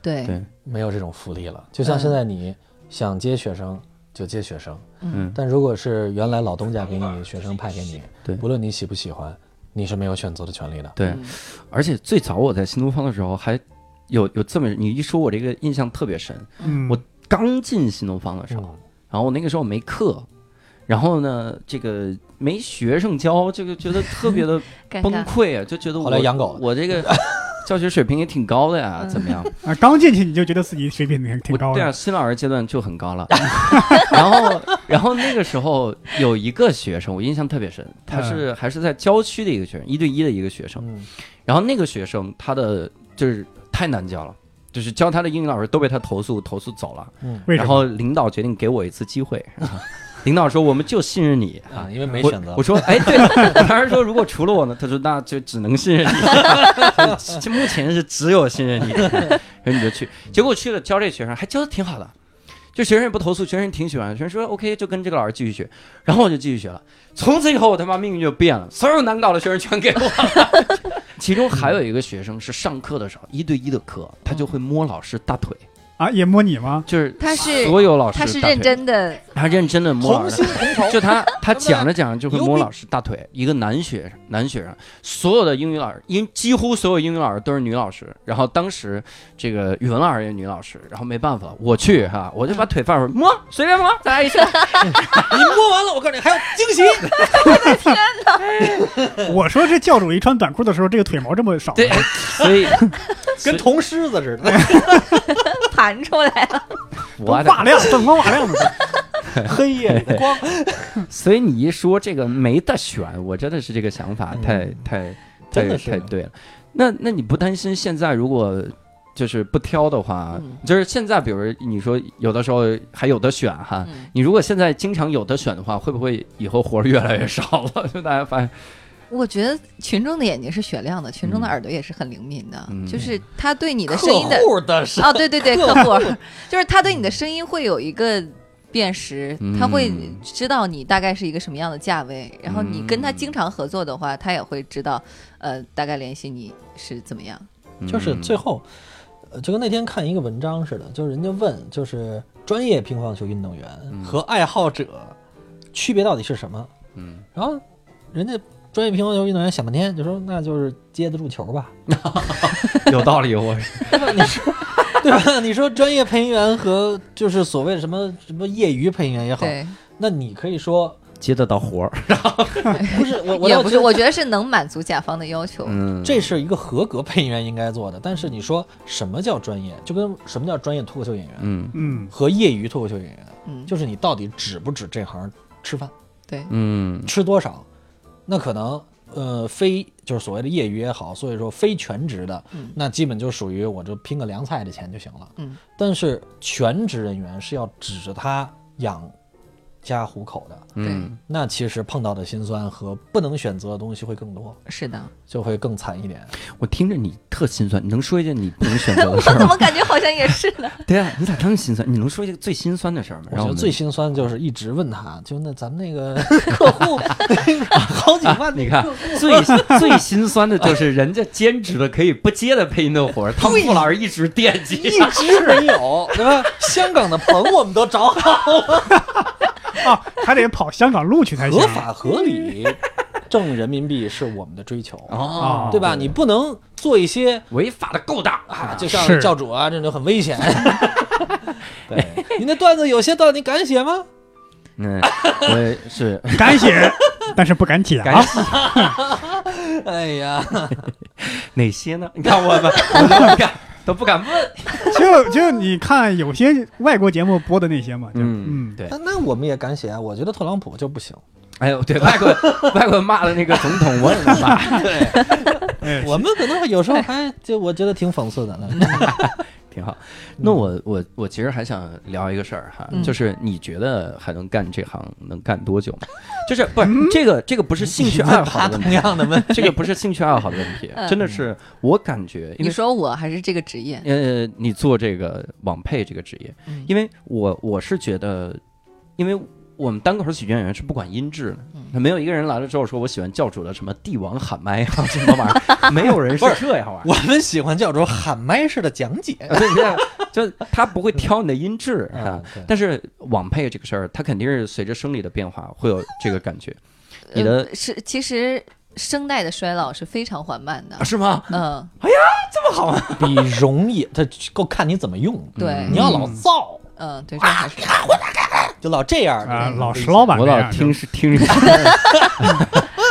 S4: 对，
S1: 对
S3: 没有这种福利了，就像
S4: 嗯
S3: 现在你想接学生就接学生，
S1: 嗯
S3: 但如果是原来老东家给你学生派给你，
S1: 对
S3: 不论你喜不喜欢，你是没有选择的权利的。
S1: 对，
S4: 嗯
S1: 而且最早我在新东方的时候还有有这么，你一说我这个印象特别深。
S2: 嗯，
S1: 我刚进新东方的时候，
S3: 嗯
S1: 然后我那个时候没课，然后呢，这个没学生教，这个觉得特别的
S4: 尴
S1: 崩
S4: 尬。
S1: 溃啊，就觉得我
S3: 后来养狗了
S1: 我 这个教学水平也挺高的呀，
S4: 嗯
S1: 怎么样？
S2: 啊，刚进去你就觉得自己水平挺挺
S1: 我
S2: 高
S1: 对
S2: 的
S1: 啊，，新老师阶段就很高了。 然后，然后那个时候有一个学生，我印象特别深，他是还是在郊区的一个学生，一对一的一个学生。
S3: 嗯，
S1: 然后那个学生他的就是太难教了，就是教他的英语老师都被他投诉，投诉走了。
S4: 嗯
S2: 为什
S1: 然
S2: 么？
S1: 后领导决定给我一次机会， 啊领导说我们就信任你
S3: 啊，因为没
S1: 我
S3: 选择
S1: 我，说，哎，对， 我当时说，如果除了我呢？他说，那就只能信 任你。这目前是只有信任你， 然后你就去。结果去了教这学生，还教的挺好的，就学生也不投诉，学生挺喜欢的。学生说 OK，就跟这个老师继续学。然后我就继续学了。从此以后，我他妈命运就变了，所有难搞的学生全给我了。 其中还有一个学生是上课的时候一对一的课，他就会摸老师大腿，
S2: 啊，也摸你 吗？
S1: 就是
S4: 他是
S1: 所有老师
S4: 他是
S1: 大腿
S4: 认，真的，
S1: 他认真的摸老
S3: 同
S1: 师
S3: 心同仇。
S1: 就 他，他讲着讲着就会摸
S3: 牛逼
S1: 老师大腿。一个男学生，男学生，所有的英语老师，因几乎所有英语老师都是女老师。然后当时这个语文老师也是女老师，然后没办法，我去哈，我就
S4: 嗯
S1: 把腿放出来摸，随便摸，大家一起。
S3: 你摸完了，我告诉你还有惊 喜。
S2: 我说这教主一穿短裤的时候，这个腿毛这么 少，
S3: 哎
S1: 对， 所以
S3: 跟铜狮子似的。
S4: 盘出来了。
S1: 我
S2: 灯
S1: 的，
S2: 瓦亮，灯光瓦亮的。
S3: 黑夜里的光，
S1: 所以你一说这个没得选，我真的是这个想法太太
S3: 嗯真
S1: 太
S3: 的是
S1: 太对了。那那你不担心现在如果就是不挑的话，
S4: 嗯
S1: 就是现在比如你说有的时候还有的选哈，
S4: 嗯
S1: 你如果现在经常有的选的话，会不会以后活儿越来越少了？就大家 发现，
S4: 我觉得群众的眼睛是雪亮的，群众的
S1: 嗯
S4: 耳朵也是很灵敏的，
S1: 嗯
S4: 就是他对你的
S3: 客
S4: 声音的
S3: 户的是啊
S4: 哦，对对对，客户就是他对你的声音会有一个辨识，他会
S1: 嗯
S4: 知道你大概是一个什么样的价位，然后你跟他经常合作的话，他也会知道，呃，大概联系你是怎么样。
S1: 嗯
S3: 就是最后，呃，就跟那天看一个文章似的，就是人家问，就是专业乒乓球运动员和爱好者区别到底是什么？
S1: 嗯，
S3: 然后人家专业乒乓球运动员想半天，就说那就是接得住球吧，
S1: 有道理，我
S3: 你说对吧？ 你说专业配音员和就是所谓的什么什么业余配音员也好，
S4: 对，
S3: 那你可以说
S1: 接得到活儿。
S3: 不是我，我
S4: 也
S3: 倒
S4: 不
S3: 觉得
S4: 是，我觉得是能满足甲方的要求。
S1: 嗯，
S3: 这是一个合格配音员应该做的。但是你说什么叫专业，就跟什么叫专业脱口秀演员
S1: 嗯
S2: 嗯，
S3: 和业余脱口秀演员，
S4: 嗯，
S3: 就是你到底指不指这行吃饭，
S4: 对，
S1: 嗯
S3: 吃多少？那可能呃非就是所谓的业余也好，所以说非全职的，
S4: 嗯
S3: 那基本就属于我就拼个凉菜的钱就行了。
S4: 嗯，
S3: 但是全职人员是要指着他养家糊口的，
S1: 嗯
S3: 那其实碰到的辛酸和不能选择的东西会更多，
S4: 是的。
S3: 就会更惨一点。
S1: 我听着你特心酸，你能说一件你不能选择的
S4: 我
S1: 事儿
S4: 怎
S1: 吗？
S4: 么感觉好像也是呢？
S1: 对啊，你咋这么心酸？你能说一个最心酸的事儿吗？
S3: 我
S1: 让
S3: 觉
S1: 我
S3: 得
S1: 们
S3: 最心酸就是一直问他，就那咱们那个客户好几万
S1: 你
S3: 那个
S1: 看， 最最心酸的就是人家兼职的可以不接的配音的活儿，汤姆老师一直惦
S3: 一
S1: 记。
S3: 直没有，对吧？香港的棚我们都找好，
S2: 啊，还得跑香港路去才行
S3: 合。法合理，挣人民币是我们的追求，
S1: 哦
S3: 对吧？你不能做一些
S1: 违法的勾当
S3: 啊，
S1: 啊！
S3: 就像
S2: 是
S3: 教主啊，这种很危险。对，你那段子有些段子你敢写吗？
S1: 嗯，我 也是
S2: 敢 写，但是不敢讲
S1: 感
S2: 啊。
S1: 谢
S3: 哎呀，
S1: 哪些呢？你看我吧，我都不敢都不敢问。
S2: 就就你看有些外国节目播的那些嘛，就嗯，
S1: 对
S3: 那。那我们也敢写啊。我觉得特朗普就不 行。
S1: 哎呦，对，外国外国骂的那个总统，我也能骂。
S3: 对，
S2: 哎，
S3: 我们可能有时候还就我觉得挺讽刺的呢。
S1: 挺好。那我我我其实还想聊一个事儿哈，
S4: 嗯
S1: 就是你觉得还能干这行能干多久吗？就是不是这个这个不是兴趣爱好
S3: 他
S1: 的
S3: 同
S1: 问题，
S3: 样的 问
S1: 这个不是兴趣爱好的问题，
S4: 嗯
S1: 真的是我感觉，因
S4: 你
S1: 为
S4: 说我还是这个职业？
S1: 呃，你做这个网配这个职业，
S4: 嗯
S1: 因为我我是觉得，因为。我们单口喜剧演员是不管音质的，那没有一个人来了之后说我喜欢教主的什么帝王喊麦啊，什么玩意儿， 没有人是
S3: 不是
S1: 这样玩儿。
S3: 我们喜欢教主喊麦式的讲解。
S1: 啊对，你看，就他不会挑你的音质啊
S3: 嗯对。
S1: 但是网配这个事儿，它肯定是随着生理的变化会有这个感觉。你的
S4: 呃、是其实声带的衰老是非常缓慢的
S1: 啊，。是吗？
S4: 嗯，
S3: 比容易，它够看你怎么用。
S4: 对，
S3: 你要老造，
S4: 嗯，对，这还是
S3: 就老这样
S2: 啊，
S3: 嗯
S2: 老石老板
S1: 我
S2: 那
S1: 老
S2: 样就
S1: 听是听着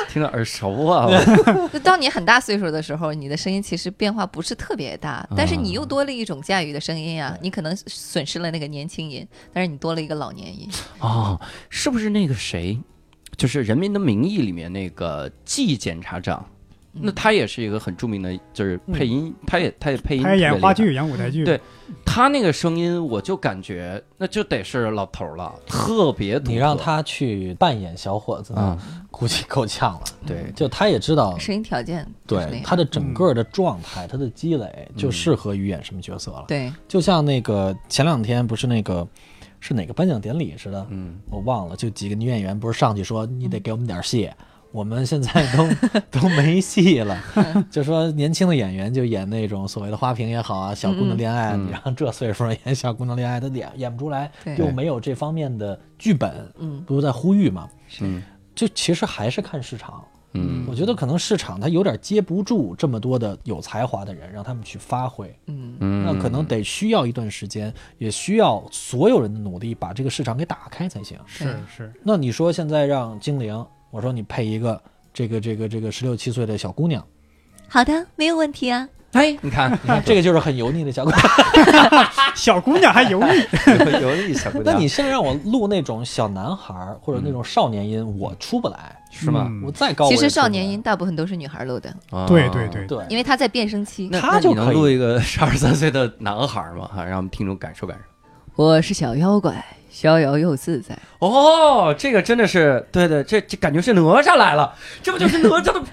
S1: 听着耳熟啊。
S4: 就当你很大岁数的时候，你的声音其实变化不是特别
S3: 啊
S4: 大，但是你又多了一种驾驭的声音啊。你可能损失了那个年轻音，但是你多了一个老年音。
S1: 哦，是不是那个谁，就是《人民的名义》里面那个季检察长？那
S2: 嗯
S1: 他也是一个很著名的，就是配音，他也他也配音，
S2: 他演话，剧、演舞台剧，
S1: 对他那个声音我就感觉那就得是老头儿了，特别独特
S3: 你让他去扮演小伙子
S1: 啊
S3: 呢，，估计够呛了。
S1: 对，
S3: 就他也知道，
S4: 声音条件就是那
S3: 对
S4: 样
S3: 他的整个的状
S1: 嗯
S3: 态，他的积累就适合于演什么角色了。
S4: 对，
S3: 就像那个前两天不是那个是哪个颁奖典礼似的，
S1: 嗯，
S3: 我忘了，就几个女演员不是上去说你得给我们点 戏，我们现在都都没戏了，就说年轻的演员就演那种所谓的花瓶也好啊，小姑娘恋爱，
S1: 嗯嗯
S3: 你让这岁数演小姑娘恋爱，她演演不出来，
S4: 对
S3: 又没有这方面的剧本，
S4: 嗯，
S3: 不是在呼吁嘛？
S1: 嗯
S3: 就其实还是看市场，
S1: 嗯
S3: 我觉得可能市场它有点接不住这么多的有才华的人，让他们去发挥。
S4: 嗯，
S1: 嗯，
S3: 那可能得需要一段时间，也需要所有人的努力把这个市场给打开才行。
S2: 是是，
S3: 那你说现在让精灵，我说你配一个这个这个这个十六七岁的小姑娘，
S4: 好的，没有问题啊。
S1: 哎，你 看，
S3: 你看这个就是很油腻的小姑娘。
S2: 小姑娘还油腻，
S1: 有啊理小姑
S3: 那你现在让我录那种小男孩儿或者那种少年音，我出不来。
S1: 是吗？
S2: 嗯
S3: 我再高我
S4: 其
S3: 也
S4: 实
S3: 出不来
S4: 少年音大部分都是女孩录的，
S1: 啊
S2: 对对对，
S3: 对，
S4: 因为她在变声期。
S1: 那
S3: 他
S1: 那
S3: 就
S1: 你能
S3: 可以
S1: 录一个 十二三岁的男孩吗？哈，让我们听众感受感受。
S4: 我是小妖怪，逍遥又自在。
S1: 哦，这个真的是，对对，这这感觉是哪吒来了，这不就是哪吒 的？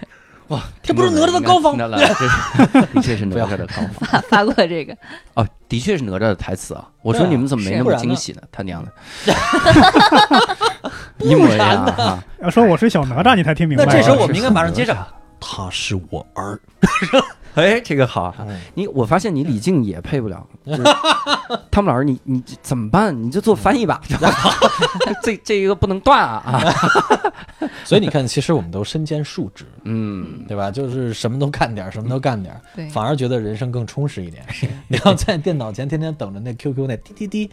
S1: 哇，
S3: 这不是哪吒的高
S1: 峰听
S3: 仿
S1: 到了，这是 的确是哪吒的高峰
S4: 发发过这个，
S1: 哦，的确是哪吒的台词啊！我说
S3: 对啊
S1: 你们怎么没那么
S3: 是
S1: 惊喜呢？他 娘的，一模一样啊！
S2: 要说我是小哪吒，你才听明白
S3: 那
S2: 啊。
S3: 这时候
S1: 是
S3: 我们应该马上接
S1: 是
S3: 上，他是我儿。
S1: 哎，这个好哈
S3: 嗯
S1: 你我发现你李静也配不了，就是 汤姆老师，你你这 怎么办？你就做翻译吧，这这一个不能断啊啊！
S6: 所以你看，其实我们都身兼数职，
S1: 嗯，
S6: 对吧？就是什么都干点儿，什么都干点儿，
S4: 对
S6: 反而觉得人生更充实一点。 你要在电脑前天天等着那 QQ 那滴滴滴，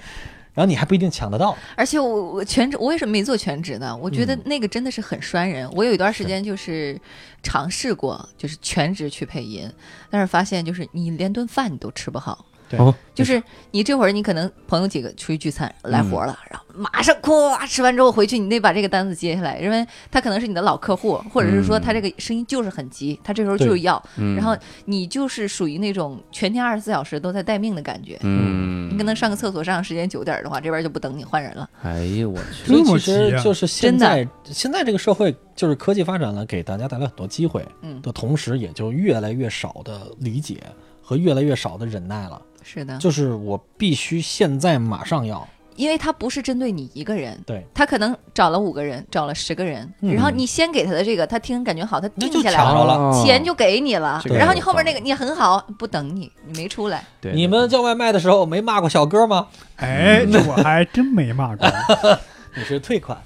S6: 然后你还不一定抢得到。
S4: 而且我我全职，我为什么没做全职呢？我觉得那个真的是很拴人。我有一段时间就是尝试过，就是全职去配音，但是发现就是你连顿饭你都吃不好。
S6: 对
S1: 哦
S4: 就是你这会儿你可能朋友几个出去聚餐来活了，然后马上咵吃完之后回去，你得把这个单子接下来，因为他可能是你的老客户，或者是说他这个声音就是很急，他这时候就是要，
S1: 嗯
S4: 然后你就是属于那种全天二十四小时都在待命的感觉。
S1: 嗯，
S4: 你可能上个厕所上时间九点儿的话，这边就不等你换人了。
S1: 哎呦我去，
S6: 所以
S2: 这
S6: 其
S2: 么
S6: 实
S2: 急啊
S6: 就是现
S4: 真的
S6: 在现在这个社会，就是科技发展了，给大家带来很多机会，
S4: 嗯
S6: 的同时，也就越来越少的理解和越来越少的忍耐了。
S4: 是的，
S6: 就是我必须现在马上要，
S4: 因为他不是针对你一个人，
S6: 对，
S4: 他可能找了五个人，找了十个人，
S6: 嗯
S4: 然后你先给他的这个，他听感觉好，他
S6: 那
S4: 定
S6: 就
S4: 下
S6: 抢
S4: 来哦了，
S6: 着了。哦
S4: 钱就给你了，
S6: 这个
S4: 然后
S1: 有
S4: 你后面
S1: 道
S4: 那
S1: 理
S4: 个你很好，不等你，你没出 来，
S1: 对
S6: 你们叫外卖的时候没骂过小哥吗？
S2: 哎，这我还真没骂 过。，
S6: 你是退款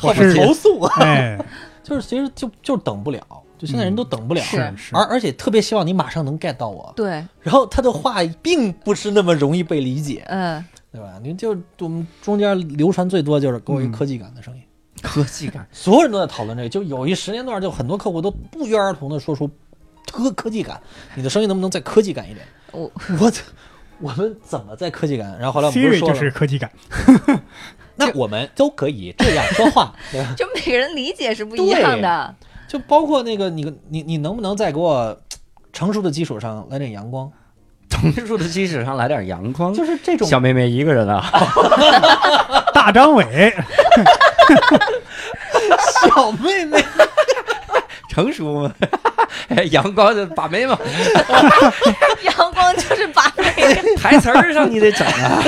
S6: 或
S2: 我
S6: 者
S2: 是
S6: 投诉啊？
S2: 哎，
S6: 就是其实就就等不了，就现在人都等不了。
S4: 是
S2: 是
S6: 而而且特别希望你马上能 get 到我，
S4: 对，
S6: 然后他的话并不是那么容易被理解，
S4: 嗯，
S6: 对吧？你就我们中间流传最多就是给我一
S2: 嗯
S6: 科技感的声音，
S1: 科技 感，
S6: 所有人都在讨论这个，就有一时间段，就很多客户都不约而同的说出科科技感，你的声音能不能再科技感一点？
S4: 我
S6: 我操，我们怎么再科技感？然后后来我们不是
S2: Siri
S6: 说
S2: 就
S6: 了，
S2: 是科技感，
S6: 那我们都可以这样说话，对吧？
S4: 就每个人理解是不一样的，
S6: 就包括那个你你你能不能再给我成熟的基础上来点阳光？
S1: 同数的基础上来点阳光，
S6: 就是这
S1: 嗯
S6: 种
S1: 小妹妹一个人啊，
S2: 大张伟，
S6: 小妹妹，
S1: 成熟吗？ 哎阳光的把妹嘛，
S4: 阳光就是把那 个
S1: 台词儿上你得整 啊，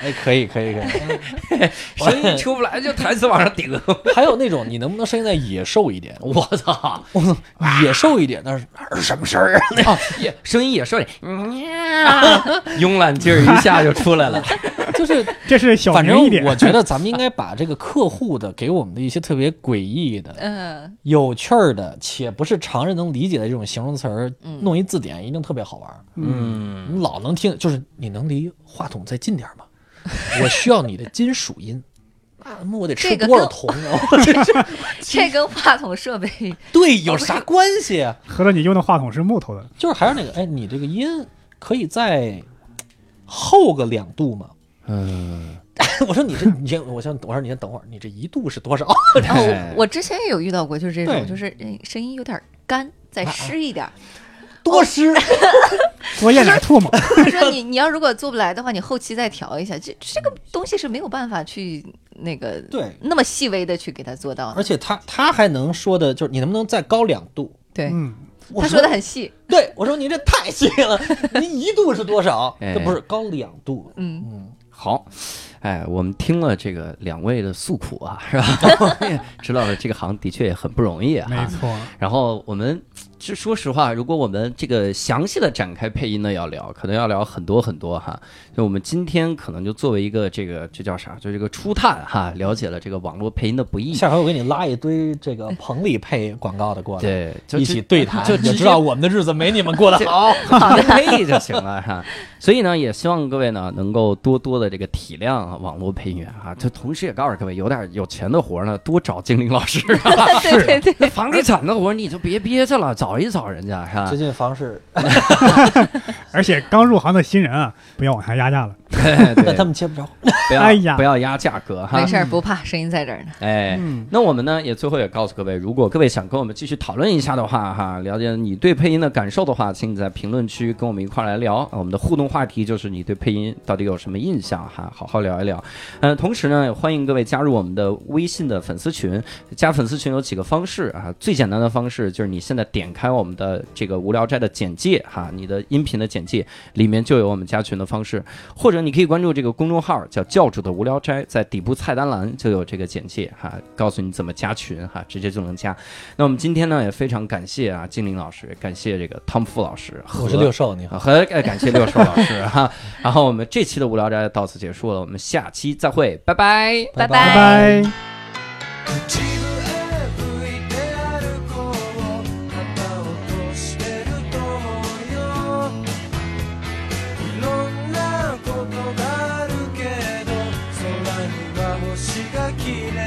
S6: 哎，可以可以可以。
S1: 声音出不来就台词往上顶。
S6: 还有那种你能不能声音再野兽一点？ 我操，我操，野兽一点，那是那是什么声儿 啊？
S1: 哦，也 声音也说点， 慵懒劲儿一下就出来了。
S6: 就是
S2: 这是小
S6: 反
S2: 明
S6: 正
S2: 一点。
S6: 我觉得咱们应该把这个客户的给我们的一些特别诡异 的、
S4: 嗯，
S6: 有趣儿的，且不是常人能理解的这种形容词儿，
S4: 嗯
S6: 弄一字典一定特别好玩儿。
S1: 嗯，
S6: 你老能听，就是你能离话筒再近点 儿吗？我需要你的金属 音。那他妈我得吃
S4: 这个
S6: 多少
S4: 跟
S6: 铜啊？我这 是
S4: 这跟话筒设备，
S6: 对有啥关系啊？
S2: 合着你用的话筒是木头的，
S6: 就是还是那个，哎，你这个音可以再厚个两度吗？嗯， 我说你这，你先，我先，我说你先等会儿，你这一度是多少？
S4: 然后
S1: 哎
S4: 哦我之前也有遇到过，就是这
S6: 对啊
S4: 种，就是哎声音有点干，再湿一点儿。
S6: 多湿。
S2: 多 咽点唾沫。
S4: 他说你你要如果做不来的话，你后期再调一下，这这个东西是没有办法去那个
S6: 对
S4: 那么细微的去给他做到
S6: 而
S4: 的。
S6: 且他他还能说的，就是你能不能再高两度？
S4: 对，
S2: 嗯，
S6: 我
S4: 他说的很细，
S6: 对，我说你这太细了，您一度是多少？
S1: 哎
S6: 这不是高两度。
S4: 嗯，
S6: 嗯，
S1: 好，哎，我们听了这个两位的诉苦啊，是吧？ 我们也知道了这个行的确也很不容易啊。
S2: 没错，
S1: 然后我们这说实话，如果我们这个详细的展开配音呢，要聊，可能要聊很多很多哈。所以我们今天可能就作为一个这个这叫啥，就这个初探哈，了解了这个网络配音的不易。
S6: 下回我给你拉一堆这个棚里配广告的过来，，
S1: 对，就
S6: 一
S1: 直
S6: 起对谈，
S1: 就
S6: 就
S1: 直
S6: 知
S1: 接
S6: 道我们的日子没你 们过得好。
S1: 配就行了哈。所以呢，也希望各位呢能够多多的这个体谅啊网络配音员啊，就同时也告诉各位，有点有钱的活呢，多找精灵老师、啊。
S4: 对对对，
S1: 那房地产的活你就别憋着了，找一找人家是吧
S6: 最？近房市，
S2: 而且刚入行的新人啊，不要往下压价了。
S1: 对
S6: 但
S1: 对
S6: 他，们接不着。
S1: 不要、
S2: 哎呀
S1: 不要压价格哈
S4: 没。事儿，不怕，声音在这儿呢。
S1: 哎，
S2: 嗯
S1: 那我们呢也最后也告诉各位，如果各位想跟我们继续讨论一下的话，哈，了解你对配音的感受的话，请你在评论区跟我们一块儿来聊。啊我们的互动话题就是你对配音到底有什么印象？哈，好好聊一聊。呃，同时呢，也欢迎各位加入我们的微信的粉丝群。加粉丝群有几个方式啊，最简单的方式就是你现在点开我们的这个无聊斋的简介哈、你的音频的简介里面就有我们加群的方式，或者你可以关注这个公众号叫教主的无聊斋，在底部菜单栏就有这个简介哈、告诉你怎么加群哈、直接就能加。那我们今天呢也非常感谢啊精灵老师，感谢这个汤姆富老师，和
S6: 我是六兽，你好
S1: 啊，。很呃感谢六兽老师哈、然后我们这期的无聊斋到此结束了，我们下期再会，拜拜。
S4: 拜
S2: 拜拜。
S6: 自分へ向いて歩こう旗をとしてると思うよいろんなことがあるけど空には星が綺麗